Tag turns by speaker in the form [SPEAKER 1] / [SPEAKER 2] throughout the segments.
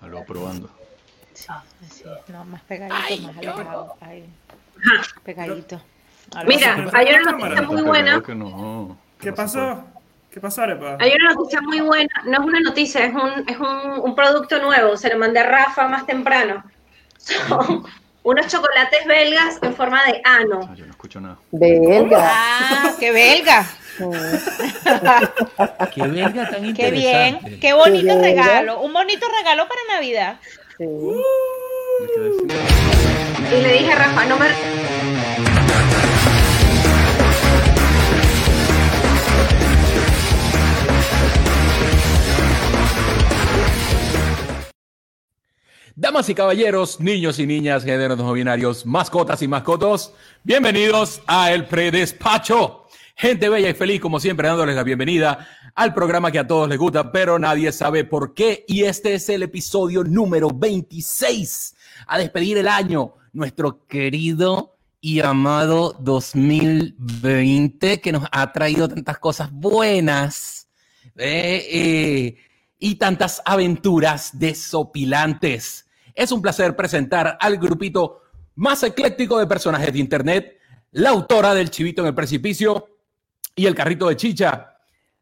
[SPEAKER 1] Ah, lo va probando.
[SPEAKER 2] Sí, sí, Ah, no, más pegadito,
[SPEAKER 3] Ay,
[SPEAKER 2] más
[SPEAKER 3] yo.
[SPEAKER 2] alejado. Ahí. Pegadito. Ahora
[SPEAKER 4] Mira,
[SPEAKER 2] vamos a-
[SPEAKER 4] hay una noticia
[SPEAKER 1] Pero
[SPEAKER 4] muy
[SPEAKER 1] te
[SPEAKER 4] buena.
[SPEAKER 1] creo que no. que
[SPEAKER 5] ¿Qué
[SPEAKER 1] no se puede.
[SPEAKER 5] pasó? ¿Qué pasó, Arepa?
[SPEAKER 4] Hay una noticia muy buena. No es una noticia, es un, es un, un producto nuevo. Se lo mandé a Rafa más temprano. Son unos chocolates belgas en forma de ano.
[SPEAKER 1] Ah, yo no escucho nada.
[SPEAKER 6] Belga.
[SPEAKER 2] Ah, qué belga.
[SPEAKER 3] Qué verga tan
[SPEAKER 2] Qué
[SPEAKER 3] interesante.
[SPEAKER 2] bien. Qué bonito
[SPEAKER 6] belga.
[SPEAKER 2] regalo. Un bonito regalo para Navidad.
[SPEAKER 6] Sí.
[SPEAKER 1] Me quedé sin-
[SPEAKER 4] Y le dije a Rafa, no me...
[SPEAKER 3] Damas y caballeros, niños y niñas, géneros no binarios, mascotas y mascotos, bienvenidos a El Predespacho. Gente bella y feliz, como siempre, dándoles la bienvenida al programa que a todos les gusta, pero nadie sabe por qué. Y este es el episodio número 26, a despedir el año, nuestro querido y amado 2020, que nos ha traído tantas cosas buenas. eh, eh, y tantas aventuras desopilantes. Es un placer presentar al grupito más ecléctico de personajes de Internet, la autora del Chivito en el Precipicio y el Carrito de Chicha,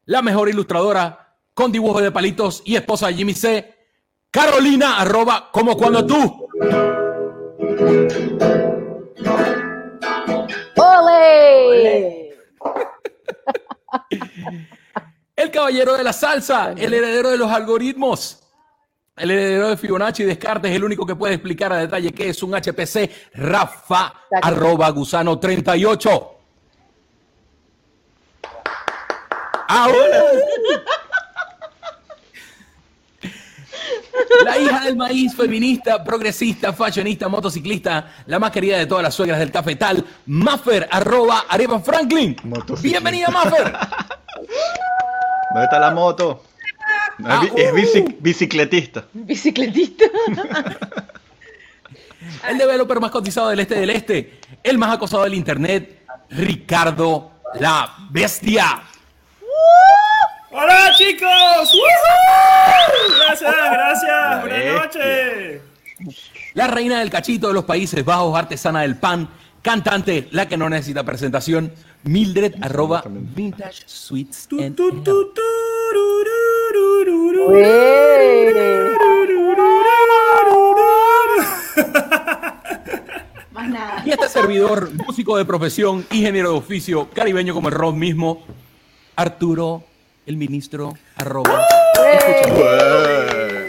[SPEAKER 3] la mejor ilustradora con dibujo de palitos y esposa de Jimmy C, Carolina, arroba como cuando tú.
[SPEAKER 6] ¡Ole!
[SPEAKER 3] El caballero de la salsa, el heredero de los algoritmos, el heredero de Fibonacci y Descartes, el único que puede explicar a detalle qué es un HPC, Rafa, arroba gusano 38. Ahora. La hija del maíz, feminista, progresista, fashionista, motociclista, la más querida de todas las suegras del cafetal, Maffer, arroba Arepa Franklin.
[SPEAKER 1] Motociclista.
[SPEAKER 3] Bienvenida, Maffer.
[SPEAKER 1] ¿Dónde está la moto? No, es,
[SPEAKER 3] Ah,
[SPEAKER 1] bi- es
[SPEAKER 3] uh.
[SPEAKER 1] bici- bicicletista.
[SPEAKER 2] Bicicletista.
[SPEAKER 3] El developer más cotizado del este del este, el más acosado del internet, Ricardo la Bestia.
[SPEAKER 5] ¡Hola, chicos! ¡Woohoo! Gracias, gracias.
[SPEAKER 1] bestia.
[SPEAKER 5] Buenas noches.
[SPEAKER 3] La reina del cachito de los Países Bajos, artesana del pan, cantante, la que no necesita presentación, Mildred arroba Vintage Sweets. and
[SPEAKER 5] Tu, tu, tu, ru, ru, ru, ru, ru,
[SPEAKER 6] ¡Ole!
[SPEAKER 5] ru, ru, ru, ru, ru, ru.
[SPEAKER 2] Más nada.
[SPEAKER 3] Y este servidor, músico de profesión, ingeniero de oficio, caribeño como el Rob mismo, Arturo, el ministro, arroba.
[SPEAKER 1] Ué.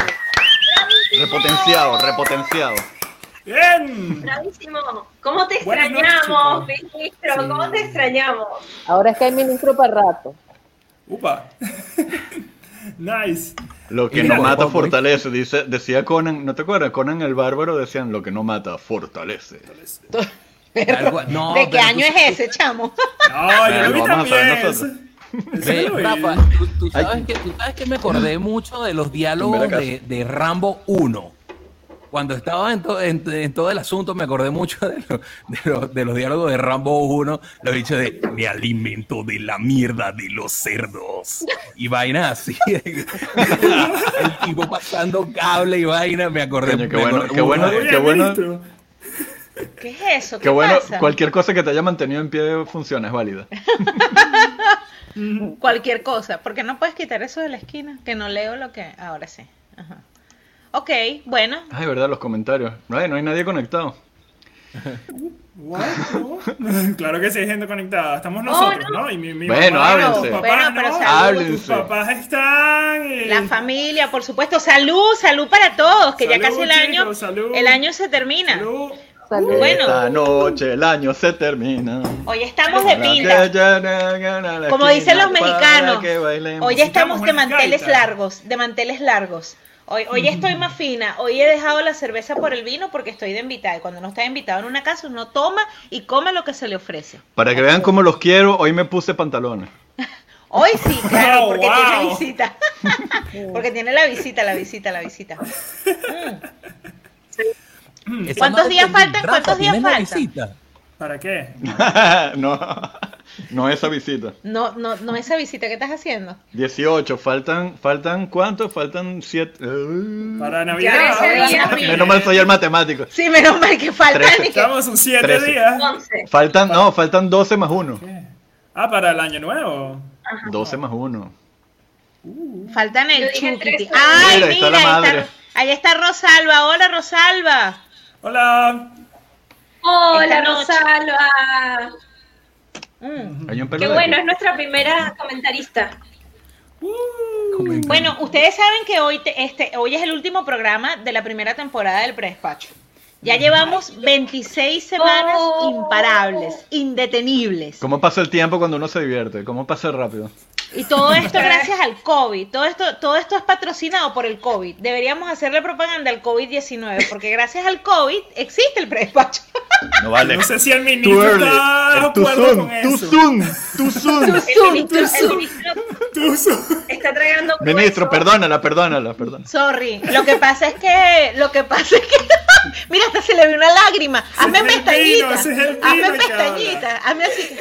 [SPEAKER 1] Repotenciado, repotenciado.
[SPEAKER 5] Bien.
[SPEAKER 4] Bravísimo. ¿Cómo te
[SPEAKER 5] Buenas noches,
[SPEAKER 4] extrañamos,
[SPEAKER 5] chicos.
[SPEAKER 4] ministro? ¿Cómo te extrañamos?
[SPEAKER 6] Ahora es que hay ministro para rato.
[SPEAKER 5] Upa. Nice.
[SPEAKER 1] Lo que
[SPEAKER 3] Y
[SPEAKER 1] no
[SPEAKER 3] mira,
[SPEAKER 1] mata
[SPEAKER 3] por-
[SPEAKER 1] fortalece, dice, decía Conan, ¿no te acuerdas? Conan el bárbaro decían lo que no mata fortalece.
[SPEAKER 3] Algo- no,
[SPEAKER 2] ¿De qué
[SPEAKER 3] pero tú-
[SPEAKER 2] año es ese, chamo?
[SPEAKER 5] No, yo lo vi
[SPEAKER 1] Bueno, vamos a
[SPEAKER 5] también.
[SPEAKER 1] saber
[SPEAKER 5] Ese- ese
[SPEAKER 3] Ve,
[SPEAKER 5] lo vi.
[SPEAKER 3] Rafa, tú, tú
[SPEAKER 1] Ay.
[SPEAKER 3] sabes que, tú sabes que me acordé mucho de los diálogos
[SPEAKER 1] Mira acá.
[SPEAKER 3] de, de Rambo 1. Cuando estaba en, to- en- en todo el asunto, me acordé mucho de, lo- de lo- de los diálogos de Rambo 1. Lo dicho de me alimento de la mierda de los cerdos y vainas así. el tipo pasando cable y vaina. Me acordé.
[SPEAKER 1] Coño, qué
[SPEAKER 3] me
[SPEAKER 1] bueno,
[SPEAKER 3] acordé
[SPEAKER 1] qué
[SPEAKER 3] mucho.
[SPEAKER 1] bueno,
[SPEAKER 5] Oye,
[SPEAKER 1] qué bueno,
[SPEAKER 5] ministro.
[SPEAKER 2] ¿Qué es eso? ¿Qué,
[SPEAKER 1] qué bueno.
[SPEAKER 2] pasa?
[SPEAKER 1] Cualquier cosa que te haya mantenido en pie funciona, es válida.
[SPEAKER 2] Cualquier cosa. Porque no puedes quitar eso de la esquina. Que no leo lo que. Ahora sí. Ajá. Ok, bueno.
[SPEAKER 1] Ay, verdad, los comentarios. Ay, no hay nadie conectado.
[SPEAKER 5] What? No. Claro que sí hay gente conectada. Estamos nosotros,
[SPEAKER 2] Oh, no.
[SPEAKER 5] ¿no? Y mi, mi
[SPEAKER 1] Bueno,
[SPEAKER 5] mamá,
[SPEAKER 1] háblense.
[SPEAKER 5] tus
[SPEAKER 2] Bueno,
[SPEAKER 5] papás,
[SPEAKER 2] pero
[SPEAKER 5] ¿no?
[SPEAKER 1] saludos.
[SPEAKER 5] Tus papás están. y-
[SPEAKER 2] La familia, por supuesto. Salud, salud para todos. Que ya
[SPEAKER 5] Salud,
[SPEAKER 2] casi el
[SPEAKER 5] chicos,
[SPEAKER 2] año.
[SPEAKER 5] salud.
[SPEAKER 2] El año se termina.
[SPEAKER 5] Salud.
[SPEAKER 6] Salud.
[SPEAKER 2] Bueno.
[SPEAKER 1] Esta noche el año se termina.
[SPEAKER 2] Hoy estamos de pinta. Como dicen los mexicanos, hoy estamos de
[SPEAKER 5] Necesitamos
[SPEAKER 2] manteles
[SPEAKER 5] gaita.
[SPEAKER 2] largos, de manteles largos. Hoy, hoy estoy más fina, hoy he dejado la cerveza por el vino porque estoy de invitada. Y cuando no está invitado en una casa, uno toma y come lo que se le ofrece.
[SPEAKER 1] Para que vean cómo los quiero, hoy me puse pantalones.
[SPEAKER 2] Hoy sí, claro,
[SPEAKER 5] Oh,
[SPEAKER 2] porque
[SPEAKER 5] wow.
[SPEAKER 2] tiene visita. porque tiene la visita, la visita, la visita. Mm.
[SPEAKER 3] Esa
[SPEAKER 2] ¿Cuántos
[SPEAKER 3] madre
[SPEAKER 2] días
[SPEAKER 3] también,
[SPEAKER 2] faltan?
[SPEAKER 3] Rafa,
[SPEAKER 2] ¿Cuántos días
[SPEAKER 3] ¿tienes la
[SPEAKER 2] faltan?
[SPEAKER 3] visita?
[SPEAKER 5] ¿Para qué?
[SPEAKER 1] no. No esa visita.
[SPEAKER 2] No, no, no esa visita que estás haciendo.
[SPEAKER 1] 18, faltan, faltan cuántos? Faltan 7.
[SPEAKER 5] Para
[SPEAKER 4] Ya,
[SPEAKER 5] Navidad.
[SPEAKER 4] ese día,
[SPEAKER 5] ahora-
[SPEAKER 4] mira.
[SPEAKER 1] Menos mal soy el matemático.
[SPEAKER 2] Sí, menos mal que faltan
[SPEAKER 1] Trece.
[SPEAKER 2] y que-
[SPEAKER 5] Estamos en 7
[SPEAKER 1] Trece.
[SPEAKER 5] días.
[SPEAKER 4] Entonces,
[SPEAKER 1] Faltan, no, faltan 12 más 1.
[SPEAKER 5] Ah, para el año nuevo.
[SPEAKER 1] 12 más 1.
[SPEAKER 2] faltan
[SPEAKER 4] Yo
[SPEAKER 2] el
[SPEAKER 4] dije
[SPEAKER 2] chuquiti.
[SPEAKER 4] trece.
[SPEAKER 2] Ay,
[SPEAKER 1] Mira,
[SPEAKER 2] mira,
[SPEAKER 1] ahí está la
[SPEAKER 2] ahí,
[SPEAKER 1] madre.
[SPEAKER 2] está, ahí está Rosalba. Hola, Rosalba.
[SPEAKER 5] Hola.
[SPEAKER 4] hola
[SPEAKER 2] Esta noche.
[SPEAKER 4] Rosalba.
[SPEAKER 2] Mm.
[SPEAKER 1] Hay un pelo
[SPEAKER 4] Qué
[SPEAKER 1] de-
[SPEAKER 4] bueno, es nuestra primera comentarista.
[SPEAKER 3] Comenta.
[SPEAKER 2] Bueno, ustedes saben que hoy, te- este, hoy es el último programa de la primera temporada del predespacho. Ya llevamos 26 semanas
[SPEAKER 4] Oh.
[SPEAKER 2] imparables, indetenibles.
[SPEAKER 1] ¿Cómo pasa el tiempo cuando uno se divierte? ¿Cómo pasa rápido?
[SPEAKER 2] Y todo esto gracias al COVID. Todo esto, todo esto es patrocinado por el COVID. Deberíamos hacerle propaganda al COVID-19, porque gracias al COVID existe el predespacho.
[SPEAKER 1] No vale.
[SPEAKER 5] No sé si el
[SPEAKER 1] Too
[SPEAKER 5] ministro
[SPEAKER 1] early.
[SPEAKER 5] está de
[SPEAKER 1] Es too
[SPEAKER 5] acuerdo
[SPEAKER 1] soon.
[SPEAKER 5] con
[SPEAKER 1] Too
[SPEAKER 5] eso.
[SPEAKER 1] soon. Too soon.
[SPEAKER 4] El ministro, el ministro está tragando. hueso.
[SPEAKER 1] Ministro, perdónala, perdónala, perdónala.
[SPEAKER 2] Sorry. Lo que pasa es que. Lo que pasa es que. Mira, hasta se le vio una lágrima. Hazme
[SPEAKER 5] Ese es el vino,
[SPEAKER 2] pestañita.
[SPEAKER 5] ese es el
[SPEAKER 2] Hazme
[SPEAKER 5] vino que
[SPEAKER 2] pestañita. Hazme así.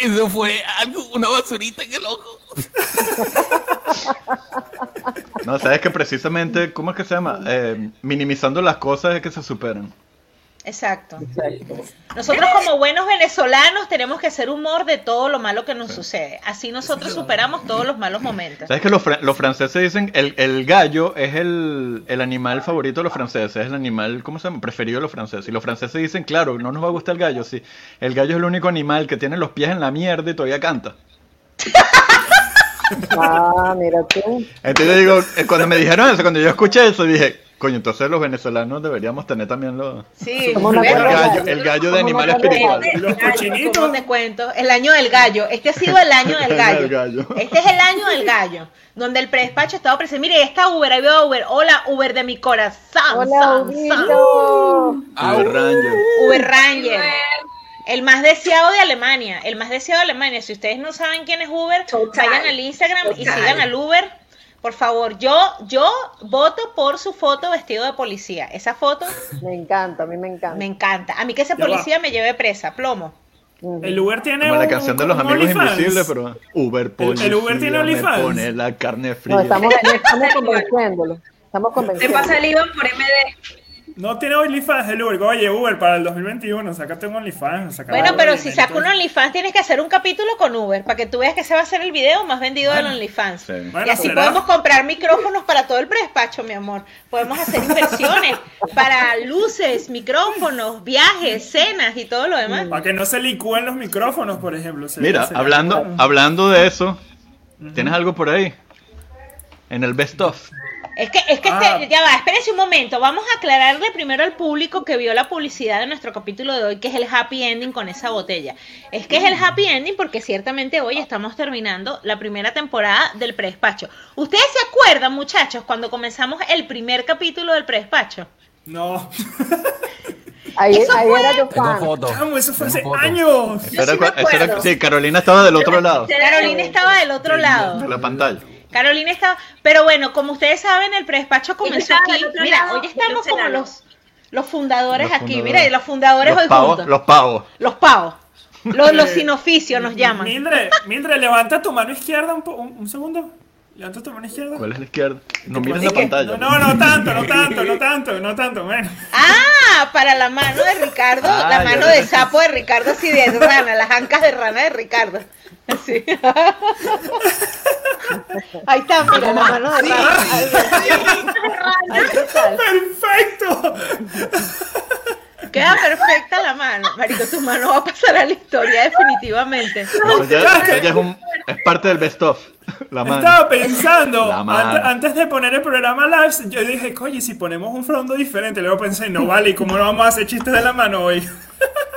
[SPEAKER 3] Eso fue algo, una basurita en el ojo.
[SPEAKER 1] No, sabes que precisamente, ¿cómo es que se llama? Eh, minimizando las cosas es que se superan.
[SPEAKER 2] Exacto. Nosotros como buenos venezolanos tenemos que hacer humor de todo lo malo que nos sucede. Así nosotros superamos todos los malos momentos.
[SPEAKER 1] ¿Sabes que los, fran- los franceses dicen el, el gallo es el, el animal favorito de los franceses? Es el animal, ¿cómo se llama? Preferido de los franceses. Y los franceses dicen, claro, no nos va a gustar el gallo. Sí, el gallo es el único animal que tiene los pies en la mierda y todavía canta.
[SPEAKER 6] Ah, mira tú.
[SPEAKER 1] Entonces yo digo, eh, cuando me dijeron eso, cuando yo escuché eso, dije, coño, entonces los venezolanos deberíamos tener también los...
[SPEAKER 2] Sí,
[SPEAKER 6] Somos una
[SPEAKER 1] El
[SPEAKER 2] ¿ves?
[SPEAKER 6] Bueno, cosa-
[SPEAKER 1] gallo, el gallo de
[SPEAKER 6] ¿cómo no
[SPEAKER 1] animal
[SPEAKER 6] te
[SPEAKER 1] espiritual.
[SPEAKER 4] Este
[SPEAKER 5] Los
[SPEAKER 4] año,
[SPEAKER 2] ¿Cómo
[SPEAKER 5] cochinitos.
[SPEAKER 2] te cuento? El año del gallo. Este ha sido el año del
[SPEAKER 1] El año
[SPEAKER 2] gallo.
[SPEAKER 1] del gallo.
[SPEAKER 2] Este es el año del gallo. Donde el predespacho estaba presente. Mire, está Uber, ahí veo Uber. Hola, Uber de mi corazón.
[SPEAKER 6] Hola,
[SPEAKER 2] san, san.
[SPEAKER 6] Huguito.
[SPEAKER 1] Uber Ranger.
[SPEAKER 2] Uber Ranger. El más deseado de Alemania. El más deseado de Alemania. Si ustedes no saben quién es Uber,
[SPEAKER 4] Total.
[SPEAKER 2] vayan al Instagram y
[SPEAKER 4] Total.
[SPEAKER 2] sigan al Uber. Por favor, yo, yo voto por su foto vestido de policía. Esa foto
[SPEAKER 6] Me encanta, a mí me encanta.
[SPEAKER 2] me encanta. A mí que ese
[SPEAKER 5] Ya va.
[SPEAKER 2] policía me lleve presa, plomo.
[SPEAKER 6] Ujú.
[SPEAKER 5] El Uber tiene
[SPEAKER 1] Como la
[SPEAKER 5] un-
[SPEAKER 1] canción de
[SPEAKER 5] un-
[SPEAKER 1] los
[SPEAKER 5] un
[SPEAKER 1] amigos
[SPEAKER 5] OnlyFans.
[SPEAKER 1] invisibles, pero Uber policía,
[SPEAKER 5] Uber tiene
[SPEAKER 1] me
[SPEAKER 5] OnlyFans.
[SPEAKER 1] pone la carne fría.
[SPEAKER 6] No, estamos, no estamos convenciéndolo. Estamos
[SPEAKER 4] Te pasa
[SPEAKER 6] convenciéndolo.
[SPEAKER 4] el IVA por MD.
[SPEAKER 5] No tiene OnlyFans el Uber. Oye, Uber, para el 2021, sácate un OnlyFans. saca
[SPEAKER 2] Bueno,
[SPEAKER 5] algo
[SPEAKER 2] pero
[SPEAKER 5] de
[SPEAKER 2] si
[SPEAKER 5] dinerito.
[SPEAKER 2] saco un OnlyFans, tienes que hacer un capítulo con Uber para que tú veas que se va a hacer el video más vendido del OnlyFans.
[SPEAKER 1] sí.
[SPEAKER 2] y
[SPEAKER 5] Bueno,
[SPEAKER 2] así
[SPEAKER 5] será.
[SPEAKER 2] podemos comprar micrófonos para todo el predespacho, mi amor. Podemos hacer inversiones para luces, micrófonos, viajes, cenas y todo lo demás.
[SPEAKER 5] Para que no se licúen los micrófonos, por ejemplo. Se-
[SPEAKER 1] Mira,
[SPEAKER 5] se-
[SPEAKER 1] hablando, hablando de eso, ¿tienes algo por ahí? En el best of.
[SPEAKER 2] Es que, es que
[SPEAKER 5] Ah.
[SPEAKER 2] este- ya va, espérense un momento. Vamos a aclararle primero al público que vio la publicidad de nuestro capítulo de hoy, que es el happy ending con esa botella. Es que es el happy ending porque ciertamente hoy estamos terminando la primera temporada del predespacho. ¿Ustedes se acuerdan, muchachos, cuando comenzamos el primer capítulo del predespacho?
[SPEAKER 5] No.
[SPEAKER 6] Ahí,
[SPEAKER 2] Eso
[SPEAKER 6] ahí
[SPEAKER 2] fue-
[SPEAKER 6] era yo
[SPEAKER 3] Tengo
[SPEAKER 6] fan.
[SPEAKER 3] fotos.
[SPEAKER 5] Chamo, eso fue hace
[SPEAKER 3] Tengo fotos.
[SPEAKER 5] años.
[SPEAKER 1] Eso
[SPEAKER 4] sí
[SPEAKER 1] era
[SPEAKER 4] me
[SPEAKER 1] cu- eso era-
[SPEAKER 4] acuerdo.
[SPEAKER 1] sí, Carolina estaba del otro lado,
[SPEAKER 2] Carolina estaba del otro lado.
[SPEAKER 1] de la pantalla.
[SPEAKER 2] Carolina estaba. Pero bueno, como ustedes saben, el predespacho comenzó
[SPEAKER 4] estaba del
[SPEAKER 2] aquí.
[SPEAKER 4] otro
[SPEAKER 2] Mira,
[SPEAKER 4] lado,
[SPEAKER 2] hoy estamos
[SPEAKER 4] del
[SPEAKER 2] como
[SPEAKER 4] otro lado.
[SPEAKER 2] los, los fundadores
[SPEAKER 1] Los
[SPEAKER 2] aquí.
[SPEAKER 1] fundadores.
[SPEAKER 2] Mira, y los fundadores
[SPEAKER 1] los
[SPEAKER 2] hoy
[SPEAKER 1] pavos,
[SPEAKER 2] juntos.
[SPEAKER 1] los pavos.
[SPEAKER 2] Los pavos. Los, los
[SPEAKER 5] Eh,
[SPEAKER 2] sin oficio nos llaman.
[SPEAKER 5] Mildred, Mildred, levanta tu mano izquierda un, po- un, un segundo. Levanta tu mano izquierda.
[SPEAKER 1] ¿Cuál es la izquierda? No mires
[SPEAKER 5] Así
[SPEAKER 1] la
[SPEAKER 5] que-
[SPEAKER 1] pantalla.
[SPEAKER 5] No, no, no tanto, no tanto, no tanto, no tanto. Bueno,
[SPEAKER 2] Ah, para la mano de Ricardo,
[SPEAKER 1] Ah,
[SPEAKER 2] la
[SPEAKER 1] ya
[SPEAKER 2] mano
[SPEAKER 1] lo
[SPEAKER 2] de
[SPEAKER 1] entendí.
[SPEAKER 2] sapo de Ricardo, así de rana, las ancas de rana de Ricardo. Así. Ahí está, mira, la mano de rana. Ahí está.
[SPEAKER 5] perfecto.
[SPEAKER 2] Queda perfecta la mano. Marico, tu mano va a pasar a la historia definitivamente.
[SPEAKER 1] No, ella, ella es, un- es parte del best of. La mano.
[SPEAKER 5] Estaba pensando,
[SPEAKER 1] La mano.
[SPEAKER 5] ante- antes de poner el programa live, yo dije, oye, si ponemos un frondo diferente, luego pensé, no vale, ¿y cómo no vamos a hacer chistes de la mano hoy?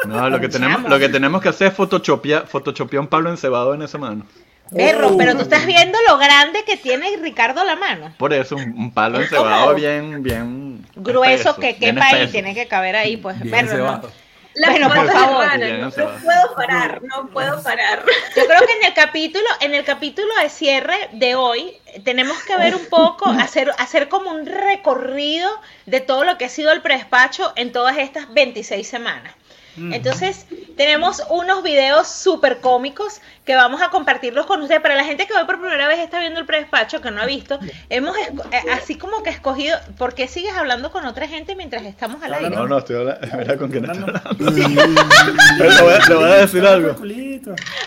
[SPEAKER 1] No, lo que tenemos, lo que tenemos que hacer es photoshopear, photoshopear un Pablo encebado en esa mano.
[SPEAKER 3] Uh.
[SPEAKER 2] Perro, pero tú estás viendo lo grande que tiene Ricardo la mano.
[SPEAKER 1] Por eso, un, un palo
[SPEAKER 2] Es
[SPEAKER 1] encebado
[SPEAKER 2] como
[SPEAKER 1] bien, bien.
[SPEAKER 2] Grueso
[SPEAKER 1] espeso,
[SPEAKER 2] que
[SPEAKER 1] bien
[SPEAKER 2] quepa ahí,
[SPEAKER 1] espeso.
[SPEAKER 2] tiene que caber ahí, pues.
[SPEAKER 3] Bien
[SPEAKER 2] Perro,
[SPEAKER 3] ese
[SPEAKER 2] no.
[SPEAKER 3] vato.
[SPEAKER 4] La
[SPEAKER 2] Bueno, por
[SPEAKER 4] foto de
[SPEAKER 2] favor.
[SPEAKER 4] Rana,
[SPEAKER 1] Ya, se va.
[SPEAKER 4] No puedo parar, no puedo parar.
[SPEAKER 2] Yo creo que en el capítulo, en el capítulo de cierre de hoy, tenemos que ver un poco, hacer, hacer como un recorrido de todo lo que ha sido el predespacho en todas estas 26 semanas. Entonces, Tenemos unos videos súper cómicos que vamos a compartirlos con ustedes. Para la gente que hoy por primera vez está viendo el predespacho, que no ha visto, hemos esco- eh, así como que escogido. ¿Por qué sigues hablando con otra gente mientras estamos al aire?
[SPEAKER 1] No, no, estoy hablando. Mira con quién estoy hablando.
[SPEAKER 5] Le
[SPEAKER 1] Le voy a- le voy a decir algo.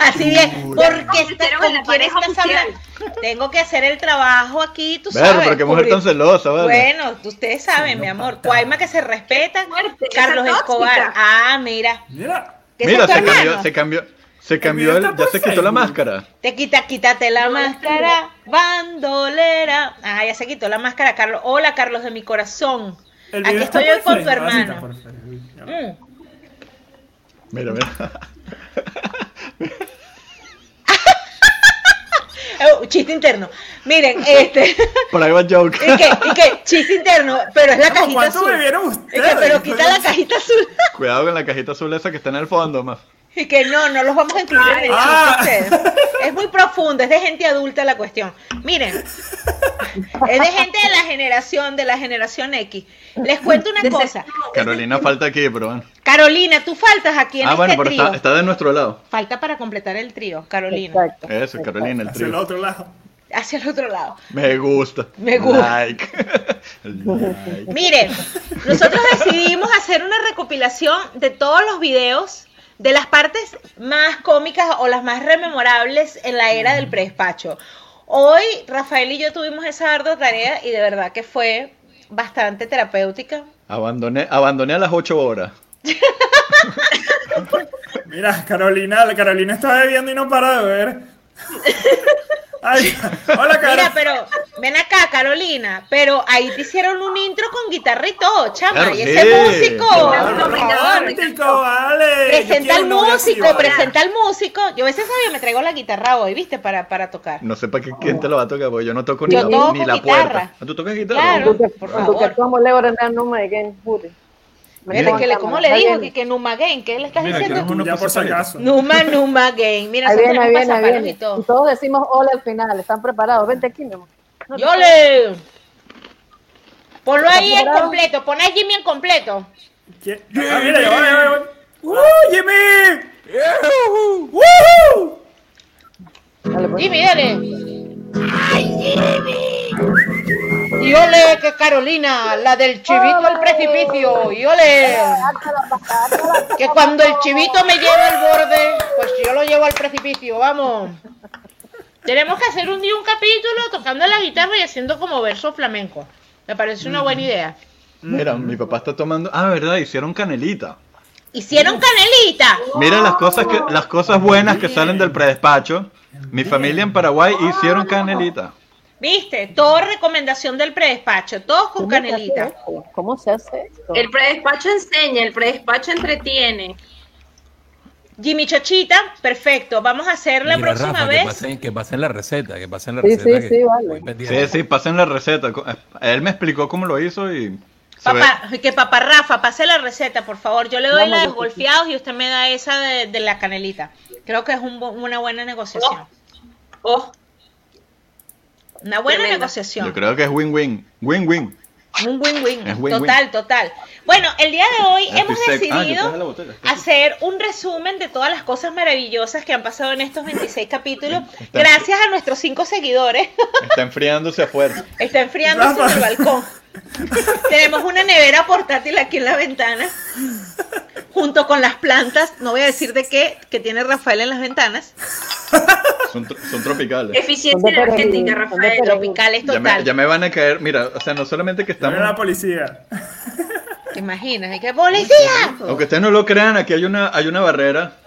[SPEAKER 2] Así bien, porque estás
[SPEAKER 4] metieron
[SPEAKER 2] con
[SPEAKER 4] en la
[SPEAKER 2] quién
[SPEAKER 4] pareja
[SPEAKER 2] estás
[SPEAKER 4] oficial.
[SPEAKER 2] hablando? Tengo que hacer el trabajo aquí, tú
[SPEAKER 1] Verga,
[SPEAKER 2] sabes.
[SPEAKER 1] pero qué mujer
[SPEAKER 2] cubrir-
[SPEAKER 1] tan celosa, ¿vale?
[SPEAKER 2] Bueno, ustedes saben, mi amor. Cuaima que se respeta.
[SPEAKER 4] Fuerte, esa
[SPEAKER 2] Carlos
[SPEAKER 4] tóxica.
[SPEAKER 2] Escobar. Ah, mira.
[SPEAKER 5] Mira,
[SPEAKER 2] ¿Qué
[SPEAKER 1] Mira,
[SPEAKER 2] es tu
[SPEAKER 1] se cambió,
[SPEAKER 2] hermano?
[SPEAKER 1] se cambió, se
[SPEAKER 5] video
[SPEAKER 1] cambió, el-
[SPEAKER 5] está
[SPEAKER 1] ya
[SPEAKER 5] por
[SPEAKER 1] se quitó la
[SPEAKER 5] Facebook.
[SPEAKER 1] máscara.
[SPEAKER 2] Te quita, quítate la máscara, bandolera. Ah, ya se quitó la máscara, Carlos. Hola, Carlos de mi corazón.
[SPEAKER 5] el
[SPEAKER 2] Aquí
[SPEAKER 5] video está
[SPEAKER 2] estoy hoy
[SPEAKER 5] por
[SPEAKER 2] con tu
[SPEAKER 5] Facebook. Ah, sí,
[SPEAKER 2] hermano.
[SPEAKER 5] está por Facebook.
[SPEAKER 2] Mm.
[SPEAKER 1] Mira, mira.
[SPEAKER 2] Oh, chiste interno. Miren, este.
[SPEAKER 1] Private joke.
[SPEAKER 2] ¿Y qué? ¿Y qué? Chiste interno, pero es la
[SPEAKER 5] Chamo,
[SPEAKER 2] cajita
[SPEAKER 5] ¿cuánto
[SPEAKER 2] azul.
[SPEAKER 5] bebieron
[SPEAKER 2] Es que,
[SPEAKER 5] ustedes?
[SPEAKER 2] pero quita la cajita azul.
[SPEAKER 1] Cuidado con la cajita azul esa que está en el fondo, más.
[SPEAKER 2] Y que no, no los vamos a incluir en el chiste
[SPEAKER 5] Ah.
[SPEAKER 2] ustedes. Es muy profundo, es de gente adulta la cuestión. Miren, es de gente de la generación, de la generación X. Les cuento una cosa.
[SPEAKER 1] Carolina falta aquí, pero bueno.
[SPEAKER 2] Carolina, tú faltas aquí en
[SPEAKER 1] Ah, bueno,
[SPEAKER 2] este
[SPEAKER 1] pero
[SPEAKER 2] trío.
[SPEAKER 1] está, está de nuestro lado.
[SPEAKER 2] Falta para completar el trío, Carolina.
[SPEAKER 6] Exacto.
[SPEAKER 1] Eso, Carolina, el
[SPEAKER 5] Hacia el
[SPEAKER 1] trío.
[SPEAKER 5] otro lado.
[SPEAKER 2] Hacia el otro lado.
[SPEAKER 1] Me gusta.
[SPEAKER 2] Me gusta.
[SPEAKER 1] Like. Like.
[SPEAKER 2] Miren, nosotros decidimos hacer una recopilación de todos los videos, de las partes más cómicas o las más rememorables en la era del predespacho. Hoy Rafael y yo tuvimos esa ardua tarea y de verdad que fue bastante terapéutica.
[SPEAKER 1] Abandoné, abandoné a las 8 horas.
[SPEAKER 5] Mira, Carolina, la Carolina está bebiendo y no para de beber. Ay, hola,
[SPEAKER 2] Mira,
[SPEAKER 5] Carolina.
[SPEAKER 2] pero ven acá, Carolina, pero ahí te hicieron un intro con guitarra y todo, chama, y ese
[SPEAKER 1] Claro, sí.
[SPEAKER 2] músico.
[SPEAKER 4] Claro,
[SPEAKER 5] Claro, romántico, vale.
[SPEAKER 2] Presenta al
[SPEAKER 5] Yo quiero un novio así,
[SPEAKER 2] músico,
[SPEAKER 5] vale.
[SPEAKER 2] presenta al músico. Yo a veces sabía, me traigo la guitarra hoy, ¿viste? Para, para tocar.
[SPEAKER 1] No sé para qué, quién te lo va a tocar, porque yo no toco ni,
[SPEAKER 2] Yo
[SPEAKER 1] la,
[SPEAKER 2] toco
[SPEAKER 1] ni la
[SPEAKER 2] guitarra.
[SPEAKER 1] puerta. Ah, ¿Tú tocas guitarra?
[SPEAKER 2] Claro.
[SPEAKER 6] Porque-
[SPEAKER 2] Por
[SPEAKER 6] porque
[SPEAKER 2] favor.
[SPEAKER 6] como le voy a dar nombre de Game Jury. Me
[SPEAKER 2] Mira,
[SPEAKER 1] Mira,
[SPEAKER 2] que le, ¿cómo le
[SPEAKER 6] Ahí
[SPEAKER 2] dijo?
[SPEAKER 6] viene.
[SPEAKER 2] Que, que Numa Game, ¿qué le estás
[SPEAKER 1] Mira, que
[SPEAKER 2] diciendo?
[SPEAKER 1] no-
[SPEAKER 5] Ya por si acaso.
[SPEAKER 2] Numa, Numa Game. Mira,
[SPEAKER 6] Ahí
[SPEAKER 2] nosotros tenemos
[SPEAKER 6] viene, ahí viene, ahí
[SPEAKER 2] pasapalos
[SPEAKER 6] viene.
[SPEAKER 2] y todo.
[SPEAKER 6] Y todos decimos hola al final, están preparados. Vente aquí, mi amor. No te-
[SPEAKER 2] ¡Yole! Ponlo ahí en
[SPEAKER 6] Bravo.
[SPEAKER 2] completo, pon a Jimmy en completo.
[SPEAKER 5] ¿Qué? Ah, mira, ya va, ya va, ya va. ¡Uh, Jimmy! ¡Woohoo!
[SPEAKER 6] Dale, pues.
[SPEAKER 2] Jimmy, dale. ¡Ay, Jimmy! Y ole, que Carolina, la del chivito al precipicio. Y ole, que cuando el chivito me lleva al borde, pues yo lo llevo al precipicio, vamos. Tenemos que hacer un día un capítulo tocando la guitarra y haciendo como verso flamenco. Me parece una buena idea.
[SPEAKER 1] Mira, mi papá está tomando. Ah, verdad, hicieron canelita.
[SPEAKER 2] Hicieron canelita.
[SPEAKER 1] Mira las cosas que las cosas buenas que salen del predespacho. Mi familia en Paraguay hicieron canelita.
[SPEAKER 2] ¿Viste? Todo recomendación del predespacho, todos con
[SPEAKER 6] ¿Cómo se hace
[SPEAKER 2] canelita.
[SPEAKER 6] esto? ¿Cómo se hace esto?
[SPEAKER 4] El predespacho enseña, el predespacho entretiene.
[SPEAKER 2] Jimmy Chochita, perfecto. Vamos a hacer la
[SPEAKER 3] Mira,
[SPEAKER 2] próxima
[SPEAKER 3] Rafa,
[SPEAKER 2] vez.
[SPEAKER 3] Que pasen, que pasen la receta, que pasen la
[SPEAKER 6] Sí,
[SPEAKER 3] receta.
[SPEAKER 6] sí,
[SPEAKER 3] que
[SPEAKER 6] sí, vale.
[SPEAKER 3] voy pendiente.
[SPEAKER 1] Sí, sí, pasen la receta. Co- eh, Él me explicó cómo lo hizo y se ve.
[SPEAKER 2] Papá, que papá Rafa, pase la receta, por favor. Yo le doy
[SPEAKER 6] Vamos,
[SPEAKER 2] la de
[SPEAKER 6] Rafa.
[SPEAKER 2] golfeados y usted me da esa de, de la canelita. Creo que es un bu- una buena negociación.
[SPEAKER 4] Oh,
[SPEAKER 2] Una buena
[SPEAKER 4] Tremendo.
[SPEAKER 2] negociación.
[SPEAKER 1] Yo creo que es win-win, win-win.
[SPEAKER 2] Un win-win.
[SPEAKER 1] Es win-win.
[SPEAKER 2] Total, total. Bueno, el día de hoy
[SPEAKER 1] Ah,
[SPEAKER 2] hemos
[SPEAKER 1] estoy seco. Ah, yo
[SPEAKER 2] decidido
[SPEAKER 1] traje la botella.
[SPEAKER 2] hacer un resumen de todas las cosas maravillosas que han pasado en estos 26 capítulos. Gracias a nuestros cinco seguidores.
[SPEAKER 1] Está enfriándose afuera.
[SPEAKER 2] Está enfriándose en
[SPEAKER 5] Rafa.
[SPEAKER 2] el balcón. Tenemos una nevera portátil aquí en la ventana, junto con las plantas, no voy a decir de qué, que tiene Rafael en las ventanas,
[SPEAKER 1] Son, tro- son tropicales.
[SPEAKER 4] eficiencia
[SPEAKER 6] Son de
[SPEAKER 4] energética,
[SPEAKER 6] Perú, son de
[SPEAKER 4] Rafael.
[SPEAKER 6] Perú.
[SPEAKER 2] tropicales
[SPEAKER 1] Ya me,
[SPEAKER 2] total.
[SPEAKER 1] ya me van a caer. Mira, o sea, no solamente que
[SPEAKER 5] Dame la
[SPEAKER 1] estamos.
[SPEAKER 5] policía.
[SPEAKER 2] ¿Te imaginas? ¿Y qué policía?
[SPEAKER 1] Aunque ustedes no lo crean, aquí hay una, hay una barrera.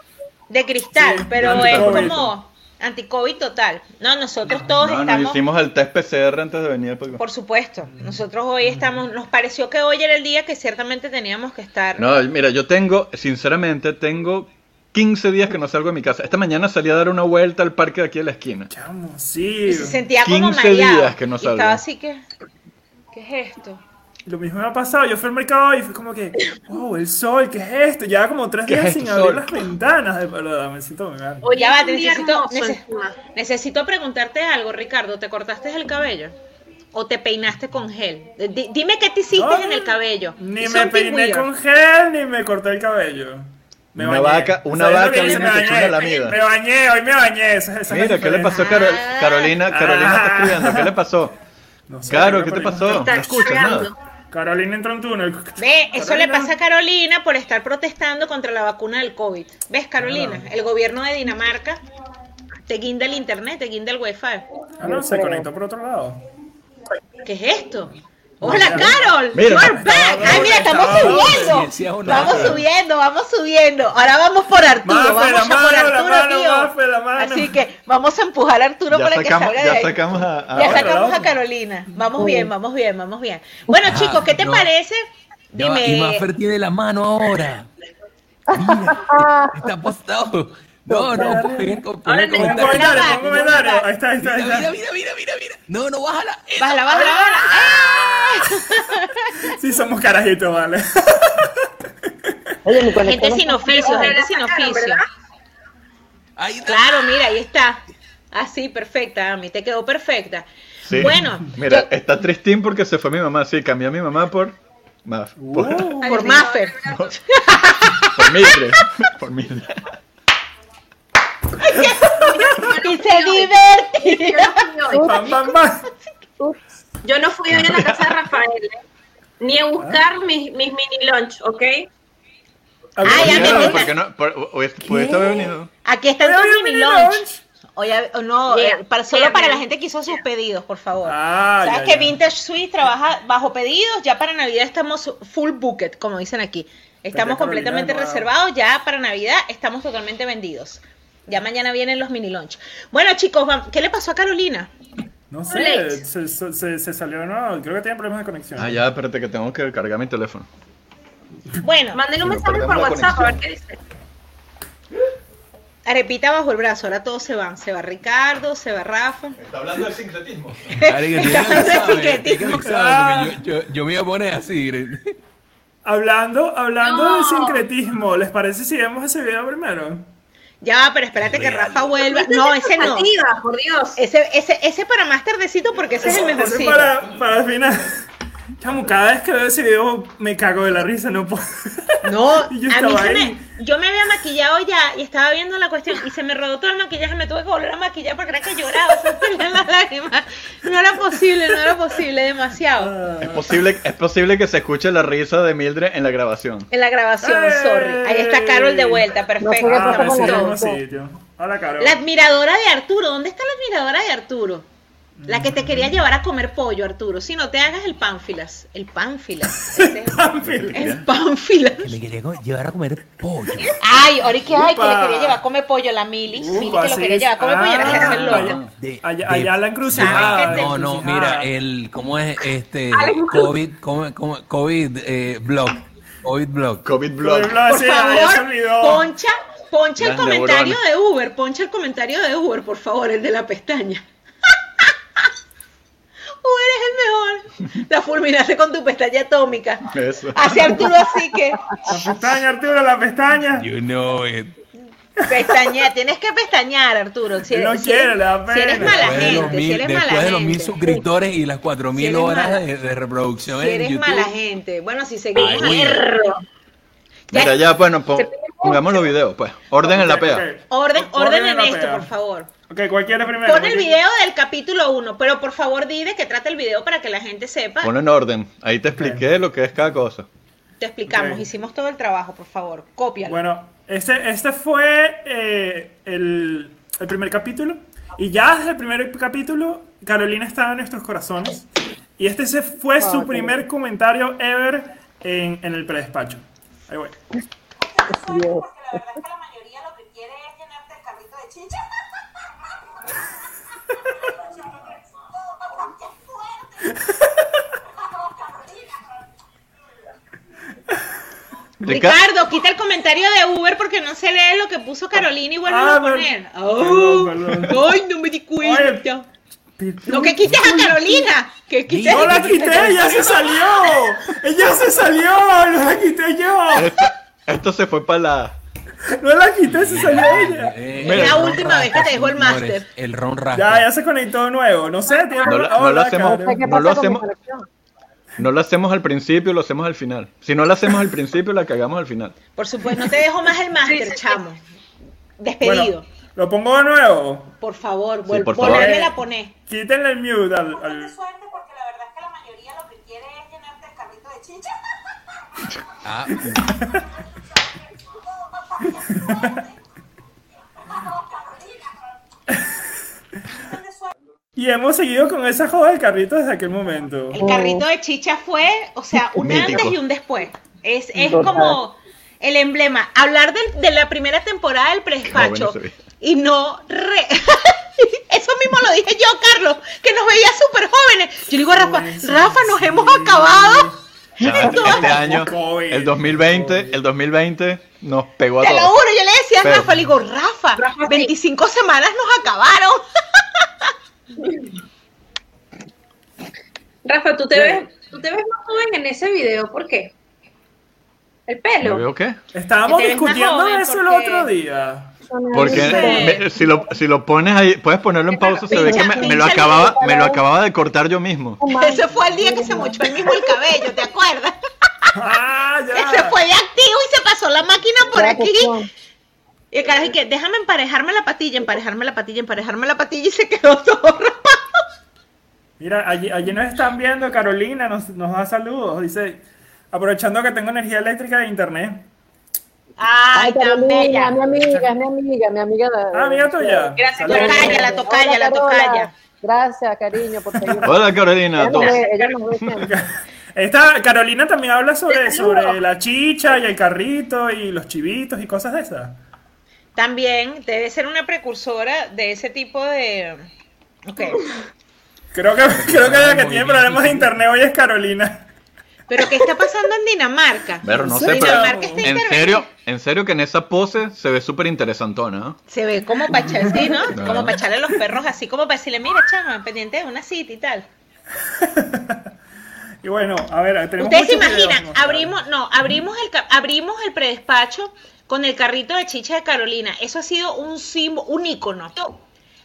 [SPEAKER 2] De cristal,
[SPEAKER 5] Sí,
[SPEAKER 2] pero es
[SPEAKER 5] anticovid.
[SPEAKER 2] como anticovid total. No, nosotros todos
[SPEAKER 1] No, nos
[SPEAKER 2] estamos,
[SPEAKER 1] hicimos el test PCR antes de venir. pues. porque-
[SPEAKER 2] por supuesto, nosotros hoy estamos, nos pareció que hoy era el día que ciertamente teníamos que estar.
[SPEAKER 1] No, mira, yo tengo, sinceramente, tengo 15 días que no salgo de mi casa. Esta mañana salí a dar una vuelta al parque de aquí a la esquina.
[SPEAKER 5] Chamo, sí.
[SPEAKER 2] y se sentía como
[SPEAKER 1] 15
[SPEAKER 2] mareado.
[SPEAKER 1] días que no
[SPEAKER 2] y
[SPEAKER 1] salgo.
[SPEAKER 2] estaba así que, ¿qué es esto?
[SPEAKER 5] Lo mismo me ha pasado. Yo fui al mercado y fue como que, oh, el sol, ¿qué es esto? Lleva como tres
[SPEAKER 1] ¿Qué
[SPEAKER 5] días
[SPEAKER 1] es
[SPEAKER 5] sin
[SPEAKER 1] este
[SPEAKER 5] abrir
[SPEAKER 1] sol?
[SPEAKER 5] las ventanas. De... Perdón, me siento muy mal.
[SPEAKER 4] Hoy
[SPEAKER 2] Ya va,
[SPEAKER 4] es un día
[SPEAKER 2] necesito,
[SPEAKER 4] hermoso
[SPEAKER 2] nece-
[SPEAKER 4] encima.
[SPEAKER 2] necesito preguntarte algo, Ricardo. ¿Te cortaste el cabello? ¿O te peinaste con gel? Eh, Di- dime qué te hiciste
[SPEAKER 5] No,
[SPEAKER 2] en el cabello.
[SPEAKER 5] Ni
[SPEAKER 2] It's
[SPEAKER 5] me
[SPEAKER 2] something
[SPEAKER 5] peiné
[SPEAKER 2] weird.
[SPEAKER 5] con gel, ni me corté el cabello. Me
[SPEAKER 1] Una
[SPEAKER 5] bañé.
[SPEAKER 1] vaca- una
[SPEAKER 5] ¿Sabes lo
[SPEAKER 1] vaca
[SPEAKER 5] que
[SPEAKER 1] bien
[SPEAKER 5] dice? Me
[SPEAKER 1] pechona
[SPEAKER 5] bañé,
[SPEAKER 1] la mida.
[SPEAKER 5] Me bañé, hoy me bañé. Esa- esa es la
[SPEAKER 1] Mira, ¿qué le pasó
[SPEAKER 5] diferencia.
[SPEAKER 1] a Carol-
[SPEAKER 2] Ah.
[SPEAKER 1] Carolina? Carolina está escribiendo, ¿qué le pasó?
[SPEAKER 5] No sé,
[SPEAKER 1] Caro,
[SPEAKER 5] creo
[SPEAKER 1] ¿qué te
[SPEAKER 5] que
[SPEAKER 1] pasó? No
[SPEAKER 4] Está
[SPEAKER 1] escuchas
[SPEAKER 4] cagando.
[SPEAKER 1] nada.
[SPEAKER 5] Carolina entró en túnel.
[SPEAKER 2] Ve, eso le
[SPEAKER 5] Carolina.
[SPEAKER 2] pasa a Carolina por estar protestando contra la vacuna del COVID. ¿Ves, Carolina? El gobierno de Dinamarca te guinda el internet, te guinda el wifi.
[SPEAKER 5] Ah, no, se conectó por otro lado.
[SPEAKER 2] ¿Qué es esto? Hola, Carol.
[SPEAKER 1] Mira.
[SPEAKER 2] You're back. Ay, mira, estamos
[SPEAKER 5] Estaba doble,
[SPEAKER 3] sí, sí, es
[SPEAKER 2] subiendo.
[SPEAKER 3] una-
[SPEAKER 2] Vamos subiendo, vamos subiendo. Ahora vamos por Arturo.
[SPEAKER 5] Mafe,
[SPEAKER 2] Vamos
[SPEAKER 5] la
[SPEAKER 2] a por
[SPEAKER 5] mano, la mano,
[SPEAKER 2] Arturo,
[SPEAKER 5] Mafe, la
[SPEAKER 2] tío.
[SPEAKER 5] mano.
[SPEAKER 2] Así que vamos a empujar a Arturo
[SPEAKER 1] Ya
[SPEAKER 2] para que
[SPEAKER 1] sacamos,
[SPEAKER 2] salga de
[SPEAKER 1] ya
[SPEAKER 2] ahí.
[SPEAKER 1] sacamos a, a-
[SPEAKER 2] Ya
[SPEAKER 5] Ahora,
[SPEAKER 2] sacamos a
[SPEAKER 5] Ah, vamos. Uh. Ah,
[SPEAKER 2] Carolina. Vamos bien, vamos bien, vamos bien. Bueno,
[SPEAKER 3] Ajá,
[SPEAKER 2] chicos, ¿qué te
[SPEAKER 3] no.
[SPEAKER 2] parece?
[SPEAKER 3] Ya va, Y
[SPEAKER 2] Dime.
[SPEAKER 3] Maffer tiene la mano ahora. Mira, está apostado. No, no, puede
[SPEAKER 4] Ahora
[SPEAKER 3] componer
[SPEAKER 4] te-
[SPEAKER 5] Un
[SPEAKER 3] comentarios.
[SPEAKER 5] comentario,
[SPEAKER 2] vaca,
[SPEAKER 5] un comentario.
[SPEAKER 2] una vaca.
[SPEAKER 5] Ahí está, ahí está, ahí
[SPEAKER 3] Mira, mira,
[SPEAKER 5] está.
[SPEAKER 3] mira, mira, mira, mira. No, no, bájala. Eh,
[SPEAKER 2] Bájala, bájala, bájala.
[SPEAKER 5] Sí, somos carajitos, vale.
[SPEAKER 6] Oye, mi conexión
[SPEAKER 2] Gente
[SPEAKER 6] no
[SPEAKER 2] sin
[SPEAKER 6] está-
[SPEAKER 2] oficio, gente sin
[SPEAKER 4] sacaron,
[SPEAKER 2] oficio.
[SPEAKER 4] ¿verdad?
[SPEAKER 3] Ahí está.
[SPEAKER 2] Claro, mira, ahí está. Así, perfecta, Ami, te quedó perfecta.
[SPEAKER 1] Sí.
[SPEAKER 2] Bueno,
[SPEAKER 1] Mira,
[SPEAKER 2] yo-
[SPEAKER 1] está tristín porque se fue mi mamá. Sí, cambié a mi mamá por. Maf, por,
[SPEAKER 2] por Maffer.
[SPEAKER 1] por Mildred. Por Mildred.
[SPEAKER 2] Y se divierte.
[SPEAKER 4] Yo no fui hoy.
[SPEAKER 5] Pam, pam, pam.
[SPEAKER 6] Ups,
[SPEAKER 4] Yo no fui hoy
[SPEAKER 1] Ah.
[SPEAKER 4] a la casa de Rafael, ¿eh? ni a buscar mis, mis mini lunch, ¿ok?
[SPEAKER 2] Ah, ya me
[SPEAKER 1] Mierda,
[SPEAKER 2] gusta.
[SPEAKER 1] ¿por qué no? Por- o- o- ¿Pudiste haber venido?
[SPEAKER 2] Aquí está
[SPEAKER 5] Hoy
[SPEAKER 2] tu
[SPEAKER 5] había
[SPEAKER 2] mini
[SPEAKER 5] mini
[SPEAKER 2] lunch.
[SPEAKER 5] lunch.
[SPEAKER 2] Hoy hab- o no,
[SPEAKER 4] Yeah,
[SPEAKER 2] eh, para-
[SPEAKER 4] hoy
[SPEAKER 2] solo
[SPEAKER 4] había.
[SPEAKER 2] para la gente que hizo sus pedidos, por favor.
[SPEAKER 5] Ah,
[SPEAKER 2] Sabes
[SPEAKER 5] ya,
[SPEAKER 2] que
[SPEAKER 5] ya.
[SPEAKER 2] Vintage Suite trabaja bajo pedidos, ya para Navidad estamos full booked, como dicen aquí. Estamos
[SPEAKER 5] Vete, Carolina,
[SPEAKER 2] completamente
[SPEAKER 5] wow.
[SPEAKER 2] reservados, ya para Navidad estamos totalmente vendidos. Ya mañana vienen los mini lunch. Bueno, chicos, va- ¿qué le pasó a Carolina?
[SPEAKER 5] No
[SPEAKER 4] Late.
[SPEAKER 5] sé, se, se- se- se salió, no, creo que tiene problemas de conexión.
[SPEAKER 1] Ah, ya, espérate que tengo que cargar mi teléfono.
[SPEAKER 2] Bueno,
[SPEAKER 4] Mándale un
[SPEAKER 1] Pero
[SPEAKER 4] mensaje por
[SPEAKER 1] perdemos la
[SPEAKER 4] WhatsApp a ver
[SPEAKER 1] conexión.
[SPEAKER 4] qué dice.
[SPEAKER 2] arepita bajo el brazo, ahora todos se van. Se va Ricardo, se va Rafa.
[SPEAKER 1] Está hablando del sincretismo.
[SPEAKER 3] Ari, que tiene
[SPEAKER 2] Hablando de
[SPEAKER 3] sabe,
[SPEAKER 2] sincretismo.
[SPEAKER 3] tiene que sabe, porque Yo, yo- yo me iba a poner así.
[SPEAKER 5] Hablando, hablando
[SPEAKER 4] No.
[SPEAKER 5] de sincretismo, ¿les parece si vemos ese video primero?
[SPEAKER 2] Ya, va, pero espérate que Rafa vuelva. No, ese no.
[SPEAKER 4] Expectativa, por Dios.
[SPEAKER 2] Ese, ese, ese para más tardecito porque ese es el
[SPEAKER 5] Ese
[SPEAKER 2] mejorcito.
[SPEAKER 5] para, para el final. Chamo, cada vez que veo ese video me cago de la risa, no puedo.
[SPEAKER 2] No, a
[SPEAKER 5] Y yo
[SPEAKER 2] mí
[SPEAKER 5] estaba
[SPEAKER 2] se me,
[SPEAKER 5] ahí.
[SPEAKER 2] yo me había maquillado ya y estaba viendo la cuestión y se me rodó todo el maquillaje, me tuve que volver a maquillar porque era que lloraba, se me salían las lágrimas. No era posible, no era posible, demasiado.
[SPEAKER 1] Es posible, es posible que se escuche la risa de Mildred en la grabación.
[SPEAKER 2] En la grabación,
[SPEAKER 5] ¡Ey!
[SPEAKER 2] sorry. Ahí está Carol de vuelta, perfecto.
[SPEAKER 6] No,
[SPEAKER 5] Ah,
[SPEAKER 6] pasa
[SPEAKER 5] me
[SPEAKER 6] con
[SPEAKER 5] sigue
[SPEAKER 6] la
[SPEAKER 2] estamos
[SPEAKER 5] en el
[SPEAKER 2] todos.
[SPEAKER 5] mismo sitio. Hola, Caro.
[SPEAKER 2] La admiradora de Arturo, ¿dónde está la admiradora de Arturo? La
[SPEAKER 5] Mm.
[SPEAKER 2] que te quería llevar a comer pollo, Arturo. Si no te hagas el pánfilas. El pánfilas. ese es- El pánfilas.
[SPEAKER 3] Me quería llevar a comer pollo.
[SPEAKER 2] Ay, ahora que ay, que le
[SPEAKER 5] Upa.
[SPEAKER 2] quería llevar a comer pollo la Mili. Mili que lo quería llevar a comer pollo y ahora se hace el
[SPEAKER 5] Ah,
[SPEAKER 2] loco.
[SPEAKER 3] De-
[SPEAKER 5] Allá,
[SPEAKER 3] de-
[SPEAKER 5] allá la
[SPEAKER 2] Ah,
[SPEAKER 5] encrucijada.
[SPEAKER 2] es que
[SPEAKER 3] No, no, mira, el, ¿cómo es este? COVID, ¿cómo- cómo- COVID eh, blog. COVID blog.
[SPEAKER 1] COVID
[SPEAKER 5] Por
[SPEAKER 1] blog.
[SPEAKER 5] favor,
[SPEAKER 2] Por
[SPEAKER 5] sí, allá se
[SPEAKER 2] favor,
[SPEAKER 5] olvidó.
[SPEAKER 2] poncha, poncha el
[SPEAKER 1] Las
[SPEAKER 2] comentario
[SPEAKER 1] neuronas.
[SPEAKER 2] de Uber, poncha el comentario de Uber, por favor, el de la pestaña. Uber es el mejor. La fulminaste con tu pestaña atómica.
[SPEAKER 1] Eso.
[SPEAKER 2] Hacia Arturo así que
[SPEAKER 5] La pestaña, Arturo, la pestaña.
[SPEAKER 3] You know it.
[SPEAKER 2] pestañea, tienes que pestañar, Arturo. Si
[SPEAKER 5] Él no
[SPEAKER 2] eres, si
[SPEAKER 5] quiere,
[SPEAKER 2] eres-
[SPEAKER 5] le da
[SPEAKER 2] si eres
[SPEAKER 5] pena.
[SPEAKER 2] mala
[SPEAKER 3] Después de los
[SPEAKER 2] gente,
[SPEAKER 3] mil-
[SPEAKER 2] si eres
[SPEAKER 3] después
[SPEAKER 2] mala
[SPEAKER 3] de los mil
[SPEAKER 2] gente.
[SPEAKER 3] suscriptores y las cuatro
[SPEAKER 2] Si
[SPEAKER 3] mil
[SPEAKER 2] eres
[SPEAKER 3] horas
[SPEAKER 2] mala-
[SPEAKER 3] de, de reproducción
[SPEAKER 2] Si
[SPEAKER 3] en
[SPEAKER 2] eres
[SPEAKER 3] YouTube.
[SPEAKER 2] mala gente. Bueno, si seguimos
[SPEAKER 3] Ay,
[SPEAKER 2] a
[SPEAKER 3] güey.
[SPEAKER 2] Erro.
[SPEAKER 1] Mira, ya, bueno, pon-
[SPEAKER 4] Se pide mucho.
[SPEAKER 1] pongamos los videos, pues. Orden en la
[SPEAKER 5] Ok,
[SPEAKER 1] pea.
[SPEAKER 5] ok.
[SPEAKER 2] Orden, orden en
[SPEAKER 5] la
[SPEAKER 2] esto,
[SPEAKER 5] pea.
[SPEAKER 2] por favor.
[SPEAKER 5] Ok, cualquiera primero.
[SPEAKER 2] Pon el
[SPEAKER 5] cualquiera.
[SPEAKER 2] video del capítulo 1, pero por favor di de qué trata el video para que la gente sepa.
[SPEAKER 1] Ponlo en orden. Ahí te expliqué lo que es cada cosa.
[SPEAKER 2] Te explicamos,
[SPEAKER 5] Ok.
[SPEAKER 2] hicimos todo el trabajo, por favor. Cópialo.
[SPEAKER 5] Bueno, este, este fue eh, el, el primer capítulo. Y ya desde el primer capítulo, Carolina estaba en nuestros corazones. Y este se fue su primer comentario ever en, en el predespacho. Ahí voy.
[SPEAKER 6] así es.
[SPEAKER 7] La verdad es que la mayoría lo que quiere es llenarte el carrito de chicha. ¡Qué fuerte!
[SPEAKER 1] Rica-
[SPEAKER 2] Ricardo, quita el comentario de Uber porque no se lee lo que puso Carolina y vuelve
[SPEAKER 5] Ah,
[SPEAKER 2] a
[SPEAKER 5] perdón.
[SPEAKER 2] poner. Oh,
[SPEAKER 5] Perdón,
[SPEAKER 2] ay, no me di cuenta. No, que quites a Carolina. Que quites
[SPEAKER 5] ¡No la quité! ¡Ella se salió! ¡Ella se salió! ¡No la quité yo!
[SPEAKER 1] Esto, esto se fue para la.
[SPEAKER 5] ¡No la quité! ¡Se salió ella!
[SPEAKER 3] Eh,
[SPEAKER 1] Mira,
[SPEAKER 3] el
[SPEAKER 1] la
[SPEAKER 3] ron
[SPEAKER 2] última
[SPEAKER 3] rasca,
[SPEAKER 2] vez que te dejó el
[SPEAKER 3] señores,
[SPEAKER 2] máster.
[SPEAKER 3] El ron rasca.
[SPEAKER 5] Ya, ya se conectó de nuevo. No sé, tiene
[SPEAKER 1] No lo- no lo
[SPEAKER 5] Hola,
[SPEAKER 1] hacemos-
[SPEAKER 5] Caro.
[SPEAKER 6] No sé qué
[SPEAKER 1] No lo
[SPEAKER 6] pasa con mi
[SPEAKER 1] hacemos-
[SPEAKER 6] conexión.
[SPEAKER 1] No lo hacemos al principio, lo hacemos al final. Si no lo hacemos al principio, la cagamos al final.
[SPEAKER 2] Por supuesto, no te dejo más el máster, chamo. Despedido.
[SPEAKER 5] Bueno, lo pongo de nuevo.
[SPEAKER 2] por favor,
[SPEAKER 1] Sí, por
[SPEAKER 2] vuelve
[SPEAKER 1] favor.
[SPEAKER 2] volverme a poner.
[SPEAKER 5] Quítenle el mute al.
[SPEAKER 7] Un poco de
[SPEAKER 5] al-
[SPEAKER 7] suerte porque la verdad es que la mayoría lo que quiere es llenarte el carrito de chicha.
[SPEAKER 3] Ah,
[SPEAKER 5] Y hemos seguido con esa joda del carrito desde aquel momento.
[SPEAKER 2] El carrito de chicha fue, o sea, un
[SPEAKER 1] Mítico.
[SPEAKER 2] antes y un después. Es, es
[SPEAKER 6] Total.
[SPEAKER 2] como el emblema. Hablar del- de la primera temporada del
[SPEAKER 1] No,
[SPEAKER 2] prespacho
[SPEAKER 1] Ah, bueno, sí.
[SPEAKER 2] y no re... Eso mismo lo dije yo, Carlos, que nos veía súper jóvenes. Yo le digo a Rafa, Rafa, nos hemos acabado.
[SPEAKER 1] Este
[SPEAKER 2] Entonces,
[SPEAKER 1] este año,
[SPEAKER 5] COVID,
[SPEAKER 1] el 2020,
[SPEAKER 5] COVID.
[SPEAKER 1] el 2020 nos pegó a
[SPEAKER 2] Te lo
[SPEAKER 1] todos.
[SPEAKER 2] juro, yo le decía a
[SPEAKER 1] Pero-
[SPEAKER 2] Rafa, le digo, Rafa,
[SPEAKER 4] Rafa, sí.
[SPEAKER 2] 25 semanas nos acabaron.
[SPEAKER 4] Rafa, ¿tú te, ves, tú te ves más joven en ese video, ¿por qué? El
[SPEAKER 1] ¿Me
[SPEAKER 4] pelo.
[SPEAKER 1] veo qué?
[SPEAKER 5] Estábamos
[SPEAKER 2] Te ves más
[SPEAKER 5] discutiendo
[SPEAKER 2] joven
[SPEAKER 5] eso el
[SPEAKER 2] porque-
[SPEAKER 5] otro día.
[SPEAKER 1] Porque
[SPEAKER 2] sé.
[SPEAKER 1] me- si, lo, si lo pones ahí, puedes ponerlo en pausa, se ve que me, me lo acababa, me lo acababa de cortar yo mismo.
[SPEAKER 2] Ese fue el día que se mochó el mismo el cabello, ¿te acuerdas?
[SPEAKER 5] Ah, ya.
[SPEAKER 2] Se fue de activo y se pasó la máquina por aquí. Y el carajo, y que déjame emparejarme la patilla, emparejarme la patilla, emparejarme la patilla y se quedó todo rapado.
[SPEAKER 5] Mira, allí, allí nos están viendo, Carolina nos, nos da saludos. Dice, aprovechando que tengo energía eléctrica de internet.
[SPEAKER 2] Ay, tan bella.
[SPEAKER 6] mi amiga, mi amiga, mi amiga.
[SPEAKER 5] Ah, amiga tuya.
[SPEAKER 4] Gracias,
[SPEAKER 5] Saludos.
[SPEAKER 2] tocaya, la tocaya,
[SPEAKER 6] Hola,
[SPEAKER 2] la
[SPEAKER 6] Carola.
[SPEAKER 2] tocaya.
[SPEAKER 6] Gracias, cariño, por seguir.
[SPEAKER 1] Hola
[SPEAKER 6] Ella
[SPEAKER 1] Carolina,
[SPEAKER 6] nos
[SPEAKER 1] tú.
[SPEAKER 6] ve, ella nos ve siempre.
[SPEAKER 5] Esta, Carolina también habla sobre,
[SPEAKER 4] Te saludo.
[SPEAKER 5] sobre la chicha y el carrito y los chivitos y cosas de esas.
[SPEAKER 2] También debe ser una precursora de ese tipo de. Ok.
[SPEAKER 5] Creo que, creo que la que tiene problemas de internet hoy es Carolina.
[SPEAKER 2] Pero ¿qué está pasando en Dinamarca?
[SPEAKER 1] Pero no sé, pero
[SPEAKER 2] Dinamarca está
[SPEAKER 1] en
[SPEAKER 2] intervenida.
[SPEAKER 1] serio, en serio que en esa pose se ve súper interesantona. ¿eh?
[SPEAKER 2] Se ve como para echar, sí, ¿no?
[SPEAKER 1] Claro.
[SPEAKER 2] Como para echarle a los perros así, como para decirle, mira, chama, pendiente de una cita y tal.
[SPEAKER 5] Y bueno, a ver, tenemos
[SPEAKER 2] Ustedes se
[SPEAKER 5] muchos videos
[SPEAKER 2] imaginan,
[SPEAKER 5] mostrados.
[SPEAKER 2] abrimos, no, abrimos el, ca- abrimos el predespacho con el carrito de chicha de Carolina. Eso ha sido un símbolo, un ícono.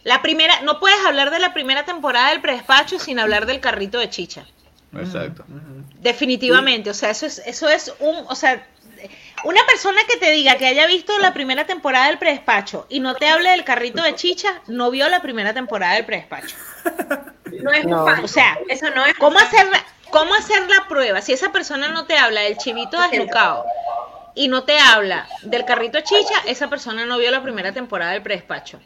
[SPEAKER 2] La primera, no puedes hablar de la primera temporada del predespacho sin hablar del carrito de chicha.
[SPEAKER 1] Exacto.
[SPEAKER 2] Definitivamente, o sea, eso es, eso es un, o sea, una persona que te diga que haya visto la primera temporada del predespacho y no te hable del carrito de chicha, no vio la primera temporada del predespacho.
[SPEAKER 4] No es
[SPEAKER 6] No.
[SPEAKER 4] un fan.
[SPEAKER 2] O sea,
[SPEAKER 4] eso no es.
[SPEAKER 2] ¿Cómo hacer, la, ¿Cómo hacer la prueba? Si esa persona no te habla del chivito desnucado y no te habla del carrito chicha, esa persona no vio la primera temporada del predespacho.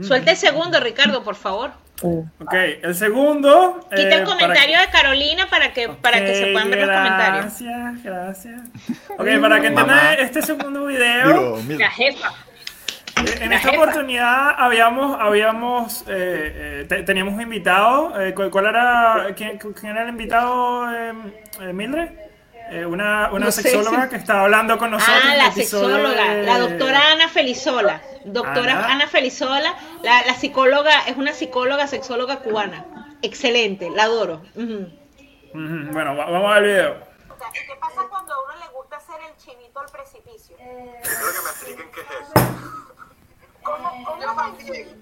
[SPEAKER 2] Suelta el segundo, Ricardo, por favor.
[SPEAKER 5] Ok, el segundo.
[SPEAKER 2] Quita el
[SPEAKER 5] eh, para-
[SPEAKER 2] comentario de Carolina para que, para que se
[SPEAKER 5] Ok,
[SPEAKER 2] puedan ver los comentarios.
[SPEAKER 5] Gracias, gracias. Ok, para que entiendan
[SPEAKER 1] Mamá.
[SPEAKER 5] este segundo video. eh,
[SPEAKER 1] Digo,
[SPEAKER 4] La
[SPEAKER 1] mira,
[SPEAKER 4] jefa.
[SPEAKER 5] En
[SPEAKER 4] La
[SPEAKER 5] esta
[SPEAKER 4] jefa.
[SPEAKER 5] oportunidad habíamos, habíamos, eh, eh, te- teníamos un invitado. eh, ¿cuál, cuál era, quién, quién era el invitado, eh, eh, Mildred? Eh, una una
[SPEAKER 4] No sé,
[SPEAKER 5] sexóloga que estaba hablando con nosotros.
[SPEAKER 2] Ah,
[SPEAKER 5] en el
[SPEAKER 2] la
[SPEAKER 5] episodio
[SPEAKER 2] sexóloga,
[SPEAKER 5] de-
[SPEAKER 2] la doctora Ana Felizola. Doctora
[SPEAKER 5] Ana.
[SPEAKER 2] Ana, Felizola, la, la psicóloga, es una psicóloga, sexóloga cubana. Excelente, la adoro. Ujú.
[SPEAKER 5] Ujú, Bueno, va- vamos al video.
[SPEAKER 7] ¿Y qué pasa cuando a uno le gusta hacer el chivito al precipicio?
[SPEAKER 8] Quiero que me expliquen qué es eso.
[SPEAKER 7] Eh, ¿Cómo, cómo va el chivito?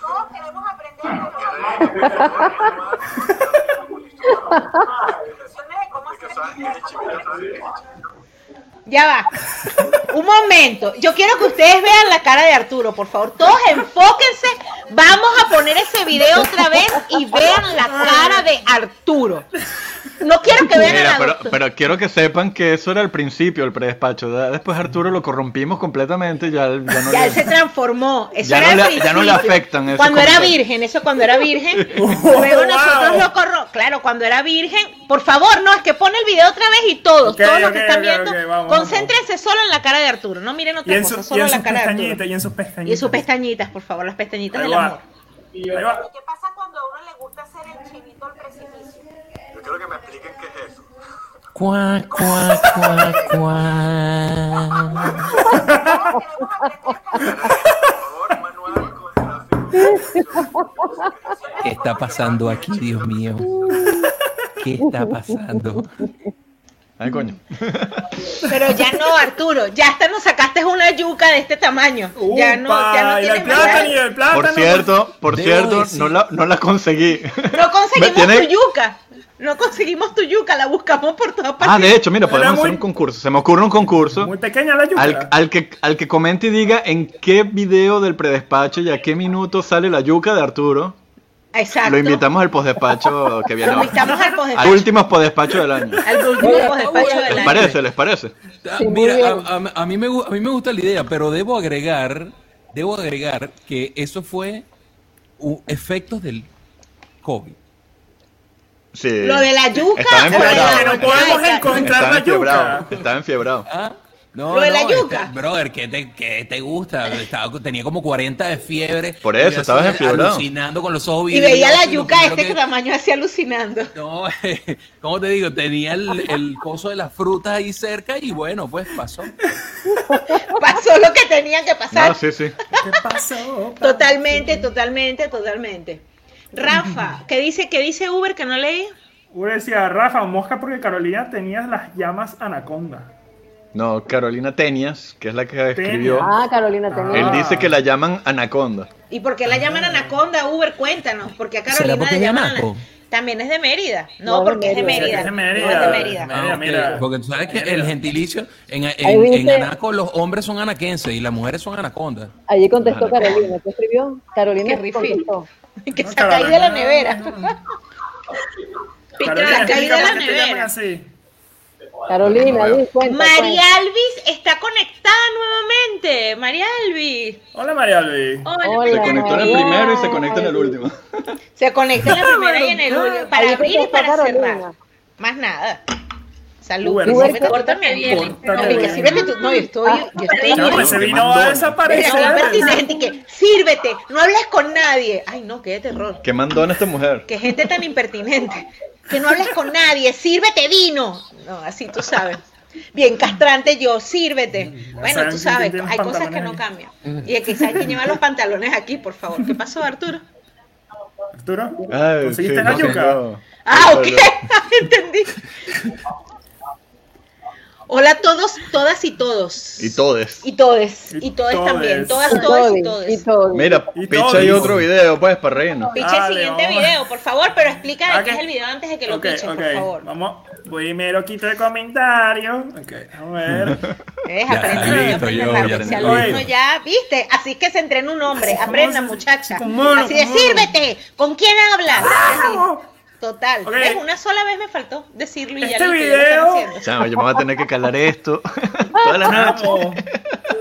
[SPEAKER 7] Todos queremos aprender de
[SPEAKER 8] Yo
[SPEAKER 7] los opciones de cómo hacer
[SPEAKER 8] saben que es el chivito, el chivito.
[SPEAKER 2] Ya va. Un momento. Yo quiero que ustedes vean la cara de Arturo, por favor. Todos enfóquense. Vamos a poner ese video otra vez y vean la cara de Arturo. No quiero que vean
[SPEAKER 1] mira,
[SPEAKER 2] a la
[SPEAKER 1] pero,
[SPEAKER 2] doctora.
[SPEAKER 1] pero quiero que sepan que eso era el principio, el predespacho. ya Después Arturo lo corrompimos completamente y ya, ya no
[SPEAKER 2] Ya
[SPEAKER 1] le-
[SPEAKER 2] él se transformó. Eso
[SPEAKER 1] Ya
[SPEAKER 2] era
[SPEAKER 1] no
[SPEAKER 2] al
[SPEAKER 1] le- ya no le
[SPEAKER 2] principio.
[SPEAKER 1] afectan esos
[SPEAKER 2] Cuando era
[SPEAKER 1] comentarios.
[SPEAKER 2] virgen, eso cuando era virgen. Luego nosotros
[SPEAKER 5] wow.
[SPEAKER 2] lo corro. Claro, cuando era virgen. Por favor, no, es que pone el video otra vez y todos,
[SPEAKER 5] Ok,
[SPEAKER 2] todos los
[SPEAKER 5] ok,
[SPEAKER 2] que están
[SPEAKER 5] ok,
[SPEAKER 2] viendo,
[SPEAKER 5] ok, vamos,
[SPEAKER 2] concéntrense solo en la cara de Arturo. No miren
[SPEAKER 5] Y
[SPEAKER 2] otra
[SPEAKER 5] en,
[SPEAKER 2] cosa,
[SPEAKER 5] su- y
[SPEAKER 2] solo
[SPEAKER 5] en
[SPEAKER 2] la
[SPEAKER 5] sus
[SPEAKER 2] cara de Arturo.
[SPEAKER 5] pestañitas, y en sus pestañitas.
[SPEAKER 2] Y sus pestañitas, por favor, las pestañitas
[SPEAKER 5] Ahí
[SPEAKER 2] del
[SPEAKER 5] va.
[SPEAKER 2] amor.
[SPEAKER 7] ¿Y
[SPEAKER 5] Ahí va.
[SPEAKER 7] qué pasa cuando a uno le gusta hacer el chivito al precipicio?
[SPEAKER 8] Yo quiero que me expliquen qué es eso.
[SPEAKER 9] Cuac, cuac, cuac, cuac.
[SPEAKER 7] Todos queremos aprender de los
[SPEAKER 8] Por favor, manual con gráfico.
[SPEAKER 9] ¿Qué está pasando aquí, Dios mío? ¿Qué está pasando?
[SPEAKER 1] Ay, coño.
[SPEAKER 2] Pero ya no, Arturo, ya hasta nos sacaste una yuca de este tamaño. ya no, ya no
[SPEAKER 5] Upa, y el
[SPEAKER 2] tienes
[SPEAKER 5] plátano y
[SPEAKER 2] más.
[SPEAKER 5] el plátano.
[SPEAKER 1] Por cierto, por
[SPEAKER 9] Debo
[SPEAKER 1] cierto,
[SPEAKER 9] decir-
[SPEAKER 1] no la, no la conseguí.
[SPEAKER 2] No
[SPEAKER 1] Me
[SPEAKER 2] conseguimos
[SPEAKER 1] tiene-
[SPEAKER 2] tu yuca. No conseguimos tu yuca, la buscamos por todas partes.
[SPEAKER 1] Ah, de hecho, mira,
[SPEAKER 5] Era
[SPEAKER 1] podemos
[SPEAKER 5] muy-
[SPEAKER 1] hacer un concurso. Se me ocurre un concurso.
[SPEAKER 5] Muy pequeña la yuca.
[SPEAKER 1] Al, al que, al que comente y diga en qué video del predespacho y a qué minuto sale la yuca de Arturo,
[SPEAKER 2] Exacto.
[SPEAKER 1] lo invitamos al postdespacho que viene
[SPEAKER 2] Lo
[SPEAKER 1] ahora.
[SPEAKER 2] invitamos al
[SPEAKER 1] Al
[SPEAKER 2] postdespacho.
[SPEAKER 1] último postdespacho del año.
[SPEAKER 2] Al último
[SPEAKER 6] Oye,
[SPEAKER 2] postdespacho
[SPEAKER 6] oye.
[SPEAKER 2] del
[SPEAKER 1] ¿Les
[SPEAKER 2] año.
[SPEAKER 1] parece? ¿Les parece?
[SPEAKER 3] Ah,
[SPEAKER 6] Sí, muy
[SPEAKER 3] Mira,
[SPEAKER 6] bien.
[SPEAKER 3] a, a- a mí me, gu- a mí me gusta la idea, pero debo agregar, debo agregar que eso fue u- efectos del COVID.
[SPEAKER 1] Sí.
[SPEAKER 2] Lo de la yuca.
[SPEAKER 1] Estaba
[SPEAKER 2] o de la-
[SPEAKER 5] Pero
[SPEAKER 1] enfiebrado.
[SPEAKER 5] que no podemos
[SPEAKER 2] Ay,
[SPEAKER 5] encontrar
[SPEAKER 1] Estaba
[SPEAKER 5] la
[SPEAKER 1] enfiebrado.
[SPEAKER 5] yuca.
[SPEAKER 1] Estaba enfiebrado.
[SPEAKER 3] ¿Ah? No,
[SPEAKER 2] Lo de la
[SPEAKER 3] no, este,
[SPEAKER 2] yuca.
[SPEAKER 3] brother, ¿qué te, qué te gusta? Estaba- tenía como 40 de fiebre.
[SPEAKER 1] Por eso,
[SPEAKER 3] Y yo
[SPEAKER 1] estabas
[SPEAKER 3] así,
[SPEAKER 1] enfiebrado.
[SPEAKER 3] Alucinando con los ojos.
[SPEAKER 2] Y veía la
[SPEAKER 3] vidriosos, y lo
[SPEAKER 2] yuca de
[SPEAKER 3] primero
[SPEAKER 2] este
[SPEAKER 3] que-
[SPEAKER 2] tamaño así alucinando.
[SPEAKER 3] No, ¿cómo te digo? Tenía el, el coso de las frutas ahí cerca y bueno, pues pasó.
[SPEAKER 2] Pasó lo que tenía que pasar.
[SPEAKER 1] No, sí, sí.
[SPEAKER 5] ¿Qué pasó?
[SPEAKER 2] Totalmente, totalmente, totalmente. Rafa, ¿qué dice, qué dice Uber que no leí?
[SPEAKER 5] Uno decía, Rafa, mosca porque Carolina tenía las llamas anaconda.
[SPEAKER 1] No, Carolina Tenias, que es la que escribió.
[SPEAKER 6] Ah, Carolina, tenía.
[SPEAKER 1] Él dice que la llaman Anaconda.
[SPEAKER 2] ¿Y por qué la llaman Anaconda Uber? Cuéntanos, porque a Carolina
[SPEAKER 9] ¿Será porque
[SPEAKER 2] la
[SPEAKER 9] es de
[SPEAKER 2] llaman
[SPEAKER 9] Amaco?
[SPEAKER 2] Ana- También es de Mérida. No,
[SPEAKER 6] No, de
[SPEAKER 2] porque es de
[SPEAKER 6] Mérida.
[SPEAKER 2] Mérida.
[SPEAKER 5] Es de Mérida.
[SPEAKER 2] No, es de Mérida.
[SPEAKER 5] Ah, mira,
[SPEAKER 3] Ah, ok,
[SPEAKER 5] mira.
[SPEAKER 3] Porque tú sabes que
[SPEAKER 5] Mira.
[SPEAKER 3] el gentilicio en, en,
[SPEAKER 6] Ahí dice-
[SPEAKER 3] en Anaco los hombres son anaquenses y las mujeres son anacondas.
[SPEAKER 6] Allí contestó Carolina. ¿Qué escribió? Carolina
[SPEAKER 2] Qué rifi.
[SPEAKER 6] contestó.
[SPEAKER 2] Que
[SPEAKER 5] No,
[SPEAKER 2] saca ahí de la
[SPEAKER 5] Carolina,
[SPEAKER 2] nevera.
[SPEAKER 5] no,
[SPEAKER 2] la
[SPEAKER 5] Carolina,
[SPEAKER 2] caída
[SPEAKER 5] explica
[SPEAKER 2] de la
[SPEAKER 5] por qué te
[SPEAKER 2] nevera.
[SPEAKER 5] llaman así.
[SPEAKER 6] Carolina, di cuenta. pues.
[SPEAKER 2] María Alvis está conectada nuevamente. María Alvis.
[SPEAKER 5] Hola, María Luis.
[SPEAKER 2] Hola.
[SPEAKER 6] Hola.
[SPEAKER 1] Se conectó en el
[SPEAKER 6] María.
[SPEAKER 1] primero y se conecta en el último.
[SPEAKER 2] Se conecta en la primera y en el último. Para
[SPEAKER 6] Ahí
[SPEAKER 2] abrir y
[SPEAKER 6] contestó
[SPEAKER 2] para
[SPEAKER 6] Carolina.
[SPEAKER 2] cerrar. Más nada. Salud.
[SPEAKER 5] Uber,
[SPEAKER 2] Y
[SPEAKER 6] Uber,
[SPEAKER 2] sírvete tú
[SPEAKER 4] córtame
[SPEAKER 2] también.
[SPEAKER 4] bien.
[SPEAKER 5] Córtame
[SPEAKER 2] No, y que
[SPEAKER 5] bien.
[SPEAKER 2] sírvete tú. No, yo estoy. Yo estoy.
[SPEAKER 5] No, pues se
[SPEAKER 1] Te
[SPEAKER 5] vino
[SPEAKER 1] mandó.
[SPEAKER 5] a
[SPEAKER 2] Pero
[SPEAKER 5] desaparecer.
[SPEAKER 2] soy impertinente y que sírvete, no hables con nadie. Ay, no, qué terror.
[SPEAKER 1] Qué mandona esta mujer.
[SPEAKER 2] Qué gente tan impertinente. Que no hables con nadie, sírvete vino. No, así tú sabes. Bien castrante yo, sírvete. Bueno,
[SPEAKER 5] saben
[SPEAKER 2] tú
[SPEAKER 5] quién
[SPEAKER 2] sabes,
[SPEAKER 5] tiene los
[SPEAKER 2] hay cosas que
[SPEAKER 5] pantalones
[SPEAKER 2] no
[SPEAKER 5] ahí.
[SPEAKER 2] cambian. Y es que sabes que lleva los pantalones aquí, por favor. ¿Qué pasó, Arturo?
[SPEAKER 5] Arturo,
[SPEAKER 1] Ay, Ah,
[SPEAKER 5] ¿conseguiste
[SPEAKER 1] sí,
[SPEAKER 5] la
[SPEAKER 1] no,
[SPEAKER 5] yuca?
[SPEAKER 1] no.
[SPEAKER 2] Ah, ok,
[SPEAKER 1] Pero-
[SPEAKER 2] entendí. Hola a todos, todas y todos.
[SPEAKER 1] Y todes.
[SPEAKER 2] Y todes,
[SPEAKER 5] Y
[SPEAKER 2] y todes
[SPEAKER 5] todes.
[SPEAKER 2] también. Todas,
[SPEAKER 6] Y
[SPEAKER 2] todas y
[SPEAKER 6] todo,
[SPEAKER 2] todos.
[SPEAKER 6] y todo.
[SPEAKER 1] Mira,
[SPEAKER 5] Y
[SPEAKER 1] picha
[SPEAKER 5] todes.
[SPEAKER 1] hay otro video, pues, para reírnos.
[SPEAKER 2] Picha
[SPEAKER 5] Dale,
[SPEAKER 2] el siguiente
[SPEAKER 5] vamos.
[SPEAKER 2] video, por favor, pero explica de qué
[SPEAKER 5] Ok.
[SPEAKER 2] es el video antes de que lo
[SPEAKER 5] Ok,
[SPEAKER 2] piches,
[SPEAKER 5] ok.
[SPEAKER 2] por favor.
[SPEAKER 5] Vamos. Primero quito el comentario. Ok, a
[SPEAKER 2] Ves,
[SPEAKER 5] ver.
[SPEAKER 3] Ya
[SPEAKER 2] aprendan,
[SPEAKER 3] está listo,
[SPEAKER 2] aprendan
[SPEAKER 3] yo,
[SPEAKER 2] rápido,
[SPEAKER 3] ya
[SPEAKER 2] si
[SPEAKER 3] está
[SPEAKER 2] al uno
[SPEAKER 5] listo.
[SPEAKER 2] ya, viste, así es que se entrena un hombre,
[SPEAKER 5] ¿Cómo
[SPEAKER 2] aprenda
[SPEAKER 5] se-
[SPEAKER 2] muchacha.
[SPEAKER 5] cómo no,
[SPEAKER 2] Así de
[SPEAKER 5] cómo no?
[SPEAKER 2] sírvete, ¿con quién hablas?
[SPEAKER 5] ¡Bravo!
[SPEAKER 2] Así. Total,
[SPEAKER 5] ¡Ah! Ok.
[SPEAKER 2] ¿Ves? una sola vez me faltó decirlo y ya
[SPEAKER 5] Este
[SPEAKER 2] listo, ya lo están
[SPEAKER 5] video-
[SPEAKER 2] haciendo.
[SPEAKER 1] Chamo, yo me voy a tener que calar esto toda la noche.
[SPEAKER 5] Vamos.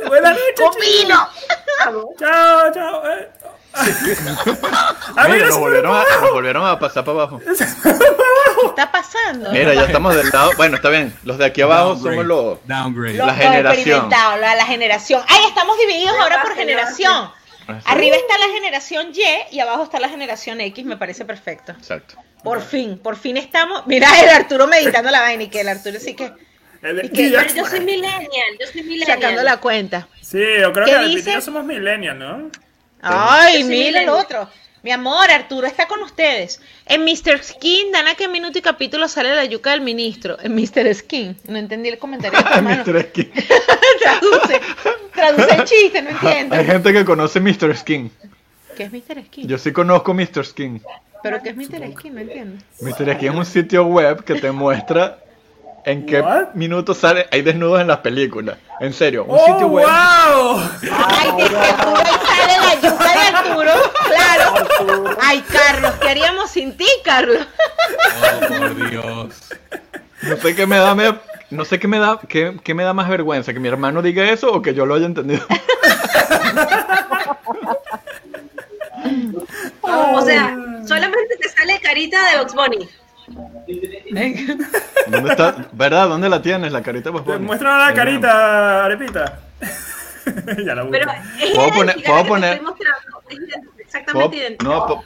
[SPEAKER 5] Buenas noches.
[SPEAKER 2] Opino.
[SPEAKER 5] chicos. Chao, chao. eh. A mí
[SPEAKER 1] Mira,
[SPEAKER 5] no
[SPEAKER 1] nos
[SPEAKER 5] se
[SPEAKER 1] volvieron, a,
[SPEAKER 5] me-
[SPEAKER 1] nos volvieron a pasar para abajo.
[SPEAKER 2] ¿Qué está pasando?
[SPEAKER 1] Mira, ya estamos del lado. Bueno, está bien. Los de aquí abajo somos los.
[SPEAKER 3] Downgrade.
[SPEAKER 2] Lo-
[SPEAKER 1] la
[SPEAKER 2] lo
[SPEAKER 1] generación.
[SPEAKER 2] experimentado, la, la generación. Ay, estamos divididos ahora por
[SPEAKER 4] Señor,
[SPEAKER 2] generación.
[SPEAKER 1] Así.
[SPEAKER 2] Arriba está la generación Y y abajo está la generación X, me parece perfecto.
[SPEAKER 1] Exacto.
[SPEAKER 2] Por fin, por fin estamos. Mira el Arturo meditando la vaina y que el Arturo sí que
[SPEAKER 5] El-
[SPEAKER 2] Y que-
[SPEAKER 4] Yo soy millennial, yo soy millennial.
[SPEAKER 2] sacando la cuenta.
[SPEAKER 5] Sí, yo creo
[SPEAKER 2] ¿Qué
[SPEAKER 5] que al
[SPEAKER 2] dice?
[SPEAKER 5] principio somos millennials, ¿no?
[SPEAKER 2] Ay,
[SPEAKER 4] Yo soy
[SPEAKER 2] mira el
[SPEAKER 4] millennial.
[SPEAKER 2] otro. Mi amor, Arturo está con ustedes. En Mr. Skin, dan a qué minuto y capítulo sale la yuca del ministro. En Mr. Skin, no entendí el comentario. de tu hermano.
[SPEAKER 1] Mr. Skin.
[SPEAKER 2] traduce, traduce el chiste, no entiendo.
[SPEAKER 1] Hay gente que conoce Mr. Skin.
[SPEAKER 2] ¿Qué es Mr. Skin?
[SPEAKER 1] Yo sí conozco Mr. Skin.
[SPEAKER 2] ¿Pero qué es Mr. Skin? No entiendo.
[SPEAKER 1] Mr. Skin es un sitio web que te muestra en qué
[SPEAKER 5] What?
[SPEAKER 1] minutos sale. Hay desnudos en las películas. En serio, un
[SPEAKER 5] ¡Oh,
[SPEAKER 1] sitio web.
[SPEAKER 5] wow!
[SPEAKER 2] Ay, de seguro ahí sale la yuca de Arturo, claro. Ay, Carlos, ¿qué haríamos sin ti, Carlos?
[SPEAKER 3] Oh, por Dios.
[SPEAKER 1] No sé qué me da, me- no sé qué me da, qué, qué me da más vergüenza, que mi hermano diga eso o que yo lo haya entendido.
[SPEAKER 4] O sea, solamente te sale carita de Box Bunny.
[SPEAKER 1] ¿Dónde está? ¿Verdad? ¿Dónde la tienes la carita? Pues,
[SPEAKER 5] Te
[SPEAKER 1] bueno.
[SPEAKER 5] muestran la carita, Arepita. ya la
[SPEAKER 4] Pero
[SPEAKER 5] busco.
[SPEAKER 4] es
[SPEAKER 1] Puedo
[SPEAKER 4] idéntica
[SPEAKER 1] poner-
[SPEAKER 4] a la
[SPEAKER 1] puedo
[SPEAKER 4] que
[SPEAKER 1] poner-
[SPEAKER 4] te estoy mostrando, es idéntica,
[SPEAKER 1] Puedo-
[SPEAKER 4] Exactamente idéntica.
[SPEAKER 1] no, po-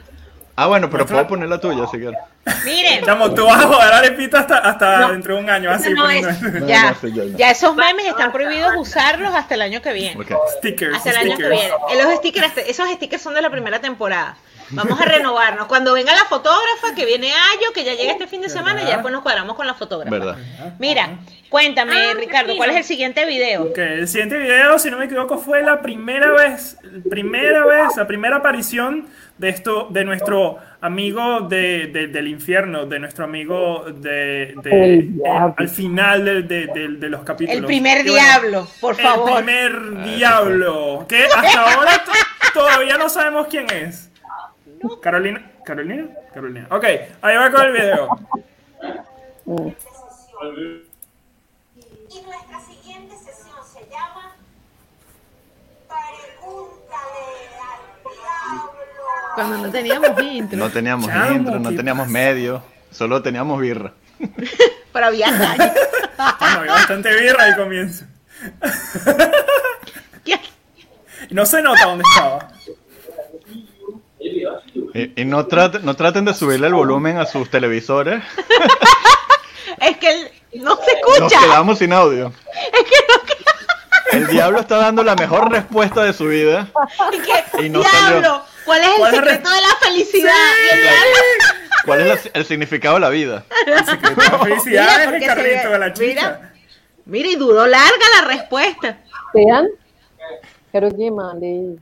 [SPEAKER 1] ah, bueno, pero puedo poner la tuya si quieres.
[SPEAKER 2] Miren,
[SPEAKER 5] Chamo, tú vas a joder a Arepita hasta, hasta
[SPEAKER 4] No,
[SPEAKER 5] dentro de un año, así.
[SPEAKER 4] no
[SPEAKER 5] poniendo
[SPEAKER 4] es.
[SPEAKER 1] No,
[SPEAKER 2] ya,
[SPEAKER 1] no, sí, ya, no.
[SPEAKER 2] ya esos memes están prohibidos usarlos hasta el año que viene.
[SPEAKER 1] Ok.
[SPEAKER 5] Stickers,
[SPEAKER 2] Hasta el año que
[SPEAKER 5] stickers.
[SPEAKER 2] viene. Eh, Los stickers, esos stickers son de la primera temporada. Vamos a renovarnos. Cuando venga la fotógrafa, que viene Ayo, que ya llega este fin de semana, y ya después nos cuadramos con la fotógrafa.
[SPEAKER 1] Verdad.
[SPEAKER 2] Mira, Cuéntame, Ricardo, ¿cuál es el siguiente video?
[SPEAKER 5] Ok, el siguiente video, si no me equivoco, fue la primera vez, primera vez, la primera aparición de esto, de nuestro amigo de, de- del infierno, de nuestro amigo de, de-
[SPEAKER 6] El diablo.
[SPEAKER 5] al final de, de- de- de los capítulos.
[SPEAKER 2] El primer
[SPEAKER 5] Y bueno,
[SPEAKER 2] diablo, por favor.
[SPEAKER 5] El primer diablo, que hasta ahora to- todavía no sabemos quién es. Carolina, Carolina, Carolina. Ok, ahí va con el video.
[SPEAKER 7] Y nuestra siguiente sesión se llama Pregúntale al diablo.
[SPEAKER 2] Cuando no teníamos intro.
[SPEAKER 1] No teníamos
[SPEAKER 5] Chamo,
[SPEAKER 1] intro, no
[SPEAKER 5] ¿qué
[SPEAKER 1] teníamos
[SPEAKER 5] pasa?
[SPEAKER 1] medio, solo teníamos birra.
[SPEAKER 2] Pero había calle.
[SPEAKER 5] Bueno, había bastante birra al comienzo.
[SPEAKER 2] ¿Qué?
[SPEAKER 5] No se nota dónde estaba.
[SPEAKER 1] Y, y no, traten, no traten de subirle el volumen a sus televisores,
[SPEAKER 2] Es que él no se
[SPEAKER 1] nos
[SPEAKER 2] escucha.
[SPEAKER 1] quedamos sin audio. El diablo está dando la mejor respuesta de su vida.
[SPEAKER 2] Y que,
[SPEAKER 1] Y no
[SPEAKER 2] diablo,
[SPEAKER 1] salió.
[SPEAKER 2] ¿cuál es el
[SPEAKER 5] ¿Cuál es el
[SPEAKER 2] secreto de la felicidad? Y el diablo,
[SPEAKER 1] ¿Cuál es la- el significado de la vida?
[SPEAKER 2] Mira,
[SPEAKER 5] Felicidades,
[SPEAKER 2] porque se
[SPEAKER 5] Carlito,
[SPEAKER 2] ve-
[SPEAKER 5] a la chica.
[SPEAKER 2] mira. Mira, y duró larga la respuesta.
[SPEAKER 6] Sean. Pero qué mal. eh.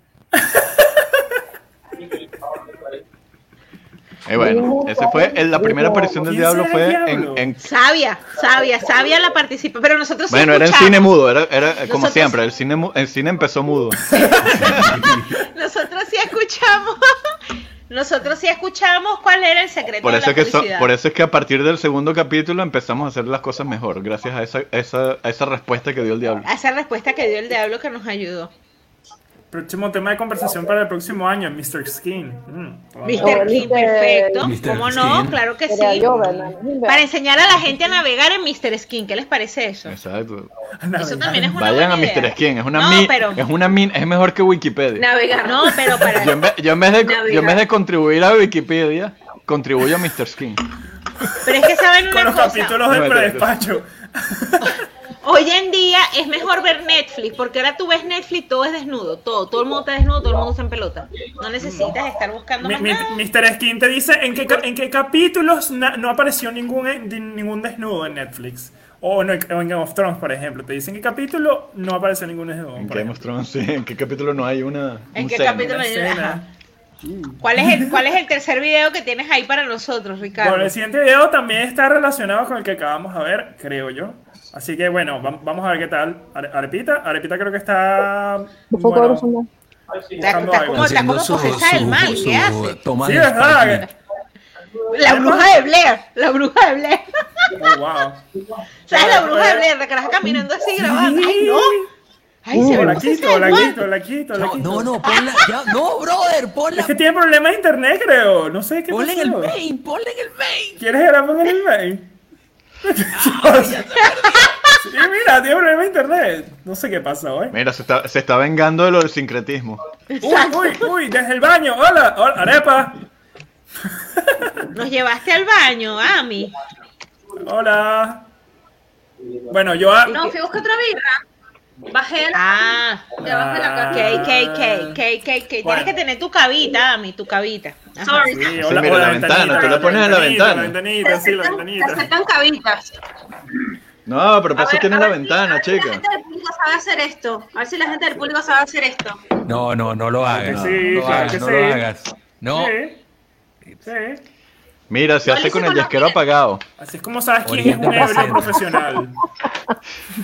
[SPEAKER 1] Y Eh, bueno, ese fue el- la primera aparición del
[SPEAKER 5] ¿Quién será
[SPEAKER 1] diablo fue
[SPEAKER 5] el
[SPEAKER 1] en,
[SPEAKER 5] diablo?
[SPEAKER 1] en-
[SPEAKER 2] Sabia, sabia, sabia la participa. Pero nosotros sí
[SPEAKER 1] bueno, era en
[SPEAKER 2] escuchamos.
[SPEAKER 1] cine mudo, era, era eh, como
[SPEAKER 2] Nosotros-
[SPEAKER 1] siempre, el cine mu- el cine empezó mudo.
[SPEAKER 2] Nosotros sí escuchamos. Nosotros sí escuchamos cuál era el secreto
[SPEAKER 1] Por
[SPEAKER 2] de
[SPEAKER 1] eso, es
[SPEAKER 2] la
[SPEAKER 1] que so-
[SPEAKER 2] felicidad.
[SPEAKER 1] por e- eso es que a partir del segundo capítulo empezamos a hacer las cosas mejor, gracias a esa, esa, a esa respuesta que dio el diablo.
[SPEAKER 2] A Esa respuesta que dio el diablo que nos ayudó.
[SPEAKER 5] Próximo tema de conversación para el próximo año, Mr. Skin. Mm, wow.
[SPEAKER 2] Mr.
[SPEAKER 6] Oh,
[SPEAKER 2] King,
[SPEAKER 6] Mr.
[SPEAKER 2] perfecto.
[SPEAKER 3] Mr.
[SPEAKER 2] ¿Cómo no?
[SPEAKER 3] Skin.
[SPEAKER 2] Claro que
[SPEAKER 6] Era
[SPEAKER 2] sí.
[SPEAKER 6] yo, ¿verdad?
[SPEAKER 2] Para enseñar a la gente a navegar en Mr. Skin. ¿Qué les parece eso?
[SPEAKER 1] Exacto.
[SPEAKER 2] Eso también es una
[SPEAKER 1] Vayan a
[SPEAKER 2] buena idea.
[SPEAKER 1] Mr. Skin, es una
[SPEAKER 2] no,
[SPEAKER 1] min,
[SPEAKER 2] pero,
[SPEAKER 1] es una min, es mejor que Wikipedia.
[SPEAKER 4] Navegar.
[SPEAKER 2] No, pero para...
[SPEAKER 1] Yo en, vez, yo en vez de,
[SPEAKER 4] Navegar.
[SPEAKER 1] yo en vez de contribuir a Wikipedia, contribuyo a Mr. Skin.
[SPEAKER 2] Pero es que saben
[SPEAKER 5] Con
[SPEAKER 2] una
[SPEAKER 5] los
[SPEAKER 2] cosa.
[SPEAKER 5] capítulos del
[SPEAKER 1] Espérate,
[SPEAKER 5] predespacho.
[SPEAKER 2] Hoy en día es mejor ver Netflix, porque ahora tú ves Netflix, todo es desnudo, todo, todo el mundo está desnudo, todo el mundo está en pelota. No necesitas estar buscando
[SPEAKER 5] Mi-
[SPEAKER 2] más
[SPEAKER 5] mi-
[SPEAKER 2] nada.
[SPEAKER 5] Mr. Skin te dice en qué, ca- en qué capítulos na- no apareció ningún, de- ningún desnudo en Netflix. O en, o en Game of Thrones, por ejemplo. Te dicen en qué capítulo no apareció ningún desnudo.
[SPEAKER 1] En
[SPEAKER 5] por
[SPEAKER 1] Game of
[SPEAKER 5] ejemplo.
[SPEAKER 1] Thrones, sí, ¿en qué capítulo no hay una?
[SPEAKER 2] ¿En
[SPEAKER 1] un
[SPEAKER 2] qué
[SPEAKER 1] seno?
[SPEAKER 2] capítulo?
[SPEAKER 5] Una escena.
[SPEAKER 2] Ajá. ¿Cuál es el, cuál es el tercer video que tienes ahí para nosotros, Ricardo?
[SPEAKER 5] Bueno, el siguiente video también está relacionado con el que acabamos de ver, creo yo. Así que bueno, vam- vamos a ver qué tal. Are- Arepita, Arepita creo que está.
[SPEAKER 6] Un poco
[SPEAKER 5] bueno,
[SPEAKER 6] grueso,
[SPEAKER 2] Estás
[SPEAKER 5] buscando
[SPEAKER 2] estás
[SPEAKER 5] algo.
[SPEAKER 2] como, estás como posesa del mal, ¿qué hace?
[SPEAKER 9] toma
[SPEAKER 5] Sí,
[SPEAKER 9] de
[SPEAKER 5] verdad.
[SPEAKER 9] Sputnik.
[SPEAKER 2] La bruja de Blair, la bruja de Blair.
[SPEAKER 5] Oh, wow.
[SPEAKER 2] ¿Sabes la bruja de Blair? La que la está caminando así grabando. Ay, no. Ay, se ve
[SPEAKER 5] la
[SPEAKER 2] como posesa
[SPEAKER 5] Uh, quito,
[SPEAKER 2] del
[SPEAKER 5] la
[SPEAKER 2] mal.
[SPEAKER 5] quito, la quito, la
[SPEAKER 9] No,
[SPEAKER 5] quito.
[SPEAKER 9] no, no, ponla. Ya, no, brother,
[SPEAKER 5] Es
[SPEAKER 9] ponla.
[SPEAKER 5] que tiene problemas de internet, creo. No sé qué
[SPEAKER 9] Ponla en el
[SPEAKER 5] pasó.
[SPEAKER 9] main, ponla en el main.
[SPEAKER 5] ¿Quieres que la ponga en el mail?
[SPEAKER 9] Ah,
[SPEAKER 5] sí, mira, tiene problemas de internet. No sé qué pasa hoy.
[SPEAKER 1] Mira, se está, se está vengando de lo del sincretismo.
[SPEAKER 5] Uy, uy, uy, desde el baño. Hola, hola, Arepa.
[SPEAKER 2] Nos llevaste al baño, Ami.
[SPEAKER 5] Hola. Bueno, yo. ah, a-
[SPEAKER 4] No, fui a buscar otra birra. Bajé el-
[SPEAKER 2] Ah,
[SPEAKER 4] debajo de la
[SPEAKER 5] Ah.
[SPEAKER 4] casa.
[SPEAKER 2] K, K, K, K, K, K. Tienes
[SPEAKER 5] Bueno.
[SPEAKER 2] que tener tu cavita, Ami, tu cavita. Ajá.
[SPEAKER 4] Sorry.
[SPEAKER 5] Sí,
[SPEAKER 1] Sí, mira, la ventana, tú la pones a la
[SPEAKER 5] La
[SPEAKER 1] ventana.
[SPEAKER 5] ventanita, sí, la
[SPEAKER 4] Se
[SPEAKER 5] ventanita.
[SPEAKER 4] aceptan cabitas.
[SPEAKER 1] No, pero para
[SPEAKER 4] A
[SPEAKER 1] eso
[SPEAKER 4] ver,
[SPEAKER 1] tiene
[SPEAKER 4] a
[SPEAKER 1] la
[SPEAKER 4] ver si- a
[SPEAKER 1] ventana,
[SPEAKER 4] ver si La
[SPEAKER 1] chica.
[SPEAKER 4] gente del público sabe hacer esto. A ver si la gente del público sabe hacer esto.
[SPEAKER 9] No, no, no lo hagas.
[SPEAKER 5] sí,
[SPEAKER 9] no lo
[SPEAKER 5] claro
[SPEAKER 9] hagas,
[SPEAKER 5] que
[SPEAKER 9] no
[SPEAKER 5] sí.
[SPEAKER 9] lo hagas. No,
[SPEAKER 5] Sí, sí.
[SPEAKER 1] Mira, se hace
[SPEAKER 4] hice
[SPEAKER 1] con el
[SPEAKER 4] con la
[SPEAKER 1] yesquero
[SPEAKER 4] mira.
[SPEAKER 1] apagado.
[SPEAKER 5] Así es como sabes quién es
[SPEAKER 9] Oriente
[SPEAKER 5] un ebrio
[SPEAKER 9] presente.
[SPEAKER 5] profesional.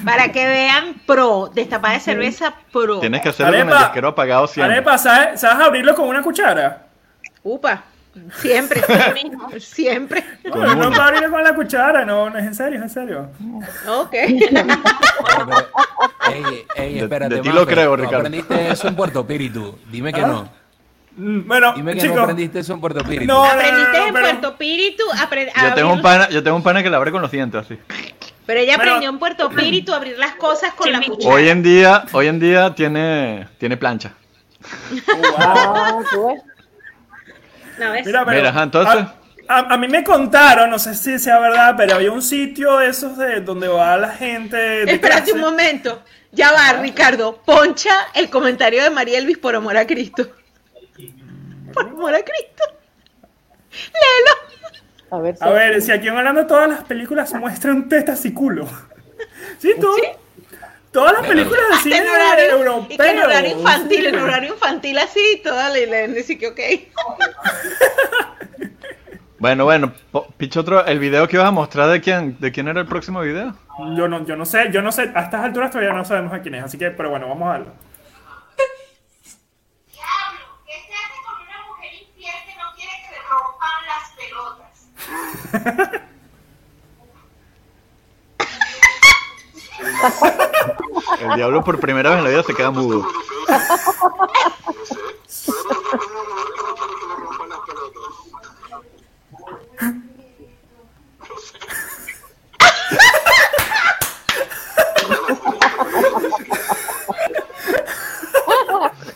[SPEAKER 2] Para que vean pro, destapada de cerveza pro.
[SPEAKER 1] Tienes que hacerlo con el
[SPEAKER 5] Arepa.
[SPEAKER 1] yesquero apagado siempre.
[SPEAKER 5] Arepa, ¿sabes, ¿sabes abrirlo con una cuchara?
[SPEAKER 2] Upa, siempre, siempre.
[SPEAKER 1] Todo el
[SPEAKER 5] No, no
[SPEAKER 1] mundo.
[SPEAKER 5] para abrirlo con la cuchara, no, no es en serio, es en serio.
[SPEAKER 2] Ok.
[SPEAKER 9] pero- Ey, ey,
[SPEAKER 1] De-
[SPEAKER 9] espérate.
[SPEAKER 1] de ti lo
[SPEAKER 9] Mafe,
[SPEAKER 1] creo,
[SPEAKER 9] ¿no
[SPEAKER 1] Ricardo.
[SPEAKER 9] Aprendiste eso en Puerto Píritu. Dime que
[SPEAKER 5] Ah.
[SPEAKER 9] no.
[SPEAKER 5] Mm, Bueno,
[SPEAKER 9] Dime que no
[SPEAKER 5] chicos,
[SPEAKER 9] aprendiste eso en Puerto Píritu.
[SPEAKER 5] No.
[SPEAKER 2] Aprendiste
[SPEAKER 5] no,
[SPEAKER 2] en
[SPEAKER 5] pero-
[SPEAKER 2] Puerto Píritu. apre- a
[SPEAKER 1] Yo tengo, un
[SPEAKER 2] abrir-
[SPEAKER 1] pana, yo tengo un pana que la abre con los dientes así.
[SPEAKER 2] Pero ella
[SPEAKER 5] Pero-
[SPEAKER 2] aprendió en Puerto Píritu a abrir las cosas con la cuchara.
[SPEAKER 1] Hoy en día, hoy en día tiene, tiene plancha.
[SPEAKER 6] Ah, tú ves.
[SPEAKER 2] No, ¿ves?
[SPEAKER 5] mira, pero,
[SPEAKER 1] Mira, ajá, entonces.
[SPEAKER 5] A, a- a mí me contaron, no sé si sea verdad, pero había un sitio de esos de donde va la gente. de
[SPEAKER 2] Espérate
[SPEAKER 5] clase.
[SPEAKER 2] un momento. Ya va, Ricardo. Poncha el comentario de María Elvis por amor a Cristo. Por amor a Cristo. Léelo.
[SPEAKER 6] A ver si.
[SPEAKER 5] A ver, si aquí en Holanda todas las películas muestran tetas y culo. Sí, tú. Todas las películas de
[SPEAKER 2] Hasta
[SPEAKER 5] cine
[SPEAKER 2] en horario, y que en
[SPEAKER 5] europeo.
[SPEAKER 2] horario infantil,
[SPEAKER 5] sí.
[SPEAKER 2] en horario infantil así, toda la le dice que ok.
[SPEAKER 1] Bueno, bueno, po- picho otro, el video que ibas a mostrar de quién, de quién era el próximo video.
[SPEAKER 5] Yo no, yo no sé, yo no sé, a estas alturas todavía no sabemos a quién es, así que, pero bueno, vamos a verlo.
[SPEAKER 7] Diablo, ¿qué se hace con una mujer infiel que no quiere que le rompan las pelotas?
[SPEAKER 1] El diablo por primera vez en la vida se queda mudo.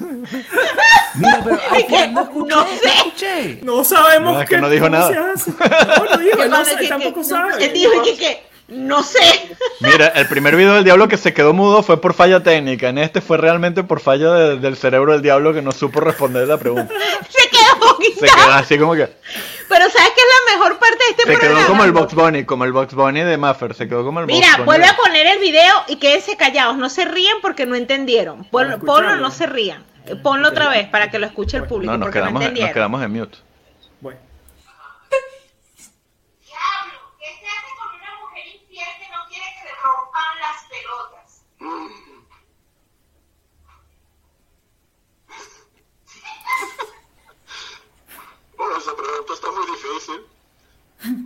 [SPEAKER 9] Mira, pero al final no escuché,
[SPEAKER 2] No sé.
[SPEAKER 9] escuché.
[SPEAKER 5] No sabemos
[SPEAKER 1] No, es
[SPEAKER 5] qué
[SPEAKER 1] que no dijo
[SPEAKER 5] cómo
[SPEAKER 1] nada.
[SPEAKER 5] se hace. No, no dijo,
[SPEAKER 2] Que
[SPEAKER 5] no
[SPEAKER 2] mami, que-
[SPEAKER 5] sé,
[SPEAKER 2] que-
[SPEAKER 5] tampoco
[SPEAKER 2] no,
[SPEAKER 5] sabe.
[SPEAKER 2] que dijo y que- que, no sé.
[SPEAKER 1] Mira, el primer video del diablo que se quedó mudo fue por falla técnica. En este fue realmente por falla de- del cerebro del diablo que no supo responder la pregunta. Se
[SPEAKER 2] Se quedó
[SPEAKER 1] quedó
[SPEAKER 2] poquita.
[SPEAKER 1] así como que.
[SPEAKER 2] Pero ¿sabes qué es la mejor parte de este
[SPEAKER 1] Se
[SPEAKER 2] programa?
[SPEAKER 1] quedó como el Box Bunny, como el Box Bunny de Maffer. Se quedó como el
[SPEAKER 2] Mira,
[SPEAKER 1] Box Bunny.
[SPEAKER 2] vuelve a poner el video y quédense callados. No se ríen porque no entendieron. Pon-
[SPEAKER 5] Para escucharlo.
[SPEAKER 2] ponlo, no se rían. Eh, Ponlo otra vez para que lo escuche el público.
[SPEAKER 1] No, nos
[SPEAKER 2] porque no
[SPEAKER 1] quedamos, nos
[SPEAKER 2] entendieron.
[SPEAKER 1] quedamos en mute.
[SPEAKER 5] Bueno,
[SPEAKER 7] Diablo, ¿qué se hace con una mujer infiel que no quiere que le rompan las pelotas?
[SPEAKER 8] Bueno, esa pregunta está muy difícil.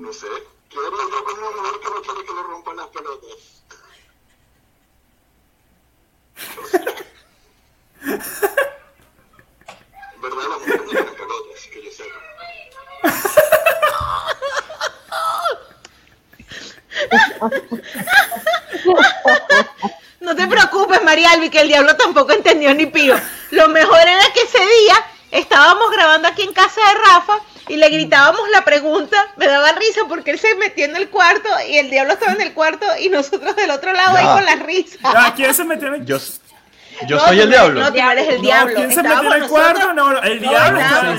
[SPEAKER 8] No sé. ¿Qué haría yo con una mujer que no quiere que le rompan las pelotas? ¿Verdad? La mujer no tiene pelotas, que yo sepa.
[SPEAKER 2] No te preocupes, María Albi, que el diablo tampoco entendió ni pío. Lo mejor era que ese día estábamos grabando aquí en casa de Rafa y le gritábamos la pregunta. Me daba risa porque él se metió en el cuarto y el diablo estaba en el cuarto y nosotros del otro lado
[SPEAKER 1] Ya.
[SPEAKER 2] ahí con la risa.
[SPEAKER 5] ya, ¿quién se metió en el
[SPEAKER 1] Yo, yo
[SPEAKER 2] No,
[SPEAKER 1] soy
[SPEAKER 2] tú
[SPEAKER 1] el
[SPEAKER 2] no-
[SPEAKER 1] diablo.
[SPEAKER 2] No, tú no eres el
[SPEAKER 5] No,
[SPEAKER 2] diablo.
[SPEAKER 5] ¿Quién se metió
[SPEAKER 2] Estábamos
[SPEAKER 5] en el cuarto?
[SPEAKER 2] nosotros-
[SPEAKER 5] No, el diablo está en
[SPEAKER 2] estábamos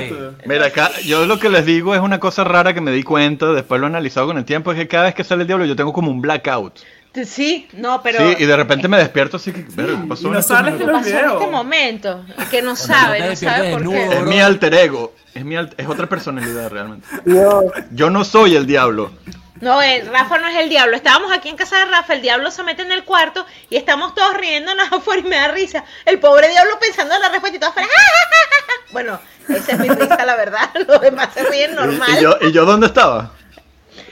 [SPEAKER 5] el
[SPEAKER 9] nosotros.
[SPEAKER 5] cuarto.
[SPEAKER 1] Mira, acá, yo lo que les digo es una cosa rara que me di cuenta, después lo he analizado con el tiempo, es que cada vez que sale el diablo yo tengo como un blackout.
[SPEAKER 2] Sí, no, pero.
[SPEAKER 1] sí, y de repente me despierto así que, verga, ¿qué pasó?
[SPEAKER 5] Y
[SPEAKER 1] en
[SPEAKER 5] no
[SPEAKER 1] estos
[SPEAKER 5] sales de
[SPEAKER 1] minutos?
[SPEAKER 5] los
[SPEAKER 2] pasó en este
[SPEAKER 5] videos.
[SPEAKER 2] momento que
[SPEAKER 9] Cuando
[SPEAKER 2] no sabe,
[SPEAKER 9] no te
[SPEAKER 2] no sabe
[SPEAKER 9] despiertes
[SPEAKER 2] por
[SPEAKER 9] desnudo,
[SPEAKER 2] qué.
[SPEAKER 1] Es mi alter ego, es, mi alt- es otra personalidad realmente.
[SPEAKER 6] Dios.
[SPEAKER 1] Yo no soy el diablo.
[SPEAKER 2] No, eh, Rafa no es el diablo. Estábamos aquí en casa de Rafa, el diablo se mete en el cuarto y estamos todos riéndonos afuera y me da risa. El pobre diablo pensando en la respuesta y todos afuera. "Ah, ah, ah, ah, ah". Bueno, esa es mi risa, la verdad. Los demás se ríen
[SPEAKER 1] Y-
[SPEAKER 2] normal.
[SPEAKER 1] Y, yo, ¿Y yo dónde estaba?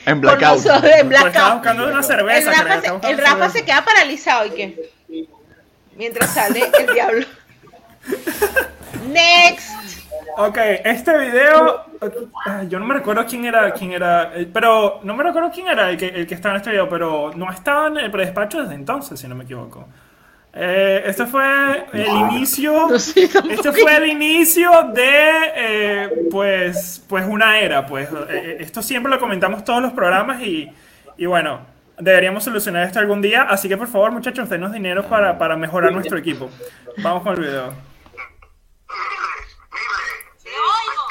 [SPEAKER 1] En
[SPEAKER 2] Por
[SPEAKER 1] blackout.
[SPEAKER 2] nosotros, en
[SPEAKER 5] Pues estaba
[SPEAKER 2] blackout.
[SPEAKER 5] buscando una
[SPEAKER 2] El
[SPEAKER 5] cerveza,
[SPEAKER 2] Rafa,
[SPEAKER 5] creo, estaba
[SPEAKER 2] se,
[SPEAKER 5] buscando
[SPEAKER 2] el Rafa se
[SPEAKER 5] cerveza.
[SPEAKER 2] queda paralizado y qué. Mientras sale el diablo. Next.
[SPEAKER 5] Ok, este video, ah, yo no me recuerdo quién era, quién era, eh, pero no me recuerdo quién era el que, el que estaba en este video, pero no estaba en el predespacho desde entonces, si no me equivoco. Eh, este fue el inicio,
[SPEAKER 2] No sé, tampoco.
[SPEAKER 5] este fue el inicio de, eh, pues, pues una era, pues, eh, eh, esto siempre lo comentamos todos los programas y, y bueno, deberíamos solucionar esto algún día, así que por favor, muchachos, denos dinero para, para mejorar nuestro equipo. Vamos con el video.
[SPEAKER 7] Te oigo.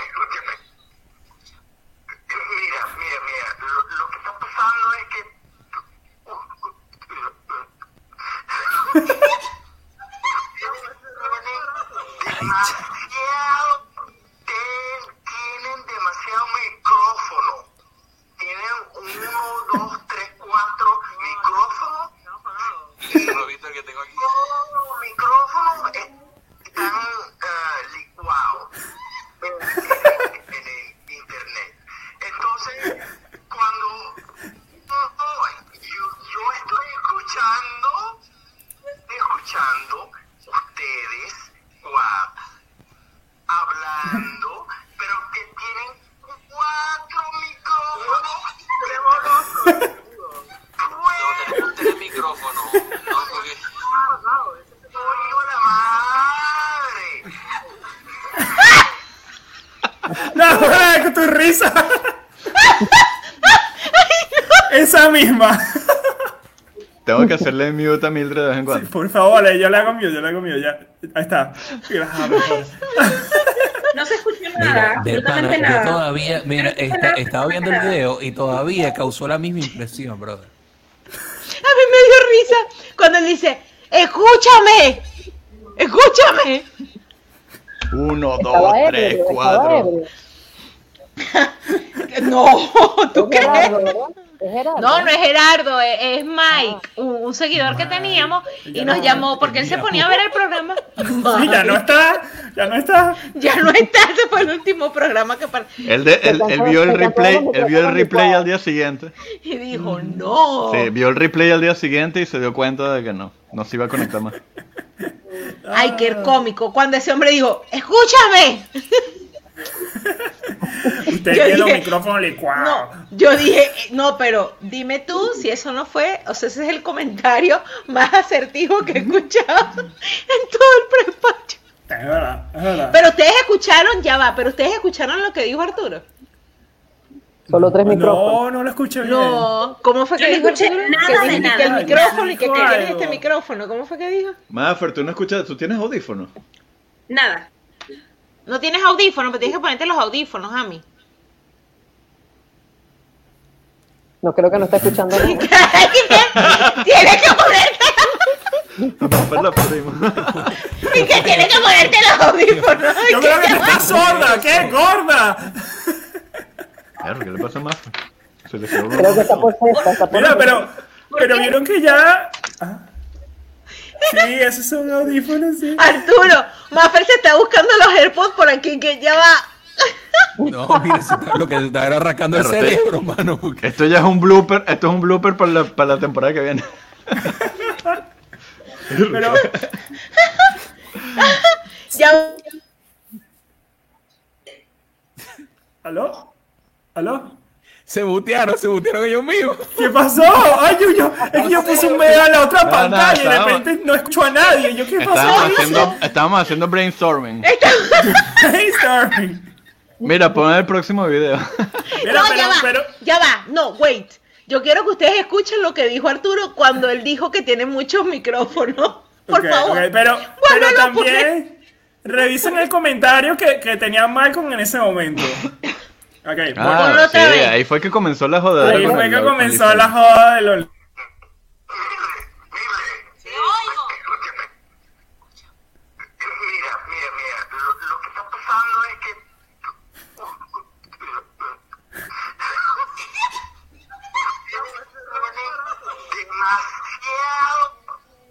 [SPEAKER 8] Mira, mira, mira, lo, lo que está pasando es que... Demasiado, te- tienen demasiado micrófono. Tienen uno, dos, tres, cuatro micrófonos. que tengo aquí. Los micrófonos están eh, licuados en, en- en el internet. Entonces, cuando no, yo, yo estoy escuchando, estoy escuchando ustedes cua- hablando, pero que tienen cuatro micrófonos. No, tenemos micrófono. No, porque... ¡Coño la madre!
[SPEAKER 5] No, con tu risa. Esa misma.
[SPEAKER 1] Tengo que hacerle mute a Mildred de vez en cuando.
[SPEAKER 5] Por favor, eh, yo le hago mío, yo le hago mío, ya. Ahí está. Gracias, mejor.
[SPEAKER 4] No se escuchó
[SPEAKER 9] Mira,
[SPEAKER 4] nada,
[SPEAKER 9] de pana,
[SPEAKER 4] absolutamente
[SPEAKER 9] yo
[SPEAKER 4] nada.
[SPEAKER 9] todavía, mira,
[SPEAKER 4] No escuché
[SPEAKER 9] esta-
[SPEAKER 4] nada,
[SPEAKER 9] estaba viendo el
[SPEAKER 4] nada.
[SPEAKER 9] video y todavía causó la misma impresión, brother.
[SPEAKER 2] A mí me dio cuando él dice, escúchame, escúchame.
[SPEAKER 1] Uno, dos,
[SPEAKER 6] Estaba
[SPEAKER 1] tres,
[SPEAKER 6] ebrio, estaba
[SPEAKER 1] cuatro.
[SPEAKER 6] ebrio.
[SPEAKER 2] No, ¿tú
[SPEAKER 6] Es
[SPEAKER 2] crees?
[SPEAKER 6] Gerardo, ¿verdad? Es Gerardo.
[SPEAKER 2] No, no es Gerardo, es, es Mike, un, un seguidor que teníamos y nos llamó porque él se ponía a ver el programa.
[SPEAKER 5] Sí, ya no está, ya no está.
[SPEAKER 2] Ya no está, ese fue el último programa que par-
[SPEAKER 1] Él, de- él- él vio el
[SPEAKER 6] Se cansó de
[SPEAKER 1] replay,
[SPEAKER 6] los
[SPEAKER 1] él vio el
[SPEAKER 6] micrófonos
[SPEAKER 1] replay
[SPEAKER 6] licuados.
[SPEAKER 1] al día siguiente.
[SPEAKER 2] y dijo, no.
[SPEAKER 6] Oh.
[SPEAKER 1] Sí, vio el replay al día siguiente y se dio cuenta de que no, no se iba a conectar más.
[SPEAKER 2] Ay, qué cómico. Cuando ese hombre dijo, escúchame.
[SPEAKER 5] Usted
[SPEAKER 2] Yo
[SPEAKER 5] tiene los
[SPEAKER 2] dije,
[SPEAKER 5] micrófonos licuados.
[SPEAKER 2] No, yo dije, no, pero dime tú si eso no fue, o sea, ese es el comentario más asertivo que he escuchado en todo el prepacho.
[SPEAKER 5] Es verdad, es verdad.
[SPEAKER 2] Pero ustedes escucharon, ya va, pero ustedes escucharon lo que dijo Arturo.
[SPEAKER 6] Solo tres micrófonos.
[SPEAKER 5] no, no lo escuché bien.
[SPEAKER 2] No, ¿cómo fue
[SPEAKER 4] Yo
[SPEAKER 2] que
[SPEAKER 4] no
[SPEAKER 2] dijo
[SPEAKER 4] escuché
[SPEAKER 2] Arturo?
[SPEAKER 4] nada
[SPEAKER 2] que,
[SPEAKER 4] de
[SPEAKER 2] dijo
[SPEAKER 4] nada.
[SPEAKER 2] que el
[SPEAKER 5] Ay,
[SPEAKER 2] micrófono y que
[SPEAKER 5] dijo
[SPEAKER 2] que tienes
[SPEAKER 5] algo.
[SPEAKER 2] este micrófono, ¿cómo fue que dijo?
[SPEAKER 1] Maffer, tú no escuchas, tú tienes audífonos.
[SPEAKER 4] Nada.
[SPEAKER 2] No tienes audífonos, pero tienes que ponerte los audífonos, a mí.
[SPEAKER 6] No creo que no está escuchando. nada.
[SPEAKER 2] tienes que ponerte
[SPEAKER 1] Maffer la prima.
[SPEAKER 2] Y que tiene que ponerte los audífonos. Ay,
[SPEAKER 5] Yo
[SPEAKER 2] que
[SPEAKER 5] creo que
[SPEAKER 2] ya
[SPEAKER 5] tú
[SPEAKER 2] va.
[SPEAKER 5] estás sorda, ¿qué? ¡Gorda!
[SPEAKER 1] Claro, ¿qué le pasa a Maffer? Se le quedó
[SPEAKER 6] Creo que está por sexta. Está por
[SPEAKER 5] Mira, pero, pero vieron que ya. Ah. Sí, esos son audífonos, sí.
[SPEAKER 2] Arturo, Maffer se está buscando los AirPods por aquí, que ya va.
[SPEAKER 3] No, mira, se está- lo que se está era arrancando el
[SPEAKER 1] Pero te-
[SPEAKER 3] cerebro, mano. porque-
[SPEAKER 1] Esto ya es un blooper, esto es un blooper para la, para la temporada que viene.
[SPEAKER 5] Pero,
[SPEAKER 2] Ya
[SPEAKER 5] ¿aló? ¿Aló?
[SPEAKER 3] Se butearon, se butearon ellos mismos.
[SPEAKER 5] ¿Qué pasó? Ay, yo, yo, es que yo puse un medio a la otra
[SPEAKER 1] No,
[SPEAKER 5] pantalla y de
[SPEAKER 1] estábamos-
[SPEAKER 5] repente no escucho a nadie. Yo, ¿qué
[SPEAKER 1] Estábamos
[SPEAKER 5] pasó?
[SPEAKER 1] haciendo, estábamos haciendo brainstorming.
[SPEAKER 5] Brainstorming.
[SPEAKER 1] Mira, pon el próximo video.
[SPEAKER 5] Mira,
[SPEAKER 2] no,
[SPEAKER 5] pero,
[SPEAKER 2] ya va.
[SPEAKER 5] pero,
[SPEAKER 2] Ya va. No, wait. Yo quiero que ustedes escuchen lo que dijo Arturo cuando él dijo que tiene muchos micrófonos. Por
[SPEAKER 5] Ok,
[SPEAKER 2] favor.
[SPEAKER 5] ok, pero, pero
[SPEAKER 2] Vuélvelo a poner.
[SPEAKER 5] también revisen el comentario que, que tenía Malcolm en ese momento. Ok, bueno,
[SPEAKER 2] Ponlo
[SPEAKER 1] Ah, sí,
[SPEAKER 2] otra vez.
[SPEAKER 1] ahí fue que comenzó la joda.
[SPEAKER 5] ahí fue que comenzó la joda de los...
[SPEAKER 7] Te oigo.
[SPEAKER 8] Escúchame. Mira, mira, mira. Lo, lo que está pasando es que. Demasiado.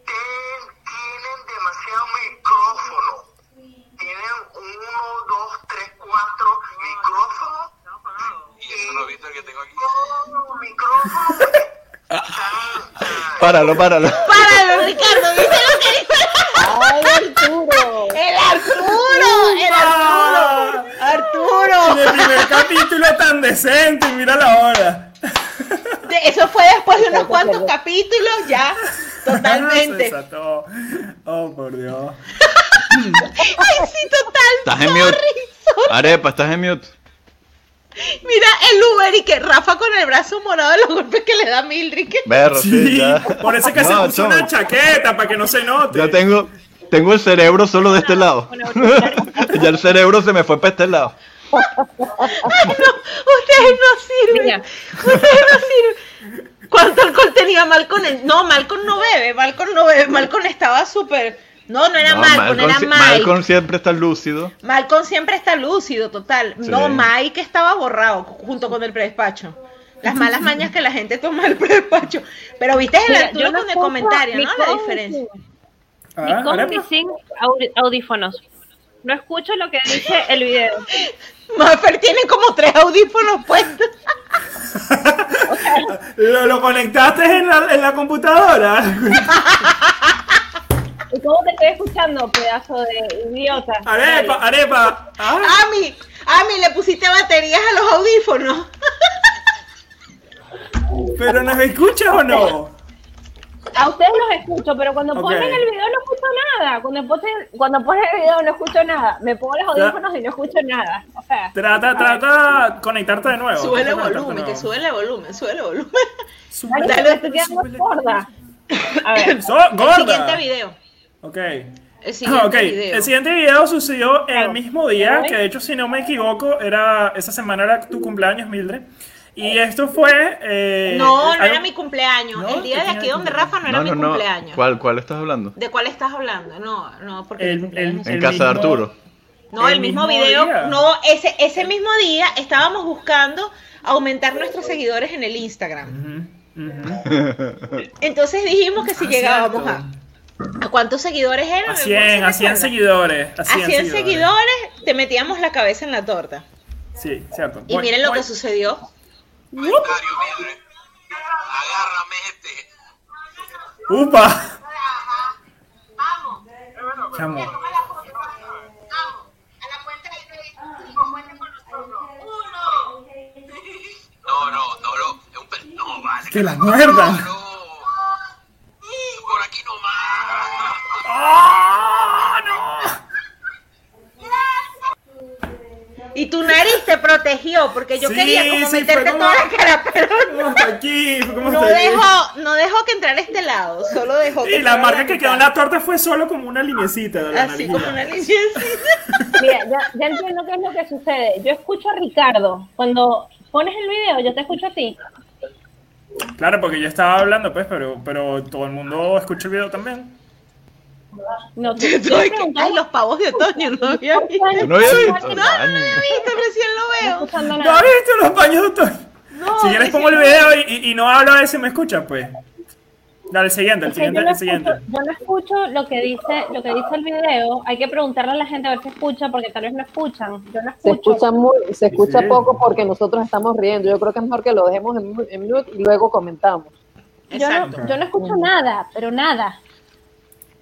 [SPEAKER 8] ten- Tienen demasiado micrófono. Tienen uno, dos, tres, cuatro micrófonos. Y eso no he visto el que tengo aquí. Micrófono.
[SPEAKER 1] Páralo, páralo.
[SPEAKER 2] Páralo, Ricardo. Dice lo que dijo
[SPEAKER 6] ¡Ay, Arturo!
[SPEAKER 2] el Arturo. El Arturo.
[SPEAKER 5] En ¡Ah! el
[SPEAKER 2] Arturo.
[SPEAKER 5] primer capítulo tan decente, mira la hora.
[SPEAKER 2] De- Eso fue después de unos cuantos capítulos ya.
[SPEAKER 5] Ah, Se
[SPEAKER 2] Totalmente.
[SPEAKER 5] desató. Oh, por Dios.
[SPEAKER 2] Ay, sí, total.
[SPEAKER 1] Estás en Ah, mute.
[SPEAKER 2] sorry, sorry.
[SPEAKER 1] Arepa, estás en mute.
[SPEAKER 2] Mira el Uber y que Rafa con el brazo morado de los golpes que le da a Mildred. que-
[SPEAKER 1] Berro, sí,
[SPEAKER 5] Sí,
[SPEAKER 1] ya.
[SPEAKER 5] por eso es que se
[SPEAKER 1] No,
[SPEAKER 5] puso
[SPEAKER 1] chamo,
[SPEAKER 5] una chaqueta para que no se note.
[SPEAKER 1] Ya tengo, tengo el cerebro solo de este lado. ya el cerebro se me fue para este lado.
[SPEAKER 2] Ay, no, ustedes no sirven.
[SPEAKER 4] Mira.
[SPEAKER 2] Ustedes no sirven. ¿Cuánto alcohol tenía Malcolm? No, Malcolm no bebe, Malcolm no bebe. Malcolm estaba súper. No, no era
[SPEAKER 1] No,
[SPEAKER 2] Malcolm, era
[SPEAKER 1] si-
[SPEAKER 2] Mike. Malcolm...
[SPEAKER 1] Malcolm siempre está lúcido.
[SPEAKER 2] siempre está lúcido, total.
[SPEAKER 1] Sí.
[SPEAKER 2] No, Mike estaba borrado junto con el predespacho. Las malas mañas que la gente toma el predespacho. Pero viste el
[SPEAKER 10] Mira,
[SPEAKER 2] Arturo
[SPEAKER 10] yo no
[SPEAKER 2] con el
[SPEAKER 10] escucho
[SPEAKER 2] comentario,
[SPEAKER 10] ni
[SPEAKER 2] ¿no? La
[SPEAKER 10] cómo
[SPEAKER 2] diferencia.
[SPEAKER 5] Ah,
[SPEAKER 10] ni con
[SPEAKER 5] ahora-
[SPEAKER 10] ni sin audi- audífonos. No escucho lo que dice el video.
[SPEAKER 2] Maffer tiene como tres audífonos puestos.
[SPEAKER 5] ¿Lo, lo conectaste en la, en la computadora?
[SPEAKER 10] ¿Y cómo te estoy escuchando, pedazo de idiota?
[SPEAKER 5] Arepa, arepa. Ah,
[SPEAKER 2] Ami, Ami, le pusiste baterías a los audífonos.
[SPEAKER 5] ¿Pero nos escuchas o no?
[SPEAKER 10] A ustedes los escucho, pero cuando
[SPEAKER 5] Ok.
[SPEAKER 10] ponen el video no escucho nada. Cuando ponen, cuando ponen el video no escucho nada. Me pongo los
[SPEAKER 5] Ya.
[SPEAKER 10] audífonos y no escucho nada. O sea,
[SPEAKER 5] Trata, trata de conectarte de nuevo.
[SPEAKER 2] Sube el
[SPEAKER 5] Trata de conectarte
[SPEAKER 2] volumen,
[SPEAKER 5] de
[SPEAKER 2] que
[SPEAKER 5] nuevo.
[SPEAKER 2] sube el volumen, sube el volumen.
[SPEAKER 5] Sube-
[SPEAKER 10] Ay,
[SPEAKER 2] dale,
[SPEAKER 10] me estoy quedando
[SPEAKER 5] súbele.
[SPEAKER 10] sorda. A ver,
[SPEAKER 5] So-
[SPEAKER 2] El siguiente
[SPEAKER 5] gorda.
[SPEAKER 2] video.
[SPEAKER 5] Ok.
[SPEAKER 2] El siguiente
[SPEAKER 5] Ah, ok.
[SPEAKER 2] video.
[SPEAKER 5] El siguiente video sucedió el mismo día,
[SPEAKER 10] Ok.
[SPEAKER 5] que de hecho, si no me equivoco, era esa semana era tu cumpleaños, Mildred. Y esto fue. eh,
[SPEAKER 2] No, no era mi cumpleaños. el día de aquí donde Rafa no era
[SPEAKER 1] No,
[SPEAKER 2] mi
[SPEAKER 1] no, no.
[SPEAKER 2] cumpleaños.
[SPEAKER 1] ¿Cuál, ¿Cuál estás hablando?
[SPEAKER 2] ¿De cuál estás hablando? No, no, porque mi
[SPEAKER 5] el-
[SPEAKER 2] cumpleaños-
[SPEAKER 1] En casa de
[SPEAKER 5] mismo-
[SPEAKER 1] Arturo.
[SPEAKER 2] No, el,
[SPEAKER 5] El
[SPEAKER 2] mismo,
[SPEAKER 5] mismo
[SPEAKER 2] video,
[SPEAKER 5] día.
[SPEAKER 2] no, ese, ese mismo día estábamos buscando aumentar nuestros seguidores en el Instagram. Entonces dijimos que si llegábamos a, a cuántos seguidores eran.
[SPEAKER 5] Ah, A
[SPEAKER 2] ¿Alguno se
[SPEAKER 5] 100, a 100
[SPEAKER 2] recuerda?
[SPEAKER 5] seguidores. A 100,
[SPEAKER 2] A 100 seguidores te metíamos la cabeza en la torta.
[SPEAKER 5] Sí, cierto.
[SPEAKER 2] Y
[SPEAKER 5] Voy-
[SPEAKER 2] miren lo
[SPEAKER 5] voy-
[SPEAKER 2] que sucedió.
[SPEAKER 8] este.
[SPEAKER 5] ¡Upa! Chamo.
[SPEAKER 8] No, no, no, no. es un per- No, vale.
[SPEAKER 5] Que las muerdan.
[SPEAKER 8] Por aquí no más.
[SPEAKER 5] ¡Ah,
[SPEAKER 2] Y tu nariz te protegió, porque yo
[SPEAKER 5] Sí,
[SPEAKER 2] quería como
[SPEAKER 5] sí,
[SPEAKER 2] meterte
[SPEAKER 5] fue como-
[SPEAKER 2] toda la cara, pero
[SPEAKER 5] ¿Cómo está aquí? ¿Cómo
[SPEAKER 2] no
[SPEAKER 5] está aquí?
[SPEAKER 2] dejó, no dejó que entrara este lado, solo dejó que
[SPEAKER 5] Y la
[SPEAKER 2] entrara
[SPEAKER 5] marca que
[SPEAKER 2] mitad.
[SPEAKER 5] quedó en la torta fue solo como una linecita de la
[SPEAKER 2] Así Ah, como una
[SPEAKER 5] narguilla.
[SPEAKER 2] licencia.
[SPEAKER 10] Mira, ya, ya entiendo qué es lo que sucede. Yo escucho a Ricardo. Cuando pones el video, yo te escucho a ti.
[SPEAKER 5] Claro, porque yo estaba hablando, pues, pero, pero todo el mundo escucha el video también.
[SPEAKER 10] No, tú,
[SPEAKER 2] Yo
[SPEAKER 10] yo
[SPEAKER 2] tuve que-
[SPEAKER 10] preguntaba,
[SPEAKER 2] Ay, los pavos de otoño, no había visto.
[SPEAKER 1] Yo no había
[SPEAKER 10] Sí,
[SPEAKER 1] visto.
[SPEAKER 10] no,
[SPEAKER 1] Coño.
[SPEAKER 2] Viste, recién
[SPEAKER 10] no
[SPEAKER 2] lo veo.
[SPEAKER 10] escuchando
[SPEAKER 5] ¿No
[SPEAKER 10] nada.
[SPEAKER 5] has visto los paños de Toño?
[SPEAKER 2] No,
[SPEAKER 5] Si quieres
[SPEAKER 2] recién
[SPEAKER 5] pongo el
[SPEAKER 2] lo
[SPEAKER 5] video y, y- y no hablo a ver si me escuchas, pues. Dale, el siguiente, el
[SPEAKER 10] Es que
[SPEAKER 5] siguiente,
[SPEAKER 10] yo, no
[SPEAKER 5] el siguiente.
[SPEAKER 10] escucho, yo no escucho lo que dice lo que dice el video. Hay que preguntarle a la gente a ver si escucha, porque tal vez no escuchan. Yo no
[SPEAKER 6] Se
[SPEAKER 10] escucho.
[SPEAKER 6] escucha, muy, se escucha
[SPEAKER 5] Sí.
[SPEAKER 6] poco porque nosotros estamos riendo. Yo creo que es mejor que lo dejemos en, mu- en mute y luego comentamos.
[SPEAKER 10] Yo
[SPEAKER 2] Exacto.
[SPEAKER 10] no, yo no escucho nada, pero nada.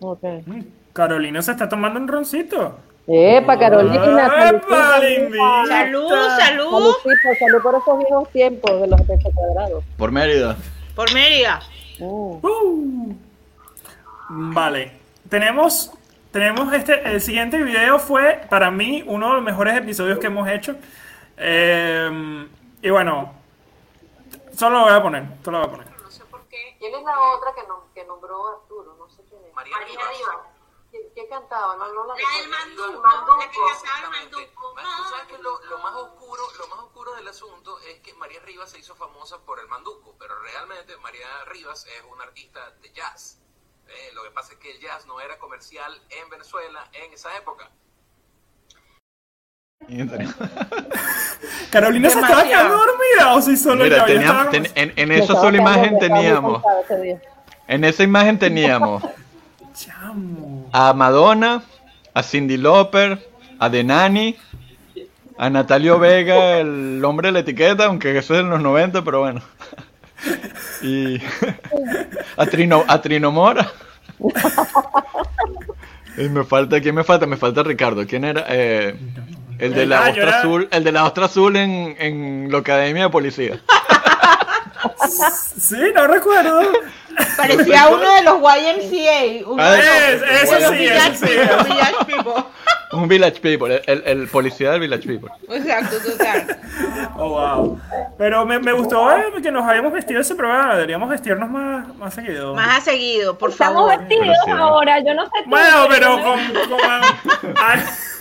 [SPEAKER 6] Okay.
[SPEAKER 5] Mm, Carolina se está tomando un roncito.
[SPEAKER 6] Epa, Carolina.
[SPEAKER 5] ¡Epa, lindita!
[SPEAKER 2] Salud, salud.
[SPEAKER 6] Salud, chicos, salud por esos viejos tiempos de los pesos cuadrados.
[SPEAKER 1] Por Mérida.
[SPEAKER 2] Por Mérida.
[SPEAKER 6] Mm.
[SPEAKER 5] Uh. Vale. Tenemos, tenemos este, el siguiente video fue para mí uno de los mejores episodios que hemos hecho. Eh, y bueno, solo lo voy a poner, solo lo voy a poner.
[SPEAKER 7] No sé por qué.
[SPEAKER 6] ¿Quién es la otra que, nom- que nombró Arturo? No sé quién es.
[SPEAKER 7] María Rivas.
[SPEAKER 6] ¿Qué, qué cantaba? No, no
[SPEAKER 7] La
[SPEAKER 6] la
[SPEAKER 7] del manduco. La que
[SPEAKER 6] recuerdo.
[SPEAKER 8] Manduco,
[SPEAKER 7] cantaba el
[SPEAKER 8] exactamente.
[SPEAKER 7] manduco.
[SPEAKER 8] Ma- tú sabes que lo, lo más oscuro, lo más oscuro del asunto es que María Rivas se hizo famosa por el manduco, pero realmente María Rivas es una artista de jazz. Eh, lo que pasa es que el jazz no era comercial en Venezuela en esa época.
[SPEAKER 5] Carolina se estaba
[SPEAKER 2] Demasiado.
[SPEAKER 5] quedando dormida o si solo
[SPEAKER 1] Mira,
[SPEAKER 5] yo, yo
[SPEAKER 1] teníamos,
[SPEAKER 5] estaba
[SPEAKER 1] ten- en, en
[SPEAKER 6] Yo
[SPEAKER 1] esa
[SPEAKER 6] estaba
[SPEAKER 1] sola
[SPEAKER 6] cansada,
[SPEAKER 1] imagen
[SPEAKER 6] yo estaba muy
[SPEAKER 1] teníamos.
[SPEAKER 6] cansada ese día.
[SPEAKER 1] En esa imagen teníamos
[SPEAKER 5] como, Chamo.
[SPEAKER 1] a Madonna, a Cindy Lauper, a Denani, a Natalio Vega, el hombre de la etiqueta, aunque eso es en los 90, pero bueno. Y a Trino, a Trino Mora. Y me falta, ¿quién me falta? Me falta Ricardo. ¿Quién era? Eh, el de la
[SPEAKER 5] Ah, yo
[SPEAKER 1] ostra
[SPEAKER 5] era-
[SPEAKER 1] azul, el de la ostra azul en, en la academia de policía.
[SPEAKER 5] Sí, no recuerdo.
[SPEAKER 2] Parecía uno de los YMCA. Uno
[SPEAKER 1] Ah,
[SPEAKER 2] de
[SPEAKER 5] Es-
[SPEAKER 1] bueno,
[SPEAKER 5] ese
[SPEAKER 2] los
[SPEAKER 5] sí,
[SPEAKER 2] Village
[SPEAKER 5] ese sí.
[SPEAKER 2] People, los Village People.
[SPEAKER 1] Un village people, el, el- el policía del village people.
[SPEAKER 2] Exacto, total.
[SPEAKER 5] Oh, wow. Pero me, me gustó eh, que nos habíamos vestido ese programa. Deberíamos vestirnos más, más seguido.
[SPEAKER 2] Más a seguido, por
[SPEAKER 10] Estamos
[SPEAKER 2] favor.
[SPEAKER 10] vestidos
[SPEAKER 1] Pero sí.
[SPEAKER 10] ahora. Yo no sé. tú,
[SPEAKER 5] Bueno, pero
[SPEAKER 10] yo no-
[SPEAKER 5] con. con ah,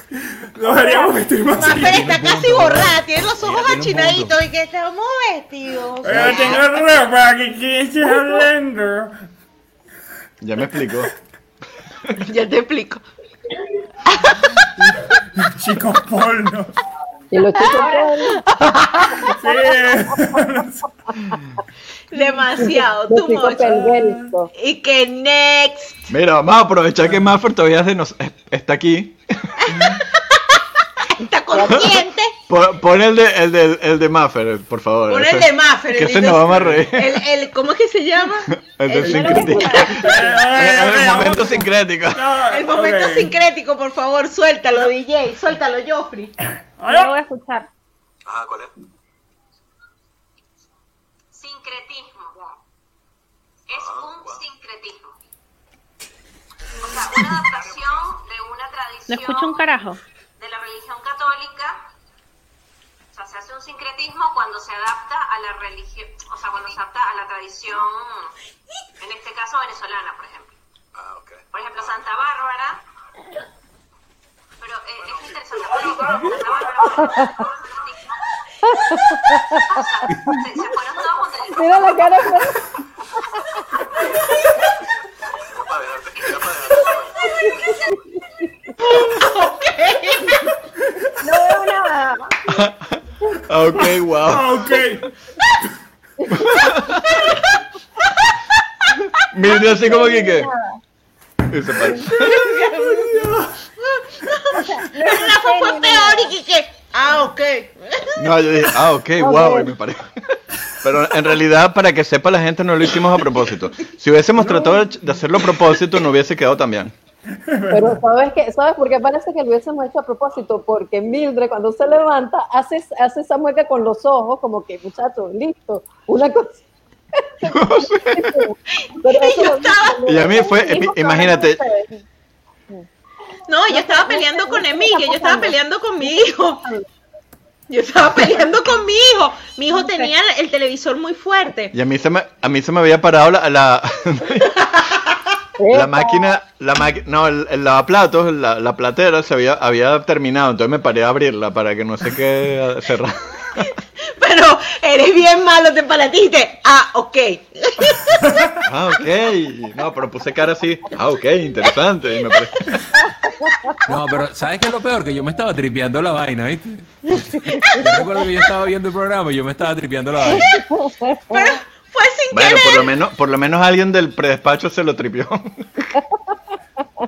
[SPEAKER 5] nos deberíamos vestir más
[SPEAKER 2] Mafer
[SPEAKER 5] seguido.
[SPEAKER 2] está casi borrada, tiene los ojos
[SPEAKER 9] tiene un
[SPEAKER 2] achinaditos y que estamos vestidos.
[SPEAKER 5] Pero Eh, tengo ropa que quieres hablando.
[SPEAKER 1] Ya me explicó.
[SPEAKER 2] Ya te explico.
[SPEAKER 5] Chicos porno.
[SPEAKER 6] Y los chicos fueron-
[SPEAKER 5] eh, Sí.
[SPEAKER 2] Demasiado,
[SPEAKER 6] los
[SPEAKER 2] too
[SPEAKER 6] chicos
[SPEAKER 2] much.
[SPEAKER 6] pelvéricos.
[SPEAKER 2] Y que next.
[SPEAKER 1] Mira, vamos a aprovechar que Maffer todavía es de nos- es- está aquí.
[SPEAKER 2] Está consciente.
[SPEAKER 1] Po- Pon el de, el de, el de Maffer, por favor.
[SPEAKER 2] Pon
[SPEAKER 1] Ese-
[SPEAKER 2] el de Maffer.
[SPEAKER 1] Que
[SPEAKER 2] el
[SPEAKER 1] se
[SPEAKER 2] de-
[SPEAKER 1] nos vamos a reír.
[SPEAKER 2] El, el, ¿Cómo es que se llama?
[SPEAKER 1] El de
[SPEAKER 2] El-
[SPEAKER 1] sincrético. Es Eh, el momento sincrético.
[SPEAKER 2] El momento
[SPEAKER 5] eh, Ok.
[SPEAKER 2] sincrético, por favor, suéltalo, DJ, suéltalo, Joffrey.
[SPEAKER 10] Yo lo voy
[SPEAKER 5] Ahora,
[SPEAKER 10] a escuchar.
[SPEAKER 8] Ah, ¿cuál es?
[SPEAKER 7] Sincretismo. Es un sincretismo. O sea, una adaptación de una
[SPEAKER 10] No
[SPEAKER 7] tradición
[SPEAKER 10] escucho un carajo.
[SPEAKER 7] de la religión católica. O sea, se hace un sincretismo cuando se adapta a la religión, o sea, cuando se adapta a la tradición, en este caso venezolana, por ejemplo.
[SPEAKER 8] Ah, ok.
[SPEAKER 7] Por ejemplo, Santa Bárbara. Pero eh, es interesante. porque Santa Bárbara. fue un sincretismo. O sea, se, se fueron todos contra
[SPEAKER 6] Mira la cara.
[SPEAKER 11] No veo nada.
[SPEAKER 1] Ah, Ok, wow.
[SPEAKER 5] ah, ok.
[SPEAKER 1] Mira así como que que. Y se para.
[SPEAKER 2] La fue peor y que- que. Ah, ok.
[SPEAKER 1] No, yo dije, ah, ok, wow, y me paré. Pero en realidad, para que sepa la gente, no lo hicimos a propósito. Si hubiésemos tratado de hacerlo a propósito, no hubiese quedado tan bien.
[SPEAKER 6] Pero ¿sabes, qué? ¿sabes por qué parece que lo hubiésemos hecho a propósito? Porque Mildred cuando se levanta hace, hace esa mueca con los ojos, como que muchachos, listo, una cosa. Pero eso lo-
[SPEAKER 1] Y a mí fue, eh,
[SPEAKER 6] Dijimos que
[SPEAKER 1] imagínate,
[SPEAKER 6] ahora no se ve.
[SPEAKER 2] No, yo estaba peleando con Emilia, yo estaba peleando con mi hijo. Yo estaba peleando con mi hijo. Mi hijo tenía el televisor muy fuerte.
[SPEAKER 1] y a mí se me, a mí se me había parado la, la, la máquina, la maqui- no, el, el lavaplatos, la, la platera se había, había terminado, entonces me paré a abrirla para que no se quede cerrada.
[SPEAKER 2] Pero eres bien malo, te palatiste. Ah, ok.
[SPEAKER 1] Ah, ok. No, pero puse cara así. Ah, ok, interesante. Y me paré.
[SPEAKER 3] No, pero ¿sabes qué es lo peor? Que yo me estaba tripeando la vaina, ¿viste? Yo recuerdo que yo estaba viendo el programa y yo me estaba tripeando la vaina.
[SPEAKER 2] Oh.
[SPEAKER 1] Bueno, por lo menos, por lo menos alguien del predespacho se lo tripió.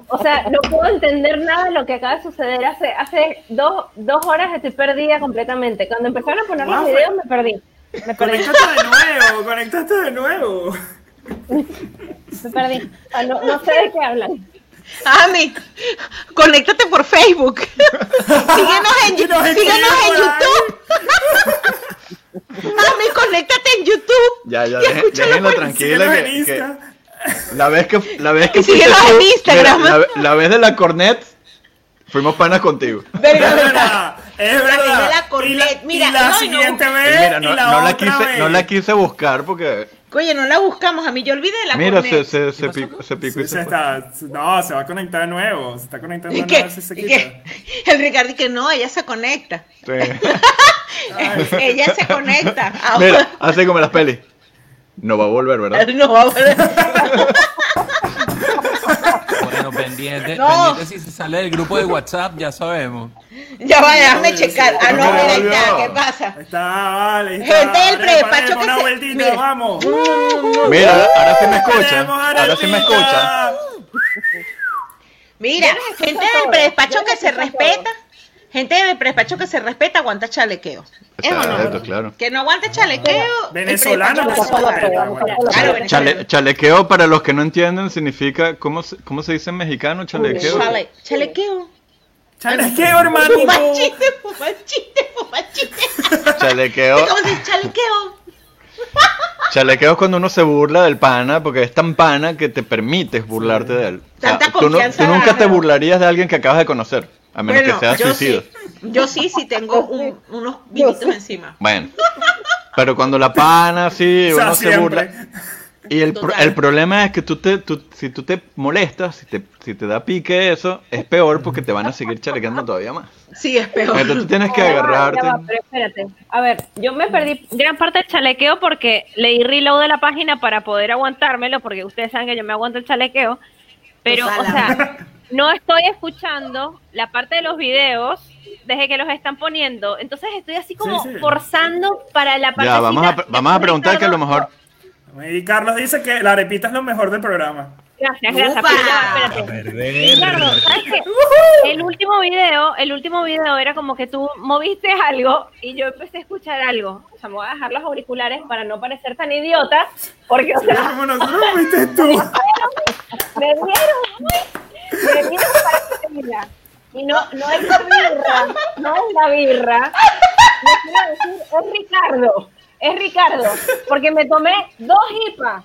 [SPEAKER 10] O sea, no puedo entender nada de lo que acaba de suceder. Hace, hace dos, dos horas estoy perdida completamente. Cuando empezaron a poner los
[SPEAKER 5] Guau,
[SPEAKER 10] videos me perdí. Me perdí.
[SPEAKER 5] Conéctate de nuevo, conéctate de nuevo.
[SPEAKER 10] Me perdí. O sea, no, no sé de qué hablan.
[SPEAKER 2] Ami, Ah, conéctate por Facebook. Síguenos en,
[SPEAKER 5] Y
[SPEAKER 2] síguenos
[SPEAKER 5] nos
[SPEAKER 2] en
[SPEAKER 5] escriben por
[SPEAKER 2] YouTube. Ami, conéctate en YouTube.
[SPEAKER 1] Ya, ya,
[SPEAKER 2] Y
[SPEAKER 1] dejen-
[SPEAKER 2] escúchalo
[SPEAKER 1] déjenla
[SPEAKER 2] por-
[SPEAKER 1] tranquila.
[SPEAKER 5] Síguenos
[SPEAKER 1] Que,
[SPEAKER 5] en
[SPEAKER 1] que
[SPEAKER 5] Insta.
[SPEAKER 1] la vez que, la vez que
[SPEAKER 2] Y síguenos
[SPEAKER 1] fuiste
[SPEAKER 2] en
[SPEAKER 1] tú-
[SPEAKER 2] Instagram.
[SPEAKER 1] mira, la, la vez de la cornet, fuimos panas contigo.
[SPEAKER 5] Es
[SPEAKER 2] Verga,
[SPEAKER 5] verdad, es
[SPEAKER 2] de
[SPEAKER 5] verdad.
[SPEAKER 2] la Cornet.
[SPEAKER 5] y
[SPEAKER 2] Mira,
[SPEAKER 5] la
[SPEAKER 2] no, y no
[SPEAKER 5] siguiente
[SPEAKER 1] Y
[SPEAKER 5] vez
[SPEAKER 1] mira, no,
[SPEAKER 5] y la
[SPEAKER 1] no la
[SPEAKER 5] otra
[SPEAKER 1] quise,
[SPEAKER 5] vez.
[SPEAKER 1] no la quise buscar porque,
[SPEAKER 2] Oye, no la buscamos. A mí yo olvidé la
[SPEAKER 1] mira, se,
[SPEAKER 2] Cornet.
[SPEAKER 1] se, se, pico- se picó y
[SPEAKER 5] Se
[SPEAKER 1] se fue.
[SPEAKER 5] está, no, se va a conectar de nuevo. Se está conectando
[SPEAKER 2] ¿Y
[SPEAKER 5] de
[SPEAKER 2] qué?
[SPEAKER 5] nuevo. si se
[SPEAKER 2] ¿Y
[SPEAKER 5] quita.
[SPEAKER 2] qué? El Ricardo y que no, ella se conecta.
[SPEAKER 1] Sí.
[SPEAKER 2] ella se conecta. Ah,
[SPEAKER 1] Mira, así como en las pelis. No va a volver, ¿verdad?
[SPEAKER 2] No, ahora-
[SPEAKER 3] Bueno, pendiente,
[SPEAKER 2] No.
[SPEAKER 3] pendiente si se sale del grupo de WhatsApp, ya sabemos.
[SPEAKER 2] ya va, déjame checar. Ah, no,
[SPEAKER 1] Mira,
[SPEAKER 2] mira, ahí
[SPEAKER 1] volvió.
[SPEAKER 2] está, ¿qué pasa?
[SPEAKER 5] Ahí Está, vale. ahí
[SPEAKER 2] Gente
[SPEAKER 5] está.
[SPEAKER 2] del
[SPEAKER 5] Dale,
[SPEAKER 2] prepacho
[SPEAKER 5] ponemos
[SPEAKER 2] que
[SPEAKER 5] una
[SPEAKER 2] se-
[SPEAKER 5] vueltita,
[SPEAKER 2] mira.
[SPEAKER 5] vamos.
[SPEAKER 1] Mira, ahora sí me Uh, escucha.
[SPEAKER 5] Ponemos
[SPEAKER 1] Ahora sí me
[SPEAKER 5] Araldita.
[SPEAKER 1] escucha.
[SPEAKER 2] Mira, gente del predespacho que se respeta. Gente del predespacho que se respeta aguanta chalequeo. ¿Es o no?
[SPEAKER 1] Exacto, claro.
[SPEAKER 2] Que no aguante chalequeo. el
[SPEAKER 5] Venezolano,
[SPEAKER 2] predespacho-
[SPEAKER 5] pues,
[SPEAKER 6] Claro,
[SPEAKER 2] Claro,
[SPEAKER 6] venezolano.
[SPEAKER 1] Chale-
[SPEAKER 2] venezolano.
[SPEAKER 1] chalequeo, para los que no entienden, significa. ¿Cómo se, cómo se dice en mexicano? Chalequeo.
[SPEAKER 2] Chale- Chalequeo.
[SPEAKER 5] Chalequeo, hermano.
[SPEAKER 2] Fumachiste, fumachiste, fumachiste.
[SPEAKER 1] Chalequeo.
[SPEAKER 2] ¿Cómo se dice chalequeo?
[SPEAKER 1] Chalequeo es cuando uno se burla del pana, porque es tan pana que te permites burlarte de él.
[SPEAKER 2] Tanta
[SPEAKER 1] tú, no-
[SPEAKER 2] confianza
[SPEAKER 1] tú nunca te
[SPEAKER 2] gana.
[SPEAKER 1] burlarías de alguien que acabas de conocer, a menos
[SPEAKER 2] Bueno,
[SPEAKER 1] que sea
[SPEAKER 2] yo
[SPEAKER 1] suicida.
[SPEAKER 2] sí. Yo sí, sí tengo un- unos vinitos
[SPEAKER 6] sí.
[SPEAKER 2] encima.
[SPEAKER 1] Bueno. Pero cuando la pana, sí,
[SPEAKER 5] O sea,
[SPEAKER 1] uno se
[SPEAKER 5] siempre.
[SPEAKER 1] burla. Y el, pro-
[SPEAKER 2] Total.
[SPEAKER 1] el problema es que tú te, tú- si tú te molestas, si te, si te da pique eso, es peor porque te van a seguir chalequeando todavía más.
[SPEAKER 2] Sí, es peor.
[SPEAKER 1] Entonces tú tienes que
[SPEAKER 10] Ya va, ya
[SPEAKER 1] agarrarte.
[SPEAKER 10] va, pero espérate. A ver, yo me perdí gran parte del chalequeo porque leí reload de la página para poder aguantármelo, porque ustedes saben que yo me aguanto el chalequeo. Pero, o sea, no estoy escuchando la parte de los videos desde que los están poniendo. Entonces estoy así como
[SPEAKER 5] Sí, sí.
[SPEAKER 10] forzando para la parte.
[SPEAKER 1] Ya, vamos a, vamos a preguntar que a lo mejor.
[SPEAKER 5] Y Carlos dice que la arepita es lo mejor del programa.
[SPEAKER 10] Gracias, gracias.
[SPEAKER 2] Upa.
[SPEAKER 10] pero ya va, espérate. Ricardo, ¿sabes qué? El último video, el último video era como que tú moviste algo y yo empecé a escuchar algo. O sea, me voy a dejar los auriculares para no parecer tan idiota, porque o sea,
[SPEAKER 5] Como nosotros lo viste tú.
[SPEAKER 10] me dieron, uy, me dieron para que mira. Y no, no es la birra, no es la birra. Me quiero decir, es Ricardo, es Ricardo, porque me tomé dos hipas.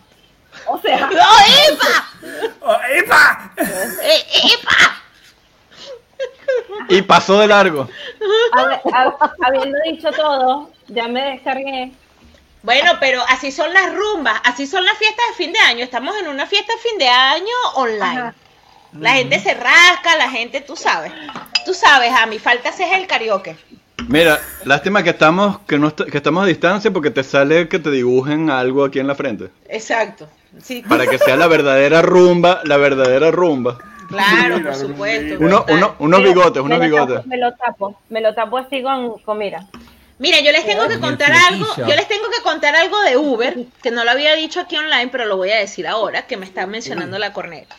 [SPEAKER 10] O sea,
[SPEAKER 2] ¡No, Epa!
[SPEAKER 5] Oh, ¡Epa!
[SPEAKER 2] Eh, ¡Epa!
[SPEAKER 1] Y pasó de largo.
[SPEAKER 10] hab- hab- habiendo dicho todo, ya me descargué.
[SPEAKER 2] Bueno, pero así son las rumbas, así son las fiestas de fin de año. Estamos en una fiesta de fin de año online.
[SPEAKER 10] Ajá.
[SPEAKER 2] La gente se rasca, la gente, tú sabes. Tú sabes, a mi falta ese es el karaoke.
[SPEAKER 1] Mira, lástima que estamos, que, no est- que estamos a distancia porque te sale que te dibujen algo aquí en la frente.
[SPEAKER 2] Exacto. Sí.
[SPEAKER 1] Para que sea la verdadera rumba, la verdadera rumba.
[SPEAKER 2] Claro, por supuesto.
[SPEAKER 1] Uno, uno- unos
[SPEAKER 10] Mira,
[SPEAKER 1] bigotes, unos
[SPEAKER 10] me lo
[SPEAKER 1] bigotes.
[SPEAKER 10] tapo, Me lo tapo, me lo tapo así con, con mira.
[SPEAKER 2] Mira, yo les tengo que contar algo, yo les tengo que contar algo de Uber, que no lo había dicho aquí online, pero lo voy a decir ahora, que me está mencionando la corneta.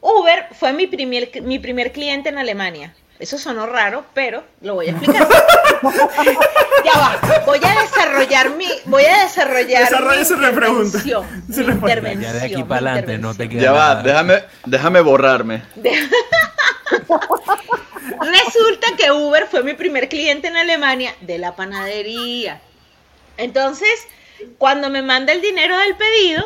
[SPEAKER 2] Uber fue mi primer, mi primer cliente en Alemania. Eso sonó raro, pero lo voy a explicar. ya va. Voy a desarrollar mi, voy a desarrollar
[SPEAKER 5] Desarrolla
[SPEAKER 2] mi
[SPEAKER 5] esa repregunta.
[SPEAKER 2] intervención, mi intervención.
[SPEAKER 1] Ya
[SPEAKER 9] de aquí para adelante no te queda.
[SPEAKER 1] Ya va,
[SPEAKER 9] nada.
[SPEAKER 1] déjame, déjame borrarme.
[SPEAKER 2] Resulta que Uber fue mi primer cliente en Alemania de la panadería. Entonces, cuando me manda el dinero del pedido,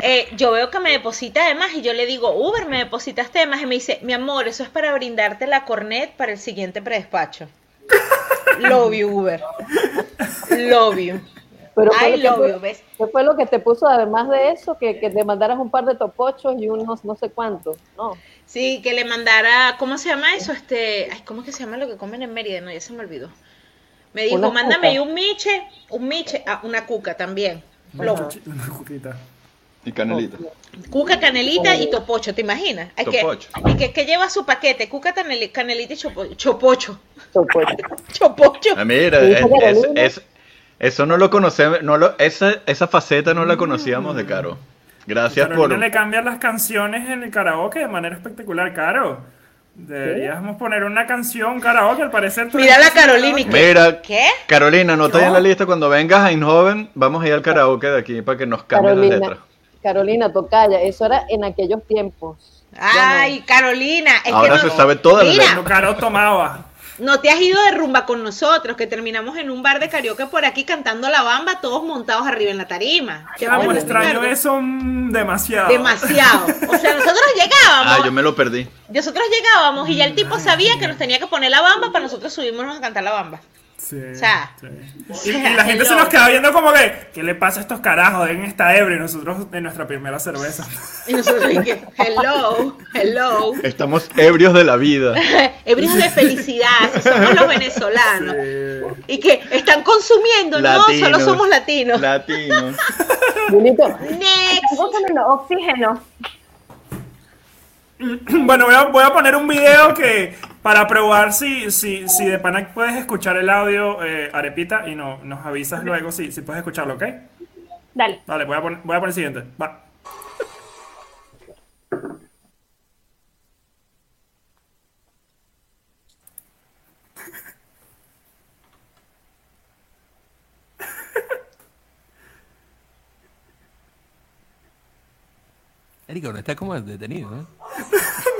[SPEAKER 2] eh, yo veo que me deposita de más y yo le digo, Uber, me depositaste de más. Y me dice, mi amor, eso es para brindarte la cornet para el siguiente predespacho. Love you, Uber. Love you.
[SPEAKER 6] Pero fue
[SPEAKER 2] I
[SPEAKER 6] lo que
[SPEAKER 2] love
[SPEAKER 6] te-
[SPEAKER 2] you, ¿ves?
[SPEAKER 6] ¿Qué fue lo que te puso además de eso? Que, que te mandaras un par de topochos y unos no sé cuántos, ¿no?
[SPEAKER 2] Sí, que le mandara, ¿cómo se llama eso? Este, ay, ¿cómo es que se llama lo que comen en Mérida? No, ya se me olvidó. Me dijo,
[SPEAKER 5] Una
[SPEAKER 2] mándame
[SPEAKER 5] cuca.
[SPEAKER 2] un miche, un miche, ah, una cuca también. Lomo.
[SPEAKER 5] Una cuquita.
[SPEAKER 1] Y canelita.
[SPEAKER 2] Cuca, canelita
[SPEAKER 5] Oh.
[SPEAKER 2] y topocho, ¿te imaginas? Hay que,
[SPEAKER 1] Topocho.
[SPEAKER 2] hay que, que lleva su paquete, cuca, taneli- canelita y chopo- chopocho.
[SPEAKER 6] Chopocho.
[SPEAKER 2] chopocho.
[SPEAKER 1] Ah, mira,
[SPEAKER 2] Sí,
[SPEAKER 1] es-
[SPEAKER 2] pero
[SPEAKER 1] es-
[SPEAKER 2] lindo.
[SPEAKER 1] es- eso no lo conocemos, no lo, esa, esa faceta no la conocíamos de Caro. Gracias
[SPEAKER 5] Carolina
[SPEAKER 1] por...
[SPEAKER 5] le cambian las canciones en el karaoke de manera espectacular, Caro. Deberíamos poner una canción karaoke, al parecer. tú-
[SPEAKER 2] Mira la Carolina. y que-
[SPEAKER 1] Mira,
[SPEAKER 2] ¿Qué?
[SPEAKER 1] Carolina, no estás en la lista. Cuando vengas a Eindhoven, vamos a ir al karaoke de aquí para que nos cambien las letras.
[SPEAKER 6] Carolina, Carolina, tocaya, eso era en aquellos tiempos.
[SPEAKER 2] Ay, Carolina. Es
[SPEAKER 1] Ahora
[SPEAKER 2] que
[SPEAKER 1] se
[SPEAKER 2] no,
[SPEAKER 1] sabe todas las
[SPEAKER 2] Mira.
[SPEAKER 1] letras.
[SPEAKER 5] Caro tomaba.
[SPEAKER 2] no te has ido de rumba con nosotros, que terminamos en un bar de karaoke por aquí cantando la bamba, todos montados arriba en la tarima. Qué
[SPEAKER 5] Chamo,
[SPEAKER 2] bueno,
[SPEAKER 5] extraño
[SPEAKER 2] Ricardo.
[SPEAKER 5] eso mm, demasiado.
[SPEAKER 2] Demasiado. O sea, nosotros llegábamos,
[SPEAKER 1] Ah, yo me lo perdí.
[SPEAKER 2] nosotros llegábamos y ya el tipo sabía que nos tenía que poner la bamba para nosotros subirnos a cantar la bamba.
[SPEAKER 5] Sí,
[SPEAKER 2] O sea,
[SPEAKER 5] Y, y la gente se nos queda viendo como que, ¿qué le pasa a estos carajos? Deben estar ebrios. Y Nosotros en nuestra primera cerveza.
[SPEAKER 2] Y nosotros y que, hello, hello.
[SPEAKER 1] Estamos ebrios de la vida.
[SPEAKER 2] Ebrios de felicidad, así somos los venezolanos. Y que están consumiendo, no, solo
[SPEAKER 1] Latinos.
[SPEAKER 2] somos latinos.
[SPEAKER 1] Latinos.
[SPEAKER 10] oxígeno.
[SPEAKER 5] Bueno, voy a, voy a poner un video que para probar si, si, si de pana puedes escuchar el audio, eh, Arepita, y no, nos avisas luego si, si puedes escucharlo, ¿ok?
[SPEAKER 10] Dale.
[SPEAKER 5] Dale, voy a poner, voy a poner el siguiente. Va.
[SPEAKER 9] Erika, no está como detenido, ¿eh?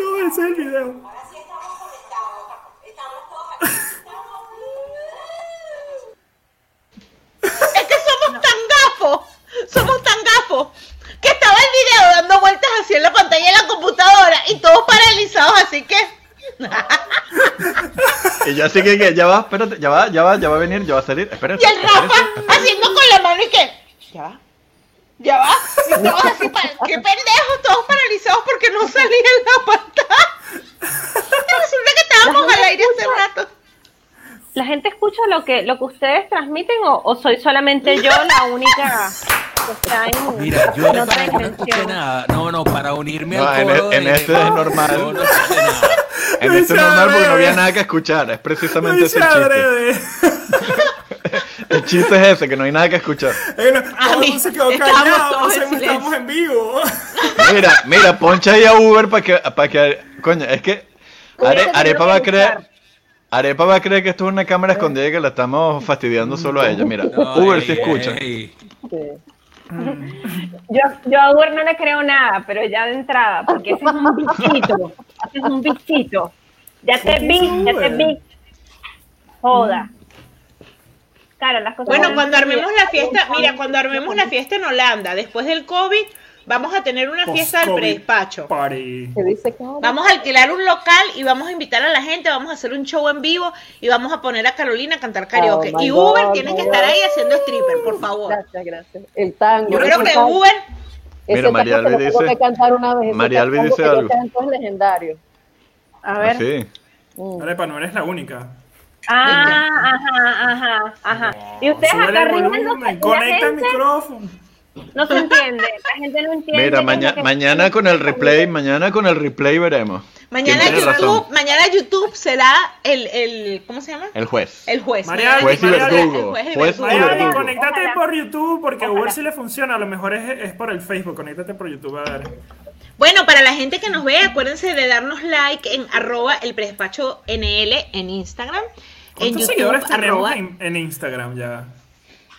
[SPEAKER 5] no, ese es el video.
[SPEAKER 2] Es que somos tan gafos, somos tan gafos, que estaba el video dando vueltas así en la pantalla de la computadora y todos paralizados, así que...
[SPEAKER 1] Y ya sé que, que ya va, espérate, ya va, ya va, ya va a venir, ya va a salir. Espérate.
[SPEAKER 2] Y el Rafa haciendo con la mano y que... Ya va, ya va. Y todos así, pa- qué pendejos, todos paralizados porque no salía en la pantalla. Y resulta que estábamos al aire hace rato.
[SPEAKER 10] ¿La gente escucha lo que, lo que ustedes transmiten o, o soy solamente yo la única que está en
[SPEAKER 9] Mira, yo
[SPEAKER 10] en
[SPEAKER 9] de
[SPEAKER 10] otra
[SPEAKER 9] pana no
[SPEAKER 10] dimensión?
[SPEAKER 9] escuché nada. No, no, para unirme
[SPEAKER 1] No,
[SPEAKER 9] al
[SPEAKER 1] en,
[SPEAKER 9] coro
[SPEAKER 1] en
[SPEAKER 9] de-
[SPEAKER 1] este es normal.
[SPEAKER 9] No, no escuché nada.
[SPEAKER 1] En este es normal porque no había nada que escuchar. Es precisamente ese el chiste. El chiste es ese, que no hay nada que escuchar.
[SPEAKER 10] Ah,
[SPEAKER 5] A mí se quedó
[SPEAKER 2] estábamos
[SPEAKER 5] callado,
[SPEAKER 2] todos
[SPEAKER 5] o sea,
[SPEAKER 2] en silencio.
[SPEAKER 5] estamos en vivo.
[SPEAKER 1] Mira, mira, poncha ahí a Uber para que, para que, coño, es que Are-
[SPEAKER 5] Uber,
[SPEAKER 1] Arepa
[SPEAKER 5] tengo
[SPEAKER 1] va a
[SPEAKER 5] que
[SPEAKER 1] creer, Arepa va a creer que esto es una cámara escondida y que la estamos fastidiando solo a ella. Mira,
[SPEAKER 9] No,
[SPEAKER 1] Uber
[SPEAKER 9] ey,
[SPEAKER 1] sí escucha.
[SPEAKER 9] ey.
[SPEAKER 10] Yo, yo a Uber no le creo nada, pero ya de entrada, porque ese es un
[SPEAKER 6] ah,
[SPEAKER 10] bichito. Ese es un bichito. Ya te vi, ya te vi. Joda. Claro, las cosas.
[SPEAKER 2] Bueno,
[SPEAKER 10] van
[SPEAKER 2] cuando armemos la fiesta,
[SPEAKER 10] bien.
[SPEAKER 2] mira, cuando armemos la fiesta en Holanda, después del COVID, vamos a tener una fiesta al
[SPEAKER 5] Post-COVID
[SPEAKER 2] predespacho.
[SPEAKER 5] party.
[SPEAKER 6] "Ah,
[SPEAKER 2] Vamos a alquilar un local y vamos a invitar a la gente, vamos a hacer un show en vivo y vamos a poner a Carolina a cantar karaoke.
[SPEAKER 6] Oh, my
[SPEAKER 2] y Uber
[SPEAKER 6] God,
[SPEAKER 2] tiene
[SPEAKER 6] my
[SPEAKER 2] que estar
[SPEAKER 6] God.
[SPEAKER 2] ahí haciendo stripper, por favor.
[SPEAKER 6] Gracias, gracias. El tango.
[SPEAKER 2] Yo creo
[SPEAKER 6] ese
[SPEAKER 2] que
[SPEAKER 6] tango-
[SPEAKER 2] Uber,
[SPEAKER 6] ese
[SPEAKER 1] Mira,
[SPEAKER 6] tango
[SPEAKER 1] María
[SPEAKER 6] te lo
[SPEAKER 1] Alves
[SPEAKER 6] tengo
[SPEAKER 1] dice-
[SPEAKER 6] que cantar una vez. ese
[SPEAKER 1] María Alves
[SPEAKER 6] tango
[SPEAKER 1] dice
[SPEAKER 6] que yo
[SPEAKER 1] algo.
[SPEAKER 6] canto es legendario.
[SPEAKER 10] A
[SPEAKER 1] Ah, sí.
[SPEAKER 5] Arepa, no eres la única.
[SPEAKER 10] Ah, ajá, ajá, ajá. Y ustedes
[SPEAKER 5] Súbele
[SPEAKER 10] acá
[SPEAKER 5] el
[SPEAKER 10] riéndose.
[SPEAKER 5] volumen,
[SPEAKER 10] la
[SPEAKER 5] conecta el
[SPEAKER 10] gente
[SPEAKER 5] micrófono.
[SPEAKER 10] No se entiende, la gente no entiende.
[SPEAKER 1] Mira,
[SPEAKER 10] qué
[SPEAKER 1] maña-
[SPEAKER 10] es lo que-
[SPEAKER 1] mañana con el replay, mañana con el replay veremos.
[SPEAKER 2] Mañana
[SPEAKER 1] ¿Quién tiene
[SPEAKER 2] YouTube,
[SPEAKER 1] razón?
[SPEAKER 2] mañana YouTube será el, el ¿cómo se llama?
[SPEAKER 1] El juez.
[SPEAKER 2] El juez.
[SPEAKER 5] Mariana,
[SPEAKER 1] Juez y
[SPEAKER 5] Mariana,
[SPEAKER 1] verdugo.
[SPEAKER 2] el juez y
[SPEAKER 1] Juez y
[SPEAKER 2] verdugo.
[SPEAKER 5] Mariana,
[SPEAKER 1] verdugo.
[SPEAKER 5] conéctate por YouTube porque a Uber sí le funciona. A lo mejor es, es por el Facebook. Conéctate por YouTube. A ver.
[SPEAKER 2] Bueno, para la gente que nos ve, acuérdense de darnos like en arroba el predespacho NL en Instagram. En
[SPEAKER 5] ¿Cuántos
[SPEAKER 2] YouTube,
[SPEAKER 5] seguidores tenemos
[SPEAKER 2] arroba.
[SPEAKER 5] en, en Instagram ya?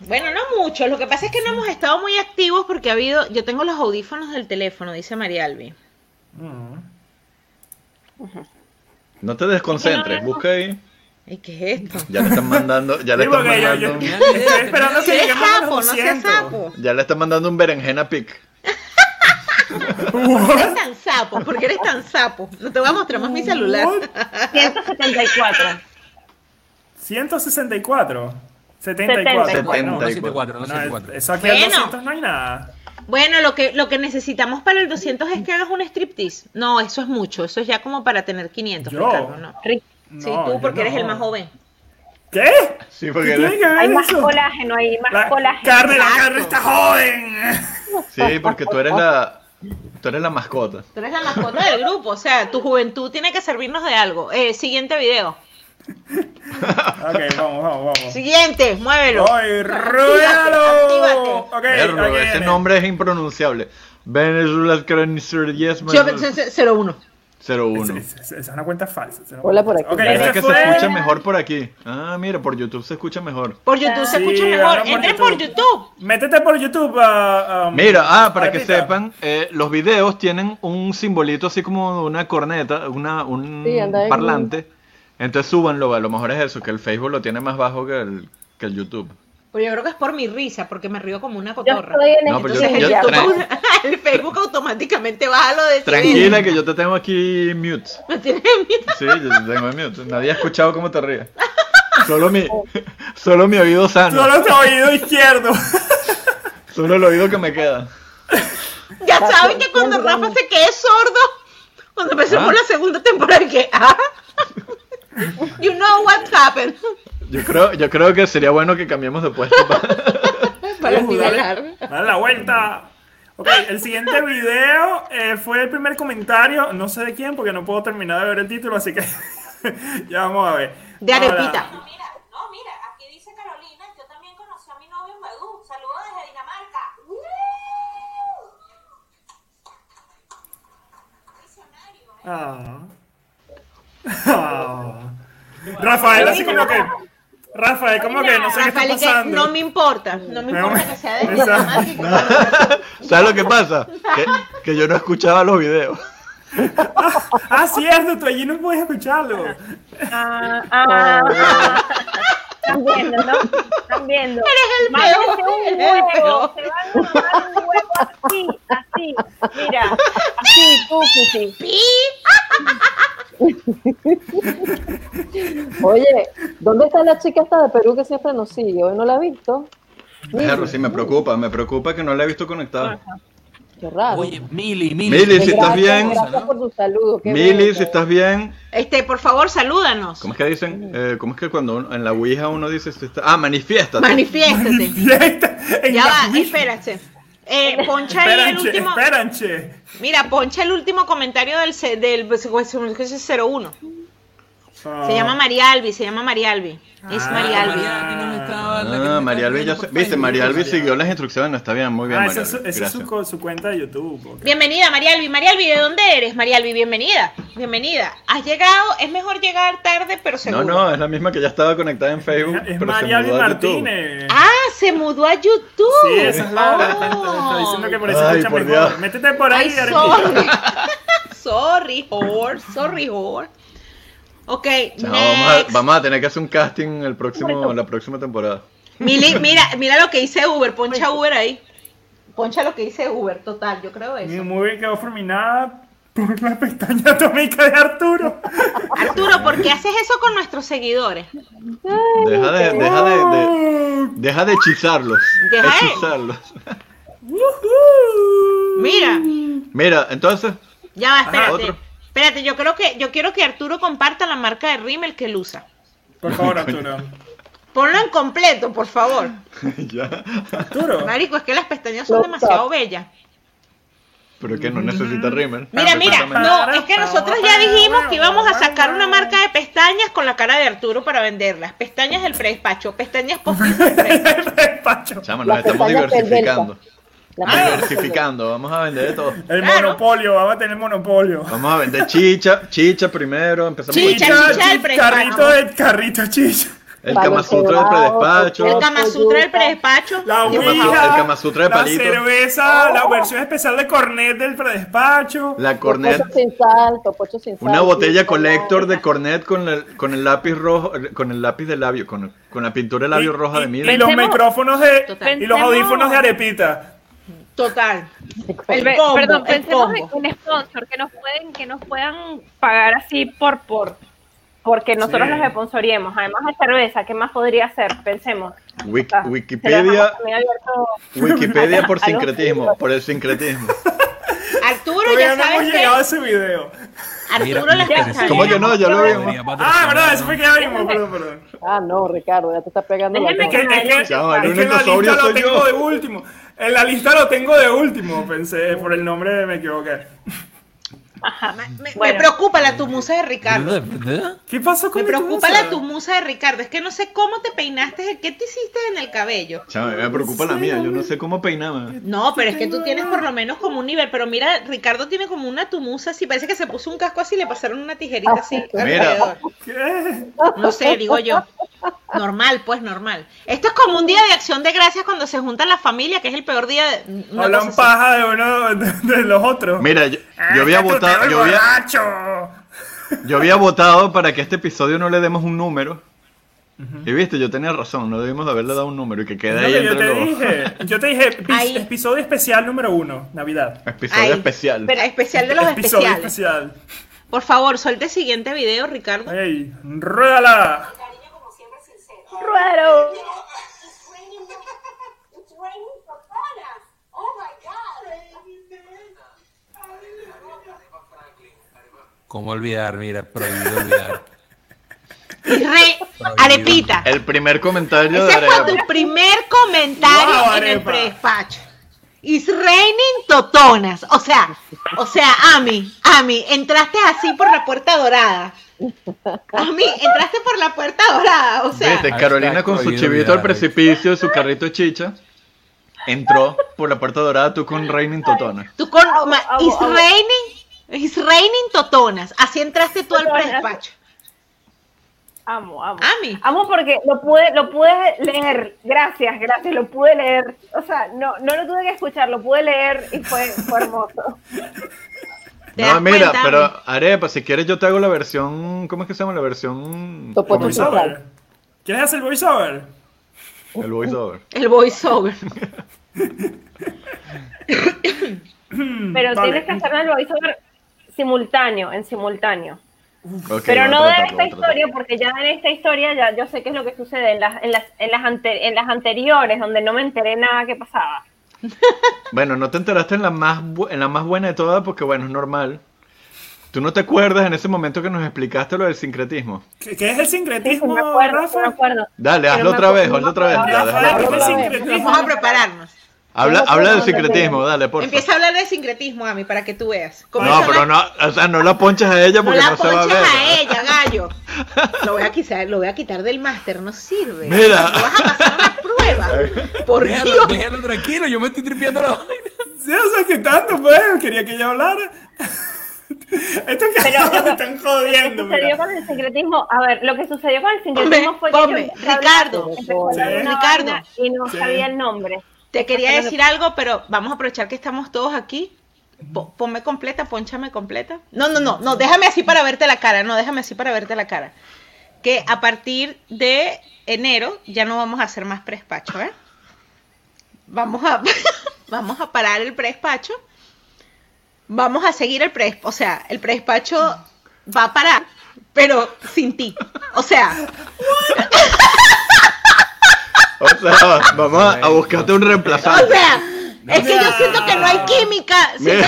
[SPEAKER 2] Bueno, no mucho. Lo que pasa es que no hemos estado muy activos porque ha habido. Yo tengo los audífonos del teléfono, dice María Albi.
[SPEAKER 1] No te desconcentres, busca ahí.
[SPEAKER 2] ¿Y qué es esto?
[SPEAKER 1] Ya le están mandando, ya le
[SPEAKER 5] Sí,
[SPEAKER 1] están
[SPEAKER 5] porque yo- yo-
[SPEAKER 1] mandando, un-
[SPEAKER 5] Estoy esperando que
[SPEAKER 2] Eres
[SPEAKER 5] lleguemos a
[SPEAKER 2] sapo,
[SPEAKER 5] los
[SPEAKER 2] no seas
[SPEAKER 5] 200.
[SPEAKER 2] sapo.
[SPEAKER 1] ya le están mandando un berenjena pic.
[SPEAKER 2] ¿Por qué eres tan sapo? ¿Por qué eres tan sapo? No te voy a mostrar más mi celular.
[SPEAKER 10] 174.
[SPEAKER 5] 164. 74.
[SPEAKER 1] 74,
[SPEAKER 9] no
[SPEAKER 5] No, es-
[SPEAKER 9] 74.
[SPEAKER 5] eso aquí al
[SPEAKER 2] Bueno.
[SPEAKER 5] 200 no hay nada.
[SPEAKER 2] Bueno, lo que, lo que necesitamos para el 200 es que hagas un striptease. No, eso es mucho. Eso es ya como para tener 500,
[SPEAKER 5] Yo.
[SPEAKER 2] Ricardo. No.
[SPEAKER 10] Rick,
[SPEAKER 5] No,
[SPEAKER 2] sí, tú,
[SPEAKER 5] yo
[SPEAKER 2] porque eres
[SPEAKER 5] no.
[SPEAKER 2] el más joven.
[SPEAKER 5] ¿Qué?
[SPEAKER 1] Sí,
[SPEAKER 5] ¿Qué
[SPEAKER 1] porque
[SPEAKER 5] tiene
[SPEAKER 1] eres-
[SPEAKER 5] que ver
[SPEAKER 10] Hay más
[SPEAKER 5] eso?
[SPEAKER 10] colágeno, hay más
[SPEAKER 5] La
[SPEAKER 10] colágeno.
[SPEAKER 5] carne, la
[SPEAKER 2] Exacto.
[SPEAKER 5] carne está joven.
[SPEAKER 1] sí, porque tú eres la tú eres la mascota.
[SPEAKER 2] Tú eres la mascota del grupo. O sea, tu juventud tiene que servirnos de algo. Eh, siguiente video.
[SPEAKER 5] ok, vamos, vamos, vamos.
[SPEAKER 2] Siguiente, muévelo.
[SPEAKER 5] ¡Ay,
[SPEAKER 2] Actívate,
[SPEAKER 5] ruéalo! Ok,
[SPEAKER 1] Perro,
[SPEAKER 5] ahí
[SPEAKER 1] ese
[SPEAKER 5] viene.
[SPEAKER 1] nombre es impronunciable. Venezuela Cranister 10
[SPEAKER 2] Yo- se- se- 01.
[SPEAKER 1] 01.
[SPEAKER 5] Es- es- es una cuenta falsa. es una
[SPEAKER 6] Hola por
[SPEAKER 5] cuenta
[SPEAKER 6] aquí.
[SPEAKER 5] falsa. Ok,
[SPEAKER 1] Es
[SPEAKER 5] este
[SPEAKER 1] que se
[SPEAKER 5] fue-
[SPEAKER 1] escucha mejor por aquí. Ah, mira, por YouTube se escucha mejor.
[SPEAKER 2] Por YouTube se
[SPEAKER 5] Sí,
[SPEAKER 2] escucha
[SPEAKER 5] ahora
[SPEAKER 2] mejor.
[SPEAKER 5] por
[SPEAKER 2] Entren
[SPEAKER 5] YouTube.
[SPEAKER 2] por YouTube.
[SPEAKER 5] Métete por YouTube. ah, ah,
[SPEAKER 1] Mira, ah, para que
[SPEAKER 5] Pepita.
[SPEAKER 1] sepan, eh, los videos tienen un simbolito así como una corneta, una, un
[SPEAKER 6] Sí, anda en-
[SPEAKER 1] parlante. Entonces súbanlo, a lo mejor es eso, que el Facebook lo tiene más bajo que el, que el YouTube.
[SPEAKER 2] Pues yo creo que es por mi risa, porque me río como una
[SPEAKER 10] Yo
[SPEAKER 2] cotorra.
[SPEAKER 10] estoy en
[SPEAKER 1] No, pero yo-
[SPEAKER 10] esto.
[SPEAKER 2] Entonces,
[SPEAKER 1] yo-
[SPEAKER 2] el,
[SPEAKER 1] tra-
[SPEAKER 2] YouTube- el Facebook automáticamente baja lo de
[SPEAKER 1] Tranquila que yo te tengo aquí mute.
[SPEAKER 2] No tiene miedo.
[SPEAKER 1] Sí, yo te tengo mute. Nadie ha escuchado cómo te ríes. Solo mi, solo mi oído sano.
[SPEAKER 5] Solo tu oído izquierdo.
[SPEAKER 1] Solo el oído que me queda.
[SPEAKER 2] Ya saben que cuando Rafa se quede sordo, cuando empecemos
[SPEAKER 1] Ah.
[SPEAKER 2] la segunda temporada, que ah, you know what happened.
[SPEAKER 1] Yo creo, yo creo que sería bueno que cambiemos de puesto. pa-
[SPEAKER 2] Para
[SPEAKER 5] Uh, dale,
[SPEAKER 2] nivelar.
[SPEAKER 5] dale la vuelta. Ok, el siguiente video eh, fue el primer comentario, no sé de quién, porque no puedo terminar de ver el título, así que ya vamos a ver.
[SPEAKER 2] De
[SPEAKER 5] Ahora,
[SPEAKER 2] arepita.
[SPEAKER 7] No, mira, no, mira, aquí dice Carolina, yo también conocí a mi novio en Badú. Saludos desde Dinamarca. Visionario.
[SPEAKER 5] Ah. Ah. Rafael, así como que. Rafael, como que no sé qué está
[SPEAKER 2] Rafael, y que
[SPEAKER 5] pasando.
[SPEAKER 2] no me importa, no me
[SPEAKER 5] No
[SPEAKER 2] importa
[SPEAKER 5] me-
[SPEAKER 2] que sea de
[SPEAKER 5] Exacto.
[SPEAKER 2] Dinamarca.
[SPEAKER 1] ¿Sabes lo que pasa? Que, que yo no escuchaba los videos.
[SPEAKER 5] Ah, cierto, tú allí no puedes escucharlo.
[SPEAKER 10] Ah, ah. Están viendo, ¿no? Están viendo.
[SPEAKER 2] Eres el
[SPEAKER 10] Mándese
[SPEAKER 2] peor,
[SPEAKER 10] un
[SPEAKER 2] eres el peor.
[SPEAKER 10] huevo. Se van a mamar un huevo así, así. Mira, así, tú, Cusi.
[SPEAKER 2] Pi.
[SPEAKER 6] Oye, ¿dónde está la chica esta de Perú que siempre nos sigue? Hoy no la he visto.
[SPEAKER 1] Perro, sí, me preocupa, me preocupa que no la he visto conectada.
[SPEAKER 6] Qué raro.
[SPEAKER 9] Oye, Mili, Mili.
[SPEAKER 1] Mili, si estás
[SPEAKER 6] Gracias,
[SPEAKER 1] bien,
[SPEAKER 6] Gracias por tu saludo. qué
[SPEAKER 1] Mili,
[SPEAKER 6] bonito.
[SPEAKER 1] si estás bien,
[SPEAKER 2] Este, por favor, salúdanos.
[SPEAKER 1] ¿cómo es que dicen? Eh, ¿Cómo es que cuando uno- en la Ouija uno dice, si está- ah, manifiesta?
[SPEAKER 2] Manifiéstate.
[SPEAKER 5] Fiesta en
[SPEAKER 2] Ya
[SPEAKER 5] la
[SPEAKER 2] va,
[SPEAKER 5] Ouija.
[SPEAKER 2] espérate. Eh, poncha ahí el
[SPEAKER 5] Esperanche,
[SPEAKER 2] último.
[SPEAKER 5] esperanche.
[SPEAKER 2] Mira, poncha el último comentario del, ce- del pues, 01. Se llama María Albi, se llama María Albi. Es
[SPEAKER 5] Ah,
[SPEAKER 2] María Albi.
[SPEAKER 1] Ah, María Albi ya se- viste, María Albi siguió las instrucciones, está bien, muy bien,
[SPEAKER 5] Ah,
[SPEAKER 1] María
[SPEAKER 5] esa es, su-
[SPEAKER 1] Albi,
[SPEAKER 5] esa es su,
[SPEAKER 1] gracias.
[SPEAKER 5] co- su cuenta de YouTube. ok.
[SPEAKER 2] Bienvenida, María Albi. María Albi, ¿de dónde eres? María Albi, bienvenida. Bienvenida. Has llegado, es mejor llegar tarde, pero
[SPEAKER 1] No,
[SPEAKER 2] seguro.
[SPEAKER 1] no, es la misma que ya estaba conectada en Facebook,
[SPEAKER 5] Es
[SPEAKER 1] pero se
[SPEAKER 5] María Albi
[SPEAKER 1] mudó a YouTube.
[SPEAKER 5] Martínez.
[SPEAKER 2] Ah, se mudó a YouTube. Oh.
[SPEAKER 5] Sí, esa es la otra. Está, está diciendo que por eso
[SPEAKER 1] Ay,
[SPEAKER 5] escucha
[SPEAKER 1] por
[SPEAKER 5] mejor.
[SPEAKER 1] Dios.
[SPEAKER 5] Métete por ahí.
[SPEAKER 2] Ay,
[SPEAKER 5] Arepita.
[SPEAKER 2] sorry. sorry, whore. Sorry, whore. Ok,
[SPEAKER 1] Chao, vamos, a,
[SPEAKER 2] next.
[SPEAKER 1] vamos a tener que hacer un casting en el próximo, la próxima temporada.
[SPEAKER 2] Mili, mira, mira lo que dice Uber, poncha Uber ahí. Pues, Poncha lo que dice Uber, total, yo creo
[SPEAKER 5] Mi
[SPEAKER 2] eso.
[SPEAKER 5] movie quedó fulminada por la pestaña atómica de Arturo.
[SPEAKER 2] Arturo, ¿por qué haces eso con nuestros seguidores?
[SPEAKER 1] Deja de, deja de, de-
[SPEAKER 5] ¡Oh!
[SPEAKER 1] deja de hechizarlos.
[SPEAKER 2] Deja de-
[SPEAKER 1] hechizarlos.
[SPEAKER 5] Ujú.
[SPEAKER 2] Mira,
[SPEAKER 1] Mira, entonces,
[SPEAKER 2] ya va,
[SPEAKER 5] Ajá,
[SPEAKER 2] espérate.
[SPEAKER 1] otro.
[SPEAKER 2] espérate, yo creo que yo quiero que Arturo comparta la marca de Rimmel que él usa.
[SPEAKER 5] Por favor, Arturo.
[SPEAKER 2] Ponlo en completo, por favor.
[SPEAKER 1] ya.
[SPEAKER 5] Arturo.
[SPEAKER 2] Marico, es que las pestañas son demasiado bellas.
[SPEAKER 1] Pero es que no necesita rímel.
[SPEAKER 2] Mira, mira, no, es que nosotros ya dijimos que íbamos a sacar una marca de pestañas con la cara de Arturo para venderlas. Pestañas del predespacho, pestañas postizas del
[SPEAKER 5] predespacho.
[SPEAKER 1] Chama, nos estamos diversificando. Diversificando, vamos a vender de todo.
[SPEAKER 5] El monopolio, vamos a tener monopolio.
[SPEAKER 1] Vamos a vender chicha, chicha primero, empezamos
[SPEAKER 2] Chicha,
[SPEAKER 1] con
[SPEAKER 2] chicha del predespacho.
[SPEAKER 5] carrito de carrito chicha.
[SPEAKER 1] el Kama Sutra del predespacho,
[SPEAKER 2] El Kama Sutra del predespacho.
[SPEAKER 5] La
[SPEAKER 1] El Kama
[SPEAKER 5] ouija,
[SPEAKER 1] Sutra- el Kama Sutra de
[SPEAKER 5] la
[SPEAKER 1] palito.
[SPEAKER 2] Oh.
[SPEAKER 5] cerveza, la versión especial de Cornet del predespacho.
[SPEAKER 1] la cornet,
[SPEAKER 6] Pocho sin sal, pocho sin sal.
[SPEAKER 1] una botella collector de cornet con, la- con el lápiz rojo, con el lápiz de labio, con, con la pintura de labio roja de
[SPEAKER 5] Y
[SPEAKER 1] Mildred.
[SPEAKER 5] los micrófonos de.
[SPEAKER 10] Total.
[SPEAKER 5] Y los audífonos
[SPEAKER 10] Pensemos.
[SPEAKER 5] de Arepita.
[SPEAKER 2] Total.
[SPEAKER 10] El
[SPEAKER 2] El
[SPEAKER 10] ve-
[SPEAKER 2] combo,
[SPEAKER 10] perdón,
[SPEAKER 2] el
[SPEAKER 10] pensemos
[SPEAKER 2] combo.
[SPEAKER 10] en, en sponsor, que nos pueden, que nos puedan pagar así por por porque nosotros
[SPEAKER 5] Sí.
[SPEAKER 10] los sponsoriemos. Además de cerveza, ¿qué más podría ser? Pensemos.
[SPEAKER 1] Wik-
[SPEAKER 10] Ah, se lo dejamos
[SPEAKER 1] Wikipedia,
[SPEAKER 10] también abierto.
[SPEAKER 1] Wikipedia por
[SPEAKER 10] Algo
[SPEAKER 1] sincretismo, por el sincretismo.
[SPEAKER 2] Arturo, ya
[SPEAKER 5] Todavía no hemos
[SPEAKER 2] sabes
[SPEAKER 5] llegado a
[SPEAKER 2] que.
[SPEAKER 5] ese video.
[SPEAKER 2] Arturo las pestañas.
[SPEAKER 1] ¿Cómo yo no? Ya lo vimos.
[SPEAKER 5] Ah, verdad, eso fue que abrimos, perdón, perdón.
[SPEAKER 6] Ah, no, Ricardo, ya te estás pegando la
[SPEAKER 10] Déjeme
[SPEAKER 5] Que,
[SPEAKER 6] cara.
[SPEAKER 5] es que,
[SPEAKER 1] Chao, el
[SPEAKER 5] es que en la
[SPEAKER 1] unicosaurio
[SPEAKER 5] lista lo
[SPEAKER 1] soy
[SPEAKER 5] tengo
[SPEAKER 1] yo.
[SPEAKER 5] de último. En la lista lo tengo de último, pensé, por el nombre me equivoqué.
[SPEAKER 2] Me- Me,
[SPEAKER 10] Bueno.
[SPEAKER 2] preocupa la tumusa de Ricardo.
[SPEAKER 5] ¿Qué pasó con
[SPEAKER 2] Me
[SPEAKER 5] mi
[SPEAKER 2] preocupa
[SPEAKER 5] cosa?
[SPEAKER 2] la tumusa de Ricardo. Es que no sé cómo te peinaste, qué te hiciste en el cabello.
[SPEAKER 1] Chama, me preocupa la mía, yo no sé cómo peinarme.
[SPEAKER 2] No, pero es que tú tienes por lo menos como un nivel. Pero mira, Ricardo tiene como una tumusa así. Parece que se puso un casco así y le pasaron una tijerita así
[SPEAKER 1] Mira.
[SPEAKER 2] alrededor.
[SPEAKER 5] ¿Qué?
[SPEAKER 2] No sé, digo yo. Normal, pues normal. Esto es como un día de acción de gracias cuando se junta la familia, que es el peor día de. una
[SPEAKER 5] Hablan
[SPEAKER 2] cosa así.
[SPEAKER 5] paja de uno de, de los otros.
[SPEAKER 1] Mira, yo, yo había
[SPEAKER 5] Ah, que tú te
[SPEAKER 1] votado,
[SPEAKER 5] ves
[SPEAKER 1] yo había,
[SPEAKER 5] borracho.
[SPEAKER 1] Yo había votado para que este episodio no le demos un número. Y viste, yo tenía razón, no debimos haberle dado un número y que quede
[SPEAKER 5] No,
[SPEAKER 1] ahí
[SPEAKER 5] yo
[SPEAKER 1] entre
[SPEAKER 5] te
[SPEAKER 1] los
[SPEAKER 5] dije, yo te dije, epi-
[SPEAKER 2] Ahí.
[SPEAKER 5] episodio especial número uno, Navidad.
[SPEAKER 1] episodio
[SPEAKER 2] Ay,
[SPEAKER 1] especial.
[SPEAKER 2] Pero especial de los
[SPEAKER 5] episodio
[SPEAKER 2] especiales.
[SPEAKER 5] especial.
[SPEAKER 2] Por favor, suelte el siguiente video, Ricardo.
[SPEAKER 5] Ey, ruédala.
[SPEAKER 7] Cariño, como siempre, sincero.
[SPEAKER 11] Ruero.
[SPEAKER 7] It's raining, it's raining papayas. Oh my
[SPEAKER 9] ¿Cómo olvidar? Mira, prohibido olvidar.
[SPEAKER 2] Y re- arepita.
[SPEAKER 1] El primer comentario de
[SPEAKER 2] Ese fue tu
[SPEAKER 1] Arepa.
[SPEAKER 2] primer comentario
[SPEAKER 5] Wow,
[SPEAKER 2] en el
[SPEAKER 5] arepa.
[SPEAKER 2] predespacho. Is raining totonas. O sea, o sea, Ami, Ami, entraste así por la puerta dorada. Ami, entraste por la puerta dorada. O sea,
[SPEAKER 1] Viste, Carolina
[SPEAKER 9] Hashtag
[SPEAKER 1] con su
[SPEAKER 9] prohibido
[SPEAKER 1] chivito al
[SPEAKER 9] olvidar.
[SPEAKER 1] precipicio, su carrito de chicha, entró por la puerta dorada tú con Raining Totona.
[SPEAKER 2] tú con ma- is raining, is raining totonas. Así entraste tú al
[SPEAKER 10] Totonas.
[SPEAKER 2] predespacho.
[SPEAKER 10] Amo, amo.
[SPEAKER 2] Ami.
[SPEAKER 10] Amo porque lo pude, lo pude leer. Gracias, gracias, lo pude leer. O sea, no, no lo tuve que escuchar, lo pude leer y fue, fue hermoso.
[SPEAKER 2] ¿Te
[SPEAKER 1] No,
[SPEAKER 2] das
[SPEAKER 1] mira,
[SPEAKER 2] cuenta, Ami?
[SPEAKER 1] pero Arepa, si quieres yo te hago la versión, ¿cómo es que se llama? La versión...
[SPEAKER 6] Tu pocho sin
[SPEAKER 5] Voiceover.
[SPEAKER 6] sal.
[SPEAKER 5] ¿Quieres hacer voiceover?
[SPEAKER 1] El voiceover.
[SPEAKER 2] el voiceover.
[SPEAKER 10] Pero
[SPEAKER 5] Vale.
[SPEAKER 10] tienes que hacerme el voiceover simultáneo, en simultáneo.
[SPEAKER 1] Ok,
[SPEAKER 10] Pero
[SPEAKER 1] voy a
[SPEAKER 10] no de
[SPEAKER 1] tratar, voy
[SPEAKER 10] esta
[SPEAKER 1] a tratar.
[SPEAKER 10] historia, porque ya en esta historia ya yo sé qué es lo que sucede en las, en las, en las, ante- en las anteriores, donde no me enteré nada que pasaba.
[SPEAKER 1] Bueno, no te enteraste en la más bu- en la más buena de todas porque bueno, es normal. ¿Tú no te acuerdas en ese momento que nos explicaste lo del sincretismo?
[SPEAKER 5] ¿Qué, qué es el
[SPEAKER 10] Sí,
[SPEAKER 5] sincretismo,
[SPEAKER 10] me acuerdo, sí, me
[SPEAKER 5] Rafa?
[SPEAKER 10] acuerdo.
[SPEAKER 1] Dale,
[SPEAKER 10] Pero
[SPEAKER 1] hazlo
[SPEAKER 10] me
[SPEAKER 1] otra
[SPEAKER 10] acuerdo-
[SPEAKER 1] vez, hazlo otra vez.
[SPEAKER 5] Rafa,
[SPEAKER 1] dale, dale.
[SPEAKER 5] ¿qué es el
[SPEAKER 6] Otra vez.
[SPEAKER 5] sincretismo?
[SPEAKER 2] Vamos a prepararnos.
[SPEAKER 1] Habla, habla del
[SPEAKER 6] Otra vez.
[SPEAKER 1] sincretismo, dale, por
[SPEAKER 2] Empieza a hablar de sincretismo, Ami, para que tú veas.
[SPEAKER 1] No,
[SPEAKER 2] Comienza
[SPEAKER 1] pero
[SPEAKER 2] a-
[SPEAKER 1] no, o sea, no la ponches a ella
[SPEAKER 2] No
[SPEAKER 1] porque
[SPEAKER 2] la
[SPEAKER 1] no, se va a
[SPEAKER 2] ponches
[SPEAKER 1] ver.
[SPEAKER 2] a ella, gallo. Lo voy a quitar, lo voy a quitar del máster, no sirve.
[SPEAKER 1] Mira.
[SPEAKER 2] No vas a pasar una prueba. Por
[SPEAKER 9] Déjalo,
[SPEAKER 2] Dios.
[SPEAKER 9] déjalo tranquilo, yo me estoy tripeando la vaina.
[SPEAKER 5] Sí, o sea, que tanto, pues, quería que ella hablara. Estos que me están
[SPEAKER 10] Lo que
[SPEAKER 5] jodiendo,
[SPEAKER 10] sucedió
[SPEAKER 5] mira.
[SPEAKER 10] con el sincretismo, a ver, lo que sucedió con el sincretismo
[SPEAKER 2] Hombre,
[SPEAKER 10] fue
[SPEAKER 2] hombre,
[SPEAKER 10] que yo empecé a
[SPEAKER 2] Ricardo,
[SPEAKER 10] hablar- empecé a hablar
[SPEAKER 5] Sí.
[SPEAKER 10] una
[SPEAKER 2] Ricardo.
[SPEAKER 10] vaina y no
[SPEAKER 5] Sí.
[SPEAKER 10] sabía el nombre.
[SPEAKER 2] Te quería decir algo, pero vamos a aprovechar que estamos todos aquí. Po- ponme completa, ponchame completa. No, no, no, no, déjame así para verte la cara. No, déjame así para verte la cara. Que a partir de enero ya no vamos a hacer más prespacho, ¿eh? Vamos a, vamos a parar el prespacho. Vamos a seguir el pre, o sea, el prespacho va a parar, pero sin ti. O sea,
[SPEAKER 1] O sea, vamos a, a buscarte un
[SPEAKER 2] o
[SPEAKER 1] reemplazante.
[SPEAKER 2] sea, es que yo siento que no hay química, siento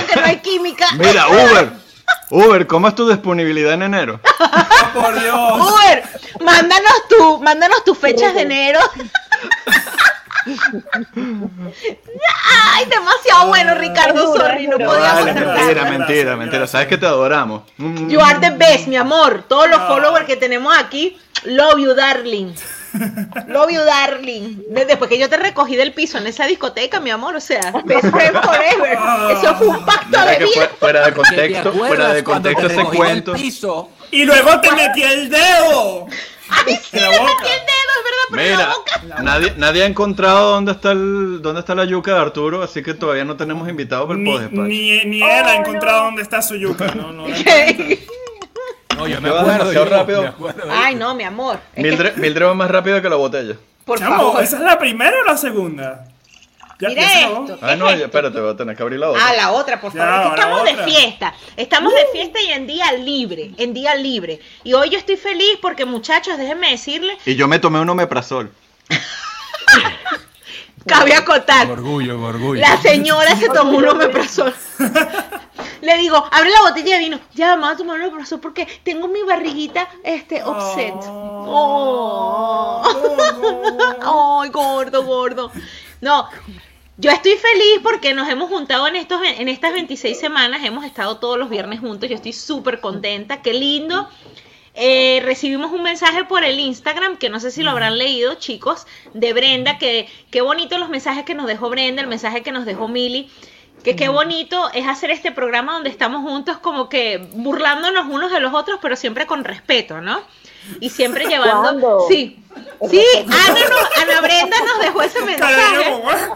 [SPEAKER 1] Mira.
[SPEAKER 2] que no hay química.
[SPEAKER 1] Mira, Uber, Uber, ¿cómo es tu disponibilidad en enero?
[SPEAKER 5] por Dios.
[SPEAKER 2] Uber, mándanos tu, mándanos tus fechas de enero. Ay, demasiado bueno, Ricardo, sorry, no podíamos
[SPEAKER 1] Vale, mentira,
[SPEAKER 2] aceptar.
[SPEAKER 1] mentira, mentira. Sabes que te adoramos. Mm.
[SPEAKER 2] You are the best, mi amor. Todos los followers que tenemos aquí, love you, darling. Love you, darling. De- Después que yo te recogí del piso en esa discoteca, mi amor, o sea, best friend forever. Eso fue un pacto
[SPEAKER 1] Mira
[SPEAKER 2] de
[SPEAKER 1] que fue-
[SPEAKER 2] vida.
[SPEAKER 1] fuera de
[SPEAKER 9] ¿Te
[SPEAKER 1] contexto,
[SPEAKER 9] acuerdas
[SPEAKER 1] fuera de
[SPEAKER 9] cuando te
[SPEAKER 1] contexto ese
[SPEAKER 9] recogí del
[SPEAKER 1] cuento.
[SPEAKER 9] piso?
[SPEAKER 5] Y luego te metí el dedo.
[SPEAKER 2] Ay, sí,
[SPEAKER 5] En la
[SPEAKER 2] le
[SPEAKER 5] boca.
[SPEAKER 2] metí el dedo, es verdad, pero en la
[SPEAKER 1] Mira,
[SPEAKER 2] boca.
[SPEAKER 1] nadie, nadie ha encontrado dónde está el, dónde está la yuca de Arturo, así que todavía no tenemos invitados para el pues.
[SPEAKER 5] Ni,
[SPEAKER 1] podespacho.
[SPEAKER 5] ni, ni él ha encontrado dónde está su yuca. No, no.
[SPEAKER 3] No, yo me
[SPEAKER 1] Te vas
[SPEAKER 3] acuerdo.
[SPEAKER 1] demasiado
[SPEAKER 3] yo,
[SPEAKER 1] rápido.
[SPEAKER 3] me acuerdo.
[SPEAKER 9] Ah,
[SPEAKER 2] Ay, no, mi amor. Es que-
[SPEAKER 1] Mildred, Mildred va más rápida que la botella.
[SPEAKER 2] por
[SPEAKER 5] Chamo,
[SPEAKER 2] favor.
[SPEAKER 5] ¿esa es la primera o la segunda? Ya,
[SPEAKER 2] Mira
[SPEAKER 5] ya se acabó.
[SPEAKER 2] esto.
[SPEAKER 1] Ah,
[SPEAKER 2] ¿Qué
[SPEAKER 1] no,
[SPEAKER 2] es
[SPEAKER 1] ya,
[SPEAKER 2] esto?
[SPEAKER 1] espérate, voy a tener que abrir la otra.
[SPEAKER 2] Ah, la otra, por
[SPEAKER 5] Ya,
[SPEAKER 2] favor. Es que
[SPEAKER 5] la
[SPEAKER 2] estamos
[SPEAKER 5] otra. Uh.
[SPEAKER 2] de fiesta. Estamos de fiesta y en día libre. En día libre. Y hoy yo estoy feliz porque, muchachos, déjenme decirles,
[SPEAKER 1] Y yo me tomé un omeprazol.
[SPEAKER 2] cabe
[SPEAKER 3] Con
[SPEAKER 2] acotar.
[SPEAKER 3] orgullo, con orgullo.
[SPEAKER 2] La señora se tomó un omeprazol. Le digo, abre la botella de vino. Ya, me voy a tomar un omeprazol porque tengo mi barriguita este, offset. Oh. Ay, gordo, gordo. No, yo estoy feliz porque nos hemos juntado en, estos, en estas 26 semanas, hemos estado todos los viernes juntos, yo estoy súper contenta, qué lindo. Eh, recibimos un mensaje por el Instagram, que no sé si lo habrán leído, chicos, de Brenda, que qué bonito los mensajes que nos dejó Brenda, el mensaje que nos dejó Mili, que qué bonito es hacer este programa donde estamos juntos como que burlándonos unos de los otros, pero siempre con respeto, ¿no? Y siempre llevando...
[SPEAKER 6] ¿Cuándo?
[SPEAKER 2] Sí, sí, Ana, nos- Ana Brenda nos dejó ese
[SPEAKER 5] Carolina,
[SPEAKER 2] mensaje.
[SPEAKER 5] como, "Ah".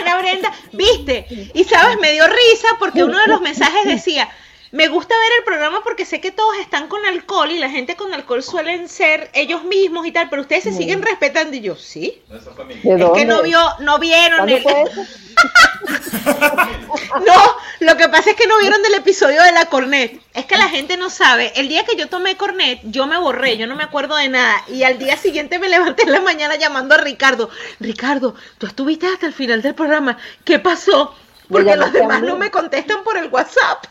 [SPEAKER 2] Ana Brenda, Ah, viste, y sabes, me dio risa porque uno de los mensajes decía, me gusta ver el programa porque sé que todos están con alcohol y la gente con alcohol suelen ser ellos mismos y tal, pero ustedes se siguen respetando y yo, sí,
[SPEAKER 6] ¿De
[SPEAKER 2] es que no
[SPEAKER 6] dónde?
[SPEAKER 2] vio, no vieron
[SPEAKER 6] ¿Cuándo
[SPEAKER 2] el,
[SPEAKER 6] fue eso?
[SPEAKER 2] no, lo que pasa es que no vieron del episodio de la cornet, es que la gente no sabe, el día que yo tomé cornet, yo me borré, yo no me acuerdo de nada, y al día siguiente me levanté en la mañana llamando a Ricardo, Ricardo, tú estuviste hasta el final del programa, ¿qué pasó?
[SPEAKER 6] Me
[SPEAKER 2] Porque los
[SPEAKER 6] llamaste a
[SPEAKER 2] demás
[SPEAKER 6] mí.
[SPEAKER 2] no me contestan por el WhatsApp.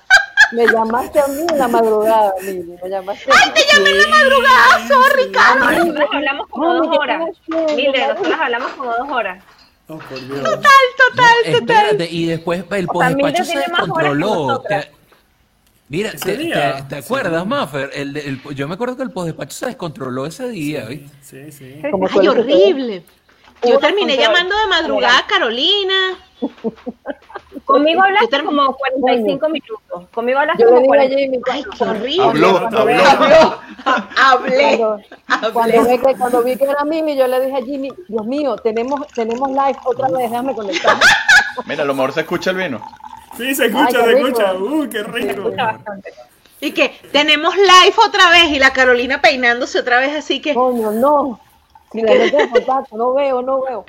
[SPEAKER 6] Me llamaste a mí en la madrugada, Lili. Me llamaste a
[SPEAKER 2] ¡Ay, te llamé en la madrugada! ¡Sorry, Ricardo!
[SPEAKER 10] Nosotros hablamos como
[SPEAKER 6] Mami,
[SPEAKER 10] dos
[SPEAKER 6] ¿qué
[SPEAKER 10] horas.
[SPEAKER 6] estás haciendo?
[SPEAKER 10] Mire, nosotros hablamos como dos horas.
[SPEAKER 5] Oh, por Dios.
[SPEAKER 2] Total, total, total.
[SPEAKER 9] Espérate, y después el
[SPEAKER 10] O sea, Mildred
[SPEAKER 9] pospacho se
[SPEAKER 10] tiene más horas que
[SPEAKER 9] descontroló.
[SPEAKER 10] nosotras.
[SPEAKER 9] Te- Mira,
[SPEAKER 5] Ese
[SPEAKER 9] te,
[SPEAKER 5] día.
[SPEAKER 9] te- te
[SPEAKER 5] Sí.
[SPEAKER 9] acuerdas, Maffer? El, de- el- yo me acuerdo que el posdespacho se descontroló ese día, ¿viste?
[SPEAKER 5] Sí, sí.
[SPEAKER 6] Como
[SPEAKER 2] ¡Ay,
[SPEAKER 6] suele suceder.
[SPEAKER 2] horrible! Yo
[SPEAKER 10] Hubo
[SPEAKER 2] terminé
[SPEAKER 10] control.
[SPEAKER 2] llamando de madrugada a Carolina.
[SPEAKER 10] Conmigo hablaste
[SPEAKER 2] term-
[SPEAKER 10] como 45 minutos. Conmigo hablaste
[SPEAKER 6] Yo le
[SPEAKER 10] como
[SPEAKER 6] dije a
[SPEAKER 10] 45
[SPEAKER 6] Jamie,
[SPEAKER 2] ¡Ay, qué horrible!
[SPEAKER 1] Habló,
[SPEAKER 5] Cuando
[SPEAKER 1] habló.
[SPEAKER 5] vea-
[SPEAKER 2] Habló, hablé,
[SPEAKER 6] cuando, cuando,
[SPEAKER 2] hablé.
[SPEAKER 6] ve que, cuando vi que era Mimi, yo le dije a Jimmy, Dios mío, tenemos, tenemos live otra vez, déjame conectar.
[SPEAKER 1] Mira, a lo mejor se escucha el vino.
[SPEAKER 5] Sí, se escucha,
[SPEAKER 6] Ay, qué
[SPEAKER 5] se
[SPEAKER 6] rico.
[SPEAKER 5] escucha. Uh, qué rico.
[SPEAKER 10] minutos. bastante.
[SPEAKER 2] Y que tenemos live otra vez y la Carolina peinándose otra vez, así que...
[SPEAKER 6] Coño, no. Si le meto el contacto, no veo, no veo.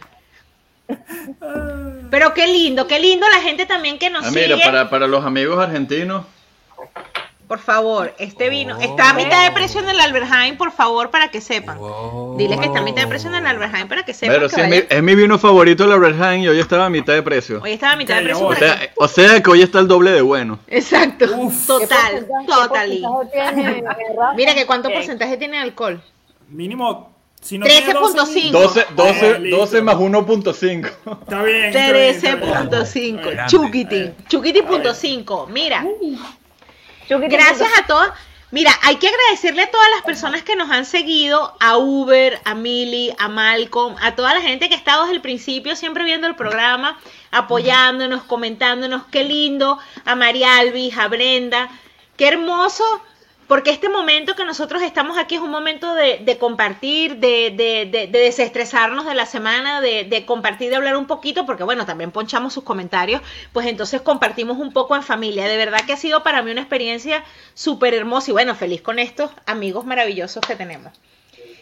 [SPEAKER 2] Pero qué lindo, qué lindo la gente también que nos
[SPEAKER 1] Ah,
[SPEAKER 2] sigue.
[SPEAKER 1] mira, para, para los amigos argentinos,
[SPEAKER 2] Por favor, este vino está a mitad de precio en el Alberheim, por favor, para que sepan. Dile que está a mitad de precio en el Alberheim para que sepan.
[SPEAKER 1] pero
[SPEAKER 2] que
[SPEAKER 1] sí, es mi,
[SPEAKER 2] vayan-
[SPEAKER 1] es mi vino favorito, la Red Hand, y hoy estaba a mitad de precio.
[SPEAKER 2] Hoy estaba a mitad de
[SPEAKER 5] Calla,
[SPEAKER 2] precio
[SPEAKER 1] O
[SPEAKER 5] vos.
[SPEAKER 2] para
[SPEAKER 1] sea,
[SPEAKER 2] que-
[SPEAKER 1] eh, o sea que hoy está el doble de bueno.
[SPEAKER 2] Exacto,
[SPEAKER 6] ¿Qué
[SPEAKER 2] total,
[SPEAKER 6] porcentaje- qué
[SPEAKER 2] total.
[SPEAKER 6] porcentaje tiene, eh, Rafa?
[SPEAKER 2] Mira que cuánto porcentaje tiene alcohol.
[SPEAKER 5] Mínimo, si no eh,
[SPEAKER 2] 13.5.
[SPEAKER 1] 12, 12,
[SPEAKER 5] listo.
[SPEAKER 1] 12 más 1.5.
[SPEAKER 5] Está bien. está bien, está bien.
[SPEAKER 2] 13.5,
[SPEAKER 9] Grande.
[SPEAKER 2] Chuquitín, Chuquitín.5, mira.
[SPEAKER 10] Chucky,
[SPEAKER 2] Gracias a todos. Mira, hay que agradecerle a todas las personas que nos han seguido, a Uber, a Mili, a Malcolm, a toda la gente que ha estado desde el principio siempre viendo el programa, apoyándonos, comentándonos, qué lindo, a María Alvis, a Brenda, qué hermoso, porque este momento que nosotros estamos aquí es un momento de, de compartir, de, de- de- de desestresarnos de la semana, de, de compartir, de hablar un poquito, porque bueno, también ponchamos sus comentarios, pues entonces compartimos un poco en familia. De verdad que ha sido para mí una experiencia súper hermosa y bueno, feliz con estos amigos maravillosos que tenemos.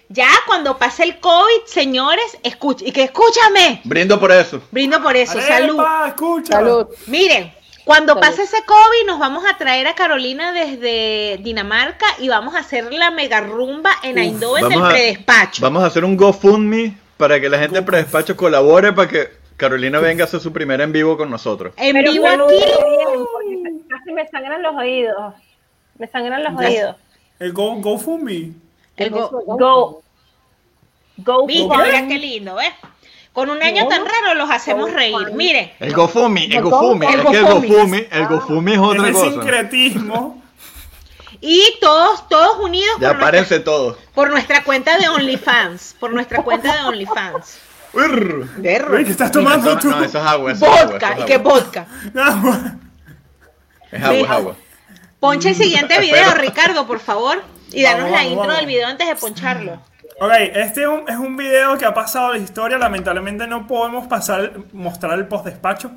[SPEAKER 2] Ya cuando pase el COVID, señores, escuch y que escúchame,
[SPEAKER 1] Brindo por eso.
[SPEAKER 2] brindo por eso,
[SPEAKER 5] Arepa,
[SPEAKER 2] salud.
[SPEAKER 5] escucha.
[SPEAKER 6] Salud.
[SPEAKER 2] Miren, cuando
[SPEAKER 6] Está bien.
[SPEAKER 2] pase ese COVID nos vamos a traer a Carolina desde Dinamarca y vamos a hacer la mega rumba en Eindhoven del
[SPEAKER 1] Vamos a,
[SPEAKER 2] predespacho.
[SPEAKER 1] vamos a hacer un GoFundMe para que la gente del predespacho colabore para que Carolina venga a hacer su primera en vivo con nosotros.
[SPEAKER 2] En
[SPEAKER 10] Pero
[SPEAKER 2] vivo
[SPEAKER 10] fue muy
[SPEAKER 2] aquí.
[SPEAKER 10] bien, porque casi me sangran los oídos. Me sangran los oídos.
[SPEAKER 5] El Go, go For Me.
[SPEAKER 10] El go, go, go,
[SPEAKER 2] Viste,
[SPEAKER 10] for
[SPEAKER 2] mira
[SPEAKER 10] me.
[SPEAKER 2] qué lindo, ¿ves? Con un año tan raro los hacemos reír. Miren.
[SPEAKER 1] El GoFumi, el
[SPEAKER 2] Botón,
[SPEAKER 1] GoFumi,
[SPEAKER 2] el
[SPEAKER 1] es que el
[SPEAKER 2] GoFundMe.
[SPEAKER 1] GoFumi, el GoFumi es otra
[SPEAKER 5] el
[SPEAKER 1] cosa.
[SPEAKER 5] sincretismo.
[SPEAKER 2] Y todos, todos unidos
[SPEAKER 1] Ya
[SPEAKER 2] por nuestra,
[SPEAKER 1] aparece todo.
[SPEAKER 2] por nuestra cuenta de OnlyFans. Por nuestra cuenta de OnlyFans.
[SPEAKER 1] Urr.
[SPEAKER 2] Urr.
[SPEAKER 5] ¿Qué estás tomando
[SPEAKER 1] Eso-
[SPEAKER 5] tú?
[SPEAKER 1] No, eso es agua. eso es agua, eso
[SPEAKER 2] Vodka,
[SPEAKER 1] es
[SPEAKER 2] y
[SPEAKER 1] agua.
[SPEAKER 2] que vodka.
[SPEAKER 1] Es agua, es agua.
[SPEAKER 2] Poncha el siguiente video,
[SPEAKER 1] Espero.
[SPEAKER 2] Ricardo, por favor. Y
[SPEAKER 5] Vamos,
[SPEAKER 2] danos la
[SPEAKER 5] vamos,
[SPEAKER 2] intro
[SPEAKER 5] vamos.
[SPEAKER 2] del video antes de poncharlo.
[SPEAKER 5] Ok, este es un, es un video que ha pasado la historia. Lamentablemente no podemos pasar, mostrar el postdespacho,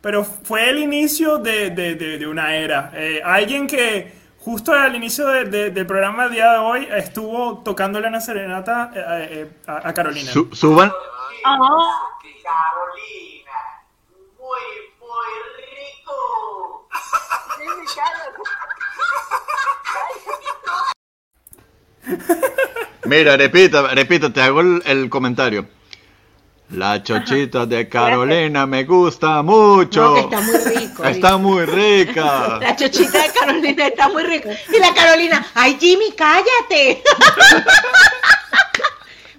[SPEAKER 5] pero fue el inicio de, de- de- de una era. Eh, alguien que justo al inicio de- de- del programa del día de hoy estuvo tocándole una serenata eh, eh, a, a Carolina.
[SPEAKER 1] Su- suban,
[SPEAKER 8] Carolina, muy, muy rico.
[SPEAKER 1] mira, repita, repita, te hago el, el comentario. La chochita de Carolina me gusta
[SPEAKER 2] No,
[SPEAKER 1] mucho.
[SPEAKER 2] que está muy rico.
[SPEAKER 1] Está muy rica.
[SPEAKER 2] La chochita de Carolina está muy rica. Y la Carolina, ay Jimmy, cállate.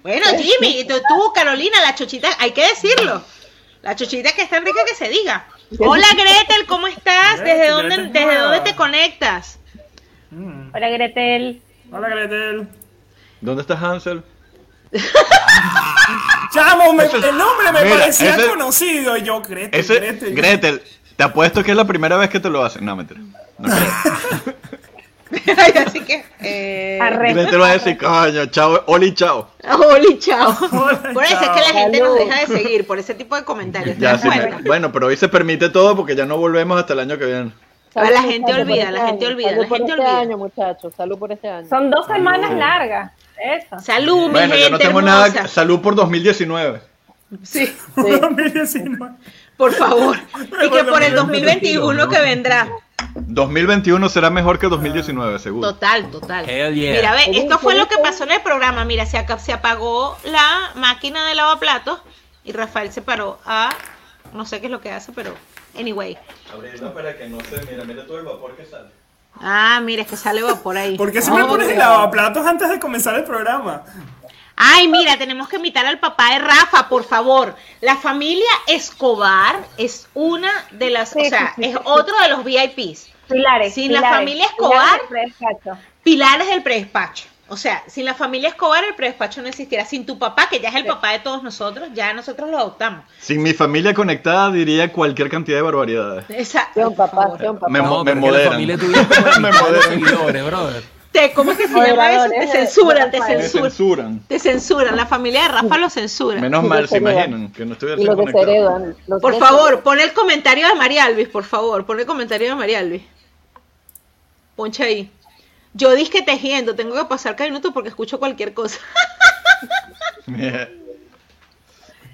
[SPEAKER 2] bueno, Jimmy, y tú, tú, Carolina, la chochita, hay que decirlo. La chochita que es tan rica que se diga. Hola Gretel, ¿cómo estás? ¿Desde
[SPEAKER 5] Gretel,
[SPEAKER 2] dónde,
[SPEAKER 5] Gretel,
[SPEAKER 2] desde
[SPEAKER 5] hola.
[SPEAKER 2] dónde te conectas?
[SPEAKER 5] Mm.
[SPEAKER 10] Hola, Gretel.
[SPEAKER 5] Hola, Gretel.
[SPEAKER 1] ¿Dónde está Hansel?
[SPEAKER 5] Chamo, me-
[SPEAKER 1] Ese-
[SPEAKER 5] el nombre me
[SPEAKER 1] mira,
[SPEAKER 5] parecía
[SPEAKER 1] ese-
[SPEAKER 5] conocido. Y yo, Gretel.
[SPEAKER 1] Ese,
[SPEAKER 5] Gretel.
[SPEAKER 1] Gretel, te apuesto que es la primera vez que te lo hacen. No, mentira. No creo.
[SPEAKER 2] Ay, Así que... Eh...
[SPEAKER 10] Arre.
[SPEAKER 1] Gretel va a decir, coño, chao, Oli, chao.
[SPEAKER 2] Oli, chao.
[SPEAKER 5] Hola,
[SPEAKER 2] Por eso es
[SPEAKER 5] chao.
[SPEAKER 2] que la gente nos
[SPEAKER 6] Salud.
[SPEAKER 2] deja de seguir, por ese tipo de comentarios. ¿te
[SPEAKER 1] Ya
[SPEAKER 2] das
[SPEAKER 1] sí me-
[SPEAKER 2] cuenta?
[SPEAKER 1] Bueno, pero hoy se permite todo porque ya no volvemos hasta el año que viene.
[SPEAKER 2] Ah, la gente
[SPEAKER 6] muchachos, por
[SPEAKER 2] olvida,
[SPEAKER 6] este
[SPEAKER 2] la gente
[SPEAKER 6] año.
[SPEAKER 2] olvida,
[SPEAKER 6] Salud
[SPEAKER 2] la gente
[SPEAKER 6] por este
[SPEAKER 2] olvida.
[SPEAKER 6] año, muchachos. Salud por este año.
[SPEAKER 10] Son dos semanas largas. Eso.
[SPEAKER 2] Salud, mi
[SPEAKER 1] Bueno, yo no
[SPEAKER 2] gente
[SPEAKER 1] tengo
[SPEAKER 2] hermosa.
[SPEAKER 1] nada. Salud por 2019.
[SPEAKER 2] Sí,
[SPEAKER 6] Sí.
[SPEAKER 5] 2019.
[SPEAKER 2] por favor. Y que
[SPEAKER 5] Bueno,
[SPEAKER 2] por el
[SPEAKER 5] mi
[SPEAKER 2] 2021 que vendrá.
[SPEAKER 1] 2021 será mejor que
[SPEAKER 2] Ah,
[SPEAKER 1] 2019, seguro.
[SPEAKER 2] Total, total.
[SPEAKER 9] Hell yeah.
[SPEAKER 2] Mira, ve,
[SPEAKER 6] Oye,
[SPEAKER 2] esto fue lo que
[SPEAKER 6] ¿sabes?
[SPEAKER 2] pasó en el programa. Mira, se, aca- se apagó la máquina de lavaplatos y Rafael se paró a. No sé qué es lo que hace, pero. Anyway.
[SPEAKER 1] Abrirla para que no se. Mira, mira todo el vapor que sale.
[SPEAKER 2] Ah, mira, es que sale por ahí.
[SPEAKER 5] ¿Por qué siempre pones el lavaplatos antes de comenzar el programa?
[SPEAKER 2] Ay, mira, tenemos que invitar al papá de Rafa, por favor. La familia Escobar es una de las. O
[SPEAKER 10] Sí,
[SPEAKER 2] sea,
[SPEAKER 10] sí, sí,
[SPEAKER 2] es
[SPEAKER 10] sí,
[SPEAKER 2] otro de los VIPs.
[SPEAKER 10] Pilares.
[SPEAKER 2] Sin la
[SPEAKER 10] pilares,
[SPEAKER 2] familia
[SPEAKER 10] pilares
[SPEAKER 2] Escobar.
[SPEAKER 10] del predespacho.
[SPEAKER 2] pilares del predespacho. O sea, sin la familia Escobar el predespacho no existiera. Sin tu papá, que ya es el papá de todos nosotros, ya nosotros lo adoptamos.
[SPEAKER 1] Sin mi familia conectada diría cualquier cantidad de barbaridades.
[SPEAKER 2] Esa,
[SPEAKER 6] Sea un
[SPEAKER 2] por
[SPEAKER 6] papá,
[SPEAKER 2] favor.
[SPEAKER 6] sea un papá.
[SPEAKER 1] Me, mo-
[SPEAKER 9] No,
[SPEAKER 1] me
[SPEAKER 9] pero es que la
[SPEAKER 1] moderan.
[SPEAKER 9] familia tuya es como
[SPEAKER 1] me
[SPEAKER 9] de los
[SPEAKER 1] moderan.
[SPEAKER 9] seguidores, brother.
[SPEAKER 2] Te, ¿Cómo es que se llama eso? Te
[SPEAKER 6] Moderadores de-
[SPEAKER 2] censuran, te
[SPEAKER 6] de Rafael.
[SPEAKER 1] Me
[SPEAKER 2] censuran.
[SPEAKER 1] censuran.
[SPEAKER 2] Te censuran, la familia de Rafa lo censura.
[SPEAKER 1] Menos
[SPEAKER 6] Y
[SPEAKER 1] mal,
[SPEAKER 6] los
[SPEAKER 1] se
[SPEAKER 6] heredan.
[SPEAKER 1] imaginan que no estoy
[SPEAKER 6] Y lo que se
[SPEAKER 1] conectado.
[SPEAKER 6] heredan. los
[SPEAKER 2] Por
[SPEAKER 6] que-
[SPEAKER 2] favor, pon el comentario de María Alvis, por favor, pon el comentario de María Alvis. Poncha ahí. Yo dije tejiendo, tengo que pasar cada minuto porque escucho cualquier cosa.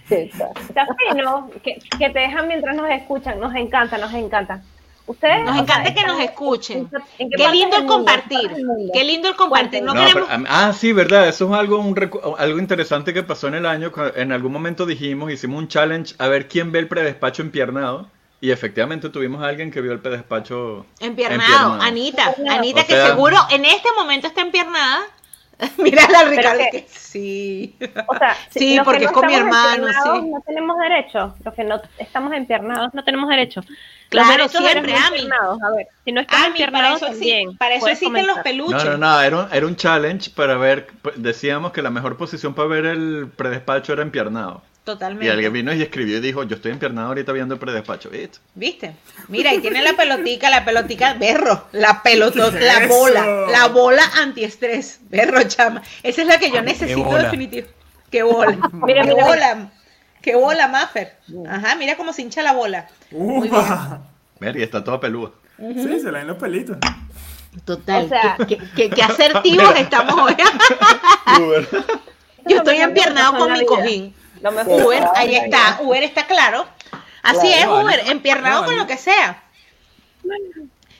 [SPEAKER 6] Sí, está.
[SPEAKER 10] Está fino, que, que te dejan mientras nos escuchan, nos encanta, nos encanta. Ustedes
[SPEAKER 2] Nos
[SPEAKER 10] o sea,
[SPEAKER 2] encanta que
[SPEAKER 10] están-
[SPEAKER 2] nos escuchen.
[SPEAKER 10] ¿en
[SPEAKER 2] Qué
[SPEAKER 10] parte
[SPEAKER 2] lindo
[SPEAKER 10] del
[SPEAKER 2] el
[SPEAKER 10] mundo?
[SPEAKER 2] compartir. Qué lindo el compartir. No
[SPEAKER 1] No,
[SPEAKER 2] queremos
[SPEAKER 1] pero- ah, sí, verdad. Eso es algo, un recu- algo interesante que pasó en el año. cu- En algún momento dijimos, hicimos un challenge a ver quién ve el predespacho empiernado. Y efectivamente tuvimos a alguien que vio el predespacho
[SPEAKER 2] Empiernado, Anita, Anita
[SPEAKER 1] ah, O
[SPEAKER 2] que
[SPEAKER 1] sea-
[SPEAKER 2] seguro en este momento está empiernada. Mira la Ricardo
[SPEAKER 10] que-
[SPEAKER 2] que sí.
[SPEAKER 10] O sea,
[SPEAKER 2] Sí,
[SPEAKER 10] los que
[SPEAKER 2] porque
[SPEAKER 10] no
[SPEAKER 2] es con mi
[SPEAKER 10] estamos
[SPEAKER 2] hermano,
[SPEAKER 10] empiernados
[SPEAKER 2] sí.
[SPEAKER 10] No tenemos derecho. Los que no estamos empiernados no tenemos derecho. Los
[SPEAKER 2] Claro,
[SPEAKER 10] derechos de
[SPEAKER 2] siempre,
[SPEAKER 10] los no
[SPEAKER 2] Ami.
[SPEAKER 10] empiernados, A ver, si no estamos
[SPEAKER 2] Ah, mi, para
[SPEAKER 10] empiernados
[SPEAKER 2] eso,
[SPEAKER 10] también.
[SPEAKER 2] sí, para eso
[SPEAKER 10] puedes
[SPEAKER 2] existen los
[SPEAKER 10] comentar.
[SPEAKER 2] peluches.
[SPEAKER 1] No, no, no, era un, era un challenge para ver, p- decíamos que la mejor posición para ver el predespacho era empiernado. Y
[SPEAKER 2] Totalmente.
[SPEAKER 1] alguien vino y escribió y dijo, yo estoy empiernado ahorita viendo el predespacho. ¿viste?
[SPEAKER 2] ¿Viste? Mira, y tiene la pelotica, la pelotica, berro, la pelota, la
[SPEAKER 5] Eso.
[SPEAKER 2] bola, la bola antiestrés, berro chama. Esa es la que yo necesito
[SPEAKER 9] bola.
[SPEAKER 2] definitivo. Qué bola. qué
[SPEAKER 10] Mira, mira, mira.
[SPEAKER 2] bola. Qué bola, Maffer. Ajá, mira cómo se hincha la bola. Muy
[SPEAKER 5] Upa.
[SPEAKER 1] Ver, y está toda peluda.
[SPEAKER 5] Sí, se le ven los pelitos.
[SPEAKER 2] Total.
[SPEAKER 10] O sea,
[SPEAKER 2] qué, qué- qué asertivos estamos hoy.
[SPEAKER 1] Uber.
[SPEAKER 2] Yo estoy empiernado con mi
[SPEAKER 10] Navidad.
[SPEAKER 2] cojín.
[SPEAKER 10] Lo mejor.
[SPEAKER 2] Uber, ahí está. Uber está claro. Así es,
[SPEAKER 9] Claro.
[SPEAKER 2] Uber, empiernado con
[SPEAKER 9] Claro.
[SPEAKER 2] lo que sea.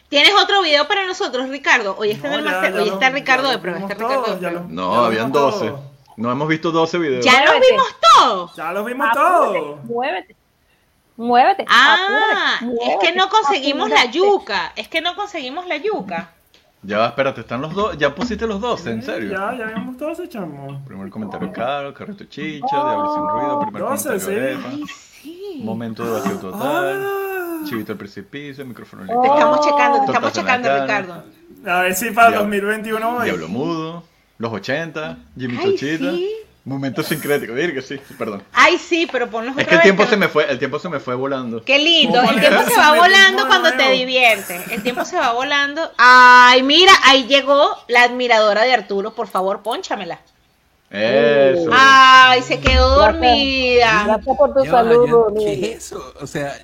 [SPEAKER 2] ¿Tienes otro video para nosotros, Ricardo? Hoy está, en el
[SPEAKER 5] No, ya-
[SPEAKER 2] máster-
[SPEAKER 5] ya
[SPEAKER 2] hoy
[SPEAKER 5] lo-
[SPEAKER 2] está Ricardo
[SPEAKER 5] ya
[SPEAKER 2] de
[SPEAKER 5] lo
[SPEAKER 2] prueba. Está
[SPEAKER 5] vimos
[SPEAKER 2] Ricardo de
[SPEAKER 5] todos, ya
[SPEAKER 2] prueba.
[SPEAKER 5] lo-
[SPEAKER 1] No,
[SPEAKER 5] ya lo
[SPEAKER 1] habían
[SPEAKER 5] vimos
[SPEAKER 1] 12.
[SPEAKER 5] todos.
[SPEAKER 1] No hemos visto 12 videos.
[SPEAKER 2] Ya lo
[SPEAKER 10] Muévete.
[SPEAKER 2] vimos todo.
[SPEAKER 5] Ya los vimos
[SPEAKER 10] Apúrate,
[SPEAKER 5] todos.
[SPEAKER 10] Muévete. Muévete.
[SPEAKER 2] Ah,
[SPEAKER 10] apúrate,
[SPEAKER 2] es que
[SPEAKER 10] muévete,
[SPEAKER 2] no conseguimos la
[SPEAKER 10] apúrate.
[SPEAKER 2] yuca. Es que no conseguimos la yuca.
[SPEAKER 1] Ya va, espérate, están los dos. Ya pusiste los dos, en serio.
[SPEAKER 5] Ya, ya habíamos todos echamos.
[SPEAKER 1] Primer comentario caro, carrito chicha, diablo sin ruido, primer
[SPEAKER 5] Doce,
[SPEAKER 1] comentario
[SPEAKER 5] sí. Ah.
[SPEAKER 1] arepa. Momento de vacío total. Chivito al precipicio, micrófono libre.
[SPEAKER 5] estamos checando, te
[SPEAKER 1] Tortas
[SPEAKER 5] estamos
[SPEAKER 1] en la
[SPEAKER 5] checando,
[SPEAKER 1] cara,
[SPEAKER 5] Ricardo. A ver si para el
[SPEAKER 1] Diablo-
[SPEAKER 5] 2021 voy.
[SPEAKER 1] Diablo mudo, los 80, Jimmy
[SPEAKER 2] Ay,
[SPEAKER 1] Chochita.
[SPEAKER 2] sí.
[SPEAKER 1] Momento sincrético, dirga, sí, perdón.
[SPEAKER 2] Ay, sí, pero ponlos
[SPEAKER 1] Es
[SPEAKER 2] otra
[SPEAKER 1] que el
[SPEAKER 2] vez,
[SPEAKER 1] tiempo
[SPEAKER 2] que-
[SPEAKER 1] se me fue, el tiempo se me fue volando.
[SPEAKER 2] Qué lindo,
[SPEAKER 1] ¿Cómo
[SPEAKER 2] el
[SPEAKER 1] le
[SPEAKER 2] tiempo
[SPEAKER 1] das
[SPEAKER 2] se va
[SPEAKER 1] ese
[SPEAKER 2] volando cuando te diviertes. El tiempo se va volando. Ay, mira, ahí llegó la admiradora de Arturo. Por favor, pónchamela.
[SPEAKER 1] Eso.
[SPEAKER 2] Oh. Ay, se quedó dormida.
[SPEAKER 6] Gracias por
[SPEAKER 9] Ya va, yo- ¿Qué es eso? O sea,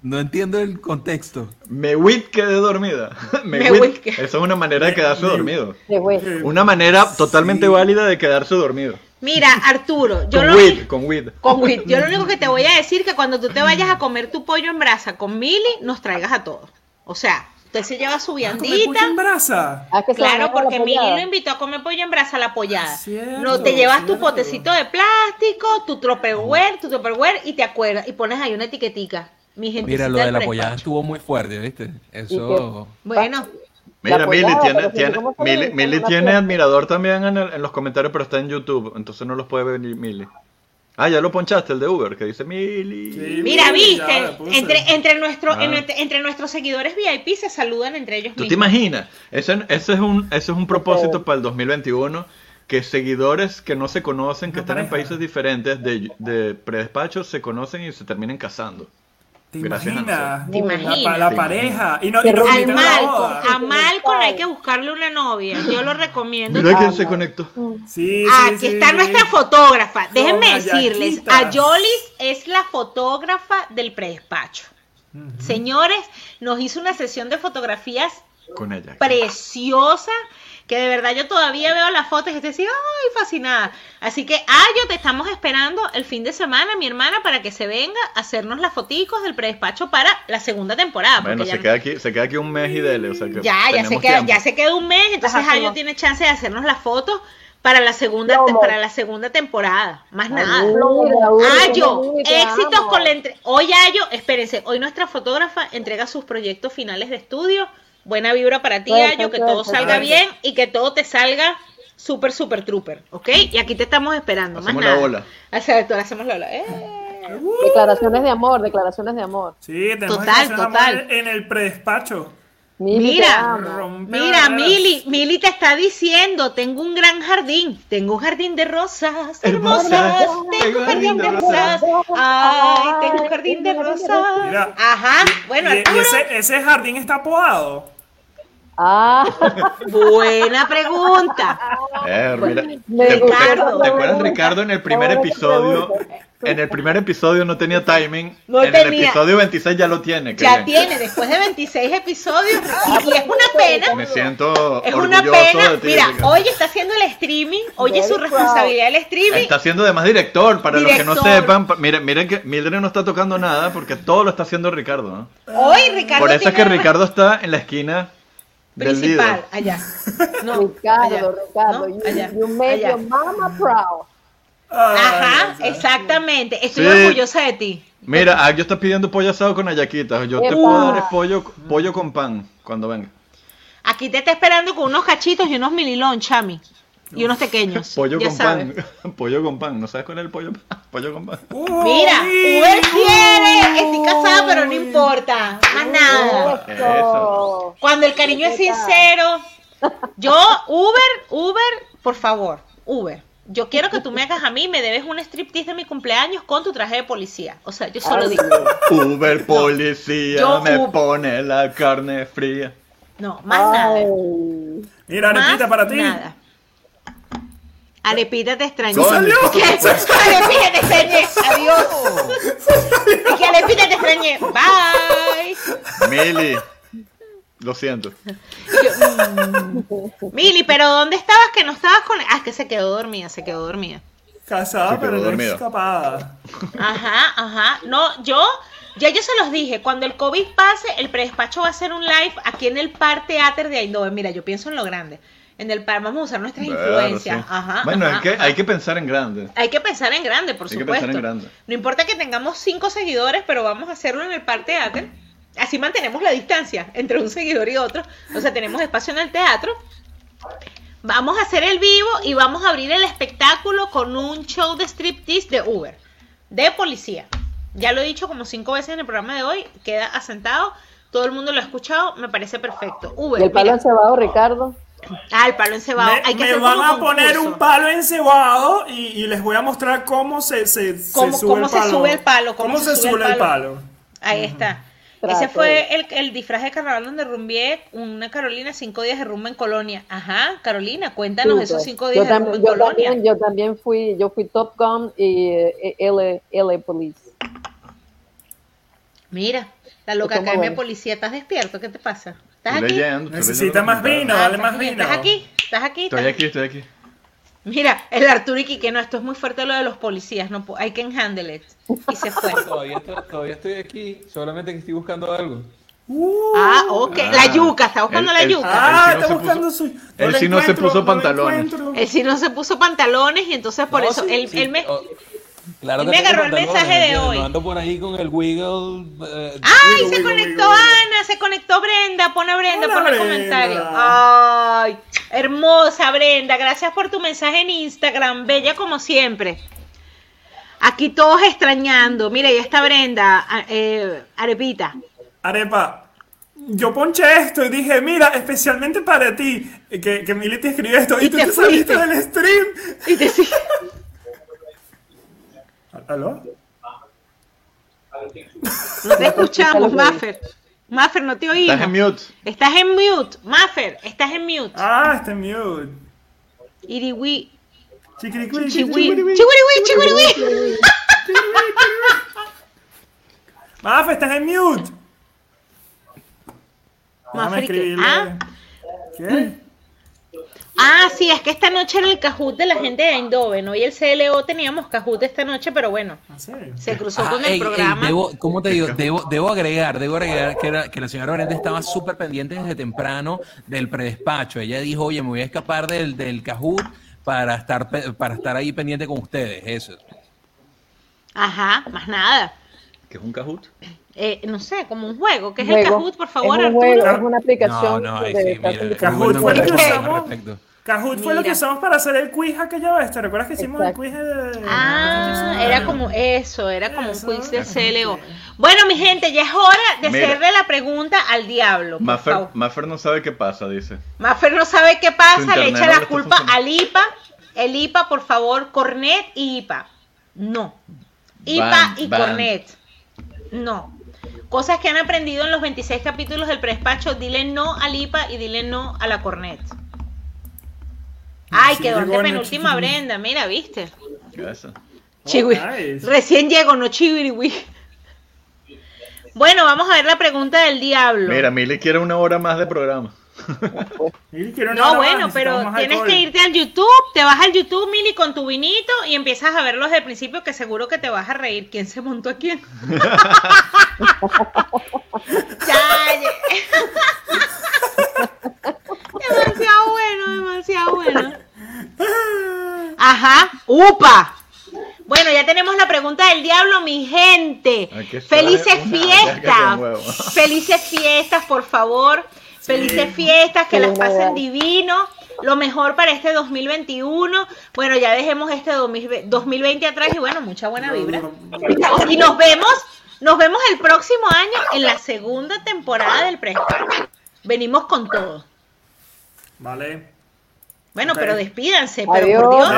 [SPEAKER 9] no entiendo el contexto.
[SPEAKER 1] Me wit quedé dormida. Me,
[SPEAKER 9] Me
[SPEAKER 1] wit.
[SPEAKER 9] wit
[SPEAKER 1] Esa es una manera de quedarse dormido.
[SPEAKER 6] De
[SPEAKER 1] Una manera totalmente válida de quedarse dormido.
[SPEAKER 2] Mira, Arturo, yo
[SPEAKER 1] Con
[SPEAKER 2] lo,
[SPEAKER 1] wit, con wit.
[SPEAKER 2] con Wit, yo lo único que te voy a decir que cuando tú te vayas a comer tu pollo en brasa con Mili, nos traigas a todos. O sea, usted se lleva su viandita.
[SPEAKER 5] en brasa?
[SPEAKER 2] Claro, porque Mili lo invitó a comer pollo en brasa a la pollada. no, te
[SPEAKER 5] cierto,
[SPEAKER 2] llevas tu potecito de plástico, tu tropperware, tu tropperware y te acuerdas y pones ahí una etiquetica. Mi gente.
[SPEAKER 9] Mira, lo de la pollada estuvo muy fuerte, ¿viste? Eso.
[SPEAKER 2] Bueno,
[SPEAKER 1] Mira,
[SPEAKER 2] La
[SPEAKER 1] Mili
[SPEAKER 2] pollada,
[SPEAKER 1] tiene,
[SPEAKER 2] pero si
[SPEAKER 1] tiene,
[SPEAKER 2] somos
[SPEAKER 1] Mili,
[SPEAKER 2] colombianos,
[SPEAKER 1] Mili
[SPEAKER 2] no
[SPEAKER 1] tiene
[SPEAKER 2] hacemos.
[SPEAKER 1] admirador también en, el- en los comentarios, pero está en YouTube, entonces no los puede ver ni Mili. Ah, ya lo ponchaste, el de Uber, que dice Mili.
[SPEAKER 2] mira, viste, entre, entre, nuestro,
[SPEAKER 1] Ah.
[SPEAKER 2] en- entre, nuestros seguidores VIP se saludan entre ellos
[SPEAKER 1] ¿Tú
[SPEAKER 2] mismos.
[SPEAKER 1] te imaginas? Ese, ese es un, ese es un propósito para el 2021, que seguidores que no se conocen, que están en países diferentes de, de predespacho, se conocen y se terminen casando.
[SPEAKER 5] ¿Te
[SPEAKER 1] Gracias a
[SPEAKER 5] imaginas?
[SPEAKER 1] nosotros.
[SPEAKER 2] ¿Te imaginas?
[SPEAKER 5] La, pa- la pareja. Y no, y no
[SPEAKER 2] al
[SPEAKER 5] invitan a la boda.
[SPEAKER 2] Malcolm, a Malcolm hay que buscarle una novia. Yo lo recomiendo. Ah,
[SPEAKER 1] Mira quién se conectó.
[SPEAKER 5] Sí,
[SPEAKER 2] Aquí está nuestra fotógrafa. Déjenme
[SPEAKER 5] Son
[SPEAKER 2] decirles, a
[SPEAKER 5] hallaquitas.
[SPEAKER 2] Yolis es la fotógrafa del predespacho. Señores, nos hizo una sesión de fotografías
[SPEAKER 1] Con ella.
[SPEAKER 2] preciosa que de verdad yo todavía veo las fotos y estoy así, ay, fascinada. Así que, Ayo, te estamos esperando el fin de semana, mi hermana, para que se venga a hacernos las foticos del predespacho para la segunda temporada.
[SPEAKER 1] Bueno,
[SPEAKER 2] porque ya
[SPEAKER 1] se queda, aquí, se queda aquí un mes y dele, o sea que
[SPEAKER 2] ya, ya se,
[SPEAKER 1] tenemos
[SPEAKER 2] queda,
[SPEAKER 1] tiempo.
[SPEAKER 2] ya se queda un mes, entonces
[SPEAKER 10] Ajá,
[SPEAKER 2] Ayo
[SPEAKER 10] como-
[SPEAKER 2] tiene chance de hacernos las fotos para la segunda te- para la segunda temporada, más nada.
[SPEAKER 10] mira, uy,
[SPEAKER 2] Ayo,
[SPEAKER 10] uy, te
[SPEAKER 2] éxitos
[SPEAKER 10] amo.
[SPEAKER 2] con la entre... Hoy Ayo, espérense, hoy nuestra fotógrafa entrega sus proyectos finales de estudio. Buena vibra para ti,
[SPEAKER 10] Suerte,
[SPEAKER 2] Ayo, que todo
[SPEAKER 10] suerte,
[SPEAKER 2] salga
[SPEAKER 10] suerte.
[SPEAKER 2] bien y que todo te salga súper, súper trooper, ¿ok? Y aquí te estamos esperando,
[SPEAKER 1] Hacemos
[SPEAKER 2] más
[SPEAKER 1] la
[SPEAKER 2] nada.
[SPEAKER 1] ola.
[SPEAKER 2] Exacto, hacemos la ola. Eh,
[SPEAKER 6] Declaraciones de amor, declaraciones de amor.
[SPEAKER 5] Sí, tenemos
[SPEAKER 2] Total,
[SPEAKER 5] que hacer una
[SPEAKER 2] total.
[SPEAKER 5] madre En el predespacho.
[SPEAKER 2] Mira,
[SPEAKER 5] Rompe
[SPEAKER 2] mira,
[SPEAKER 5] barreras.
[SPEAKER 2] Mili, Mili te está diciendo, tengo un gran jardín, tengo un jardín de rosas hermosas, tengo un jardín de rosas, ay, tengo un jardín de rosas.
[SPEAKER 5] Mira.
[SPEAKER 2] Ajá, bueno,
[SPEAKER 5] Y- y
[SPEAKER 2] Arturo,
[SPEAKER 5] ese, ese jardín está podado.
[SPEAKER 2] buena pregunta.
[SPEAKER 1] Eh, mira,
[SPEAKER 2] Me
[SPEAKER 1] ¿te,
[SPEAKER 2] gusta.
[SPEAKER 1] te-
[SPEAKER 2] Ricardo.
[SPEAKER 1] te acuerdas, Ricardo, en el primer episodio? En el primer episodio no tenía timing.
[SPEAKER 2] No
[SPEAKER 1] en el
[SPEAKER 2] tenía.
[SPEAKER 1] episodio 26 ya lo tiene. qué
[SPEAKER 2] Ya
[SPEAKER 1] bien.
[SPEAKER 2] tiene, después de 26 episodios, y, y es una
[SPEAKER 1] Ah, Me
[SPEAKER 2] pena,
[SPEAKER 1] siento
[SPEAKER 2] es una
[SPEAKER 1] orgulloso
[SPEAKER 2] pena,
[SPEAKER 1] de ti.
[SPEAKER 2] mira,
[SPEAKER 1] Ricardo.
[SPEAKER 2] hoy está haciendo el streaming, hoy es su
[SPEAKER 6] Very proud.
[SPEAKER 2] responsabilidad el streaming,
[SPEAKER 1] Está haciendo además director, para los que no
[SPEAKER 2] Director.
[SPEAKER 1] sepan, pa- miren, miren que Mildred no está tocando nada porque todo lo está haciendo Ricardo. ¿no?
[SPEAKER 2] hoy Ricardo
[SPEAKER 1] Por eso es
[SPEAKER 2] tiene
[SPEAKER 1] que
[SPEAKER 2] el
[SPEAKER 1] Ricardo está en la esquina del líder.
[SPEAKER 2] principal, allá, no, allá.
[SPEAKER 6] Ricardo, Ricardo,
[SPEAKER 2] No,
[SPEAKER 6] you,
[SPEAKER 2] allá,
[SPEAKER 6] you made
[SPEAKER 2] allá.
[SPEAKER 6] your mama proud.
[SPEAKER 2] Ah, Ajá, exactamente. Estoy
[SPEAKER 1] Sí.
[SPEAKER 2] orgullosa de ti.
[SPEAKER 1] Mira, ah, yo está pidiendo pollo asado con ayaquitas. Yo te
[SPEAKER 6] Epa.
[SPEAKER 1] puedo dar es pollo, pollo con pan cuando venga.
[SPEAKER 2] Aquí te está esperando con unos cachitos y unos mililón, chami. Y unos pequeños.
[SPEAKER 1] Pollo
[SPEAKER 2] ya
[SPEAKER 1] con
[SPEAKER 2] sabes.
[SPEAKER 1] pan. Pollo con pan. ¿No sabes cuál es el pollo? Pollo con pan.
[SPEAKER 5] Uh,
[SPEAKER 2] Mira, Uber quiere. Estoy casada, pero no importa. Más nada.
[SPEAKER 1] Eso.
[SPEAKER 2] Cuando el cariño es sincero. Yo, Uber, Uber, por favor, Uber. Yo quiero que tú me hagas a mí, me debes un striptease de mi cumpleaños con tu traje de policía. O sea, yo solo digo.
[SPEAKER 1] Uber policía
[SPEAKER 2] Yo
[SPEAKER 1] me
[SPEAKER 2] Uber.
[SPEAKER 1] pone la carne fría.
[SPEAKER 2] No, más nada.
[SPEAKER 5] Mira, arepita
[SPEAKER 2] Más
[SPEAKER 5] para ti.
[SPEAKER 2] Nada. Arepita te extrañó.
[SPEAKER 5] ¡Se salió!
[SPEAKER 2] ¿Qué? Arepita te extrañé. Adiós. Dije, Arepita te extrañé. Bye.
[SPEAKER 1] Mili. Lo siento.
[SPEAKER 2] Mili, pero ¿dónde estabas que no estabas con.? Ah, es que se quedó dormida, se quedó dormida.
[SPEAKER 5] Casada,
[SPEAKER 1] Se quedó
[SPEAKER 5] pero no
[SPEAKER 1] dormida.
[SPEAKER 5] escapada.
[SPEAKER 2] Ajá, ajá. No, yo. Ya yo se los dije, cuando el COVID pase, el predespacho va a hacer un live aquí en el Par Theater de Eindhoven. Mira, yo pienso en lo grande. En el par vamos a usar nuestras
[SPEAKER 1] Claro,
[SPEAKER 2] influencias.
[SPEAKER 1] sí.
[SPEAKER 2] Ajá,
[SPEAKER 1] bueno,
[SPEAKER 2] ajá,
[SPEAKER 1] hay, que,
[SPEAKER 2] ajá.
[SPEAKER 1] hay que pensar en grande.
[SPEAKER 2] Hay que pensar en grande, por
[SPEAKER 1] Hay que
[SPEAKER 2] supuesto.
[SPEAKER 1] pensar en grande.
[SPEAKER 2] No importa que tengamos cinco seguidores, pero vamos a hacerlo en el par teatro. Así mantenemos la distancia entre un seguidor y otro. O sea, tenemos espacio en el teatro. Vamos a hacer el vivo y vamos a abrir el espectáculo con un show de striptease de Uber, de policía. Ya lo he dicho como cinco veces en el programa de hoy, queda asentado, todo el mundo lo ha escuchado, me parece perfecto. Uber,
[SPEAKER 6] Y el palo
[SPEAKER 2] mira.
[SPEAKER 6] encebado, Ricardo.
[SPEAKER 2] Ah, el palo encebado.
[SPEAKER 5] Me,
[SPEAKER 2] Hay que
[SPEAKER 5] me
[SPEAKER 2] hacer
[SPEAKER 5] van
[SPEAKER 2] como
[SPEAKER 5] a poner
[SPEAKER 2] concurso.
[SPEAKER 5] un palo encebado y, y les voy a mostrar cómo se, se, se
[SPEAKER 2] Cómo-
[SPEAKER 5] sube
[SPEAKER 2] cómo
[SPEAKER 5] el
[SPEAKER 2] se
[SPEAKER 5] palo.
[SPEAKER 2] sube el palo, cómo
[SPEAKER 5] se, sube el palo.
[SPEAKER 2] Ahí está.
[SPEAKER 5] Trato.
[SPEAKER 2] Ese fue el, el disfraz de carnaval donde rumbié una Carolina cinco días de rumba en Colonia. Ajá, Carolina, cuéntanos
[SPEAKER 6] Súper.
[SPEAKER 2] esos cinco días
[SPEAKER 6] yo
[SPEAKER 2] de rumba
[SPEAKER 6] también,
[SPEAKER 2] en
[SPEAKER 6] yo
[SPEAKER 2] Colonia.
[SPEAKER 6] también- yo también fui, yo fui Top Gun y eh, L, L Police.
[SPEAKER 2] Mira, la loca
[SPEAKER 6] Estuvo
[SPEAKER 2] academia
[SPEAKER 6] bueno.
[SPEAKER 2] policía, ¿estás despierto? ¿Qué te pasa? ¿Estás
[SPEAKER 1] Estoy
[SPEAKER 2] aquí? Ah,
[SPEAKER 1] leyendo, estoy
[SPEAKER 5] Necesita
[SPEAKER 1] leyendo
[SPEAKER 5] más
[SPEAKER 1] los
[SPEAKER 5] vino,
[SPEAKER 1] comentarios.
[SPEAKER 5] dale más vino.
[SPEAKER 2] ¿Estás aquí? ¿Estás aquí?
[SPEAKER 1] Estoy
[SPEAKER 2] ¿Estás-
[SPEAKER 1] aquí, estoy aquí.
[SPEAKER 2] Mira, el Arturo y que no, esto es muy fuerte lo de los policías, no po- hay que handle it. Y se fue.
[SPEAKER 9] Todavía, estoy- todavía estoy aquí, solamente que estoy buscando algo.
[SPEAKER 2] ah, oh, ok, la yuca, está buscando
[SPEAKER 9] El-
[SPEAKER 2] la
[SPEAKER 9] el-
[SPEAKER 2] yuca.
[SPEAKER 9] Ah,
[SPEAKER 1] Él sí no se puso- Él sí no se puso pantalones.
[SPEAKER 2] Él sí no se puso pantalones y entonces por
[SPEAKER 9] No,
[SPEAKER 2] eso
[SPEAKER 9] sí,
[SPEAKER 2] él,
[SPEAKER 9] sí,
[SPEAKER 2] él me...
[SPEAKER 9] o- Claro
[SPEAKER 2] Él me
[SPEAKER 9] tengo
[SPEAKER 2] agarró el
[SPEAKER 9] pantalones,
[SPEAKER 2] mensaje de
[SPEAKER 9] ¿entiendes?
[SPEAKER 2] hoy.
[SPEAKER 9] No ando por ahí con el wiggle. eh,
[SPEAKER 2] ¡Ay,
[SPEAKER 9] wiggle,
[SPEAKER 2] se
[SPEAKER 9] wiggle,
[SPEAKER 2] conectó Ana! Se conectó Brenda. Pone a Brenda,
[SPEAKER 9] Hola,
[SPEAKER 2] pone el
[SPEAKER 9] Brenda.
[SPEAKER 2] comentario. ¡Ay! Hermosa Brenda. Gracias por tu mensaje en Instagram. Bella como siempre. Aquí todos extrañando. Mira, ahí está Brenda. a- eh, Arepita.
[SPEAKER 5] Arepa, yo ponché esto y dije, mira, especialmente para ti, eh, que, que Mili te escribió esto y, tú te, saliste
[SPEAKER 2] fuiste.
[SPEAKER 5] del stream.
[SPEAKER 2] Y te
[SPEAKER 5] ¿Aló?
[SPEAKER 2] No te escuchamos, Maffer. Maffer, no te oímos.
[SPEAKER 5] Estás en
[SPEAKER 1] mute.
[SPEAKER 2] Estás en mute. Maffer, estás en mute.
[SPEAKER 5] Ah, está en mute.
[SPEAKER 2] Iriwi.
[SPEAKER 5] Chiquiricuí,
[SPEAKER 2] Chiwi.
[SPEAKER 5] chiquiricuí.
[SPEAKER 2] Chiwiriwi, chiwiriwi.
[SPEAKER 5] Mafe, estás en mute. Déjame
[SPEAKER 2] Mafe, ¿y qué?
[SPEAKER 5] escribirle.
[SPEAKER 2] Ah.
[SPEAKER 5] ¿Qué?
[SPEAKER 2] Ah, sí, es que esta noche era el Cajut de la gente de Eindhoven. Hoy el CLO teníamos Cajut esta noche, pero bueno, se cruzó
[SPEAKER 9] Ah,
[SPEAKER 2] con el
[SPEAKER 9] ey, ey,
[SPEAKER 2] programa.
[SPEAKER 9] debo- ¿Cómo te digo? Debo, debo agregar, debo agregar que, era- que la señora Brenda estaba súper pendiente desde temprano del predespacho. Ella dijo, oye, me voy a escapar del, del Kahoot para estar, pe- para estar ahí pendiente con ustedes. Eso.
[SPEAKER 2] Ajá, más nada.
[SPEAKER 1] ¿Qué es un Kahoot?
[SPEAKER 2] Eh, no sé, como un juego. ¿Qué es el
[SPEAKER 6] Juego.
[SPEAKER 2] Cajut, por favor,
[SPEAKER 6] es un
[SPEAKER 2] Arturo?
[SPEAKER 6] juego, es una aplicación.
[SPEAKER 9] No, no, ahí
[SPEAKER 6] de-
[SPEAKER 9] sí, mira.
[SPEAKER 5] Kahoot
[SPEAKER 9] Google no
[SPEAKER 5] fue lo
[SPEAKER 9] me
[SPEAKER 5] que
[SPEAKER 9] responde al
[SPEAKER 5] usamos.
[SPEAKER 9] respecto.
[SPEAKER 5] Kahoot fue lo que
[SPEAKER 2] Mira.
[SPEAKER 5] usamos para hacer el quiz aquella vez. ¿Te recuerdas que hicimos el quiz de.?
[SPEAKER 2] Ah, era como eso, era como un quiz de CLO. Bueno, mi gente, ya es hora de
[SPEAKER 1] Mira.
[SPEAKER 2] hacerle la pregunta al diablo. por
[SPEAKER 1] Maffer,
[SPEAKER 2] favor.
[SPEAKER 1] Maffer no sabe qué pasa, dice.
[SPEAKER 2] Mafer no sabe qué
[SPEAKER 1] Tu
[SPEAKER 2] pasa,
[SPEAKER 1] internet
[SPEAKER 2] le echa
[SPEAKER 1] ahora
[SPEAKER 2] la
[SPEAKER 1] está
[SPEAKER 2] culpa al IPA. El IPA, por favor, Cornet y IPA. No. IPA
[SPEAKER 1] Ban,
[SPEAKER 2] y
[SPEAKER 1] ban.
[SPEAKER 2] Cornet. No. Cosas que han aprendido en los 26 capítulos del prespacho, dile no al IPA y dile no a la Cornet. Ay,
[SPEAKER 1] Sí,
[SPEAKER 2] quedó
[SPEAKER 1] llegó
[SPEAKER 2] antepenúltima
[SPEAKER 1] Ana Chiquini.
[SPEAKER 2] Brenda, mira, viste.
[SPEAKER 1] ¿Qué pasa?
[SPEAKER 2] Chiwi. Recién llego, no chiwiriwi. Bueno, vamos a ver la pregunta del diablo.
[SPEAKER 1] Mira, Mili quiere una hora más de programa.
[SPEAKER 2] No, bueno, pero tienes que irte al YouTube, te vas al YouTube, Mili, con tu vinito y empiezas a verlos desde el principio que seguro que te vas a reír. ¿Quién se montó a quién? ya, ya. demasiado bueno, demasiado bueno. Ajá, upa. Bueno, ya tenemos la pregunta del diablo, mi gente.
[SPEAKER 1] Aquí está
[SPEAKER 2] Felices
[SPEAKER 1] una hallaca
[SPEAKER 2] fiestas.
[SPEAKER 1] con huevo.
[SPEAKER 2] Felices fiestas, por favor. Felices fiestas, que
[SPEAKER 6] Sí,
[SPEAKER 2] las
[SPEAKER 6] de
[SPEAKER 2] pasen
[SPEAKER 6] verdad.
[SPEAKER 2] divino. Lo mejor para este 2021. Bueno, ya dejemos este 2020 2020 atrás y bueno, mucha buena vibra. Y nos vemos, nos vemos el próximo año en la segunda temporada del Prespa. Venimos con todo.
[SPEAKER 5] Vale.
[SPEAKER 2] Bueno,
[SPEAKER 5] Ok.
[SPEAKER 2] pero despídanse, pero por
[SPEAKER 5] Adiós.
[SPEAKER 2] Dios,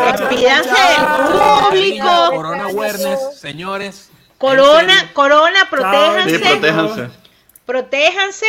[SPEAKER 5] Adiós.
[SPEAKER 2] despídanse
[SPEAKER 5] Chao.
[SPEAKER 2] del público.
[SPEAKER 9] Corona Awareness, señores.
[SPEAKER 2] Corona, corona,
[SPEAKER 1] Sí,
[SPEAKER 2] protéjanse.
[SPEAKER 1] protéjanse.
[SPEAKER 2] Protéjanse.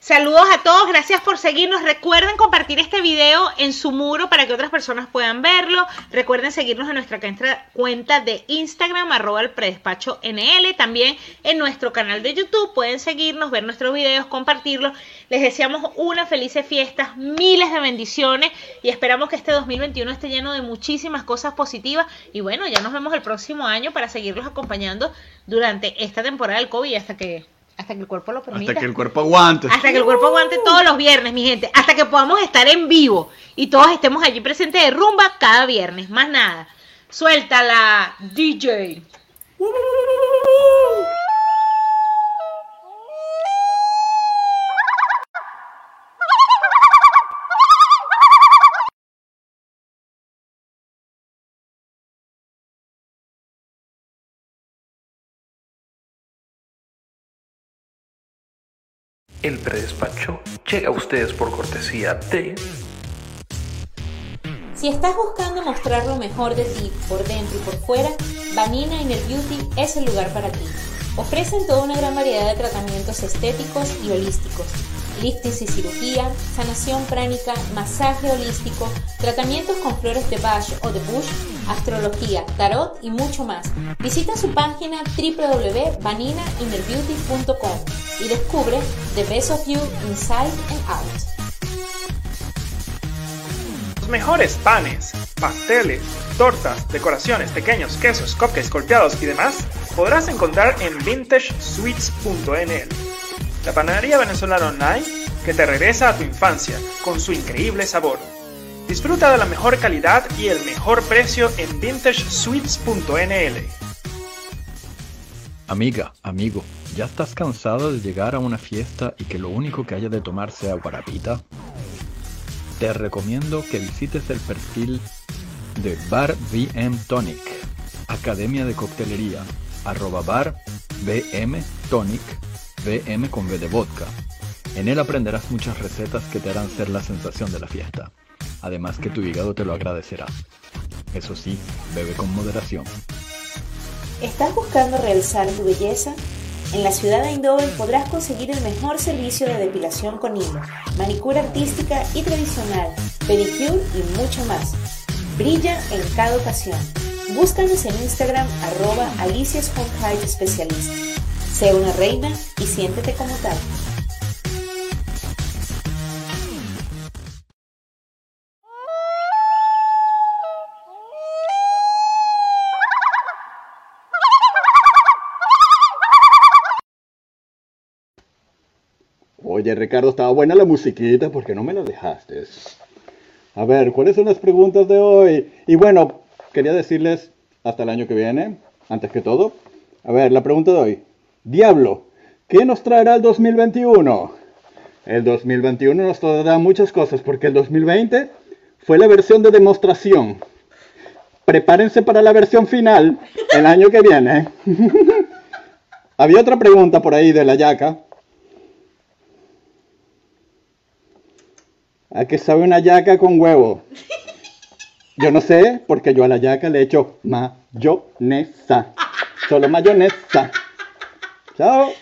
[SPEAKER 2] Saludos a todos, gracias por seguirnos. Recuerden compartir este video en su muro para que otras personas puedan verlo. Recuerden seguirnos en nuestra cuenta- cuenta de Instagram, arroba el predespacho NL. También en nuestro canal de YouTube pueden seguirnos, ver nuestros videos, compartirlos. Les deseamos unas felices fiestas, miles de bendiciones y esperamos que este 2021 esté lleno de muchísimas cosas positivas. Y bueno, ya nos vemos el próximo año para seguirlos acompañando durante esta temporada del COVID hasta que Hasta que el cuerpo lo permita.
[SPEAKER 1] Hasta que el ¡Uh! cuerpo aguante.
[SPEAKER 2] Hasta que el cuerpo aguante todos los viernes, mi gente. Hasta que podamos estar en vivo y todos estemos allí presentes de rumba cada viernes. Más nada. Suéltala, DJ.
[SPEAKER 12] El predespacho llega a ustedes por cortesía de
[SPEAKER 2] Si estás buscando mostrar lo mejor de ti por dentro y por fuera, Vanina Inner Beauty es el lugar para ti. Ofrecen toda una gran variedad de tratamientos estéticos y holísticos. Liftings y cirugía, sanación pránica, masaje holístico, tratamientos con flores de Bach o de Bush, astrología, tarot y mucho más. Visita su página www.vaninainnerbeauty.com y descubre The Best of You Inside and Out.
[SPEAKER 5] Los mejores panes, pasteles, tortas, decoraciones, pequeños quesos, cupcakes golpeados y demás podrás encontrar en vintagesweets.nl, la panadería venezolana online que te regresa a tu infancia con su increíble sabor. Disfruta de la mejor calidad y el mejor precio en vintagesweets.nl.
[SPEAKER 1] Amiga, amigo, ¿ya estás cansada de llegar a una fiesta y que lo único que haya de tomar sea guarapita? Te recomiendo que visites el perfil de Bar BM Tonic, Academia de Coctelería, arroba bar BM Tonic, BM con B de vodka. En él aprenderás muchas recetas que te harán ser la sensación de la fiesta. Además que tu hígado te lo agradecerá. Eso sí, bebe con moderación.
[SPEAKER 13] ¿Estás buscando realzar tu belleza? En la ciudad de Eindhoven podrás conseguir el mejor servicio de depilación con hilo, manicura artística y tradicional, pedicure y mucho más. Brilla en cada ocasión. Búscanos en Instagram arroba Alicia's Home Hide Specialist. Sé una reina y siéntete como tal.
[SPEAKER 14] Oye, Ricardo, estaba buena la musiquita, ¿por qué no me la dejaste? A ver, ¿cuáles son las preguntas de hoy? Y bueno, quería decirles hasta el año que viene, antes que todo. A ver, la pregunta de hoy. Diablo, ¿qué nos traerá el 2021? El 2021 nos traerá muchas cosas, porque el 2020 fue la versión de demostración. Prepárense para la versión final el año que viene. Había otra pregunta por ahí de la yaca. ¿A qué sabe una yaca con huevo? Yo no sé, porque yo a la yaca le echo mayonesa. Solo mayonesa. Chao.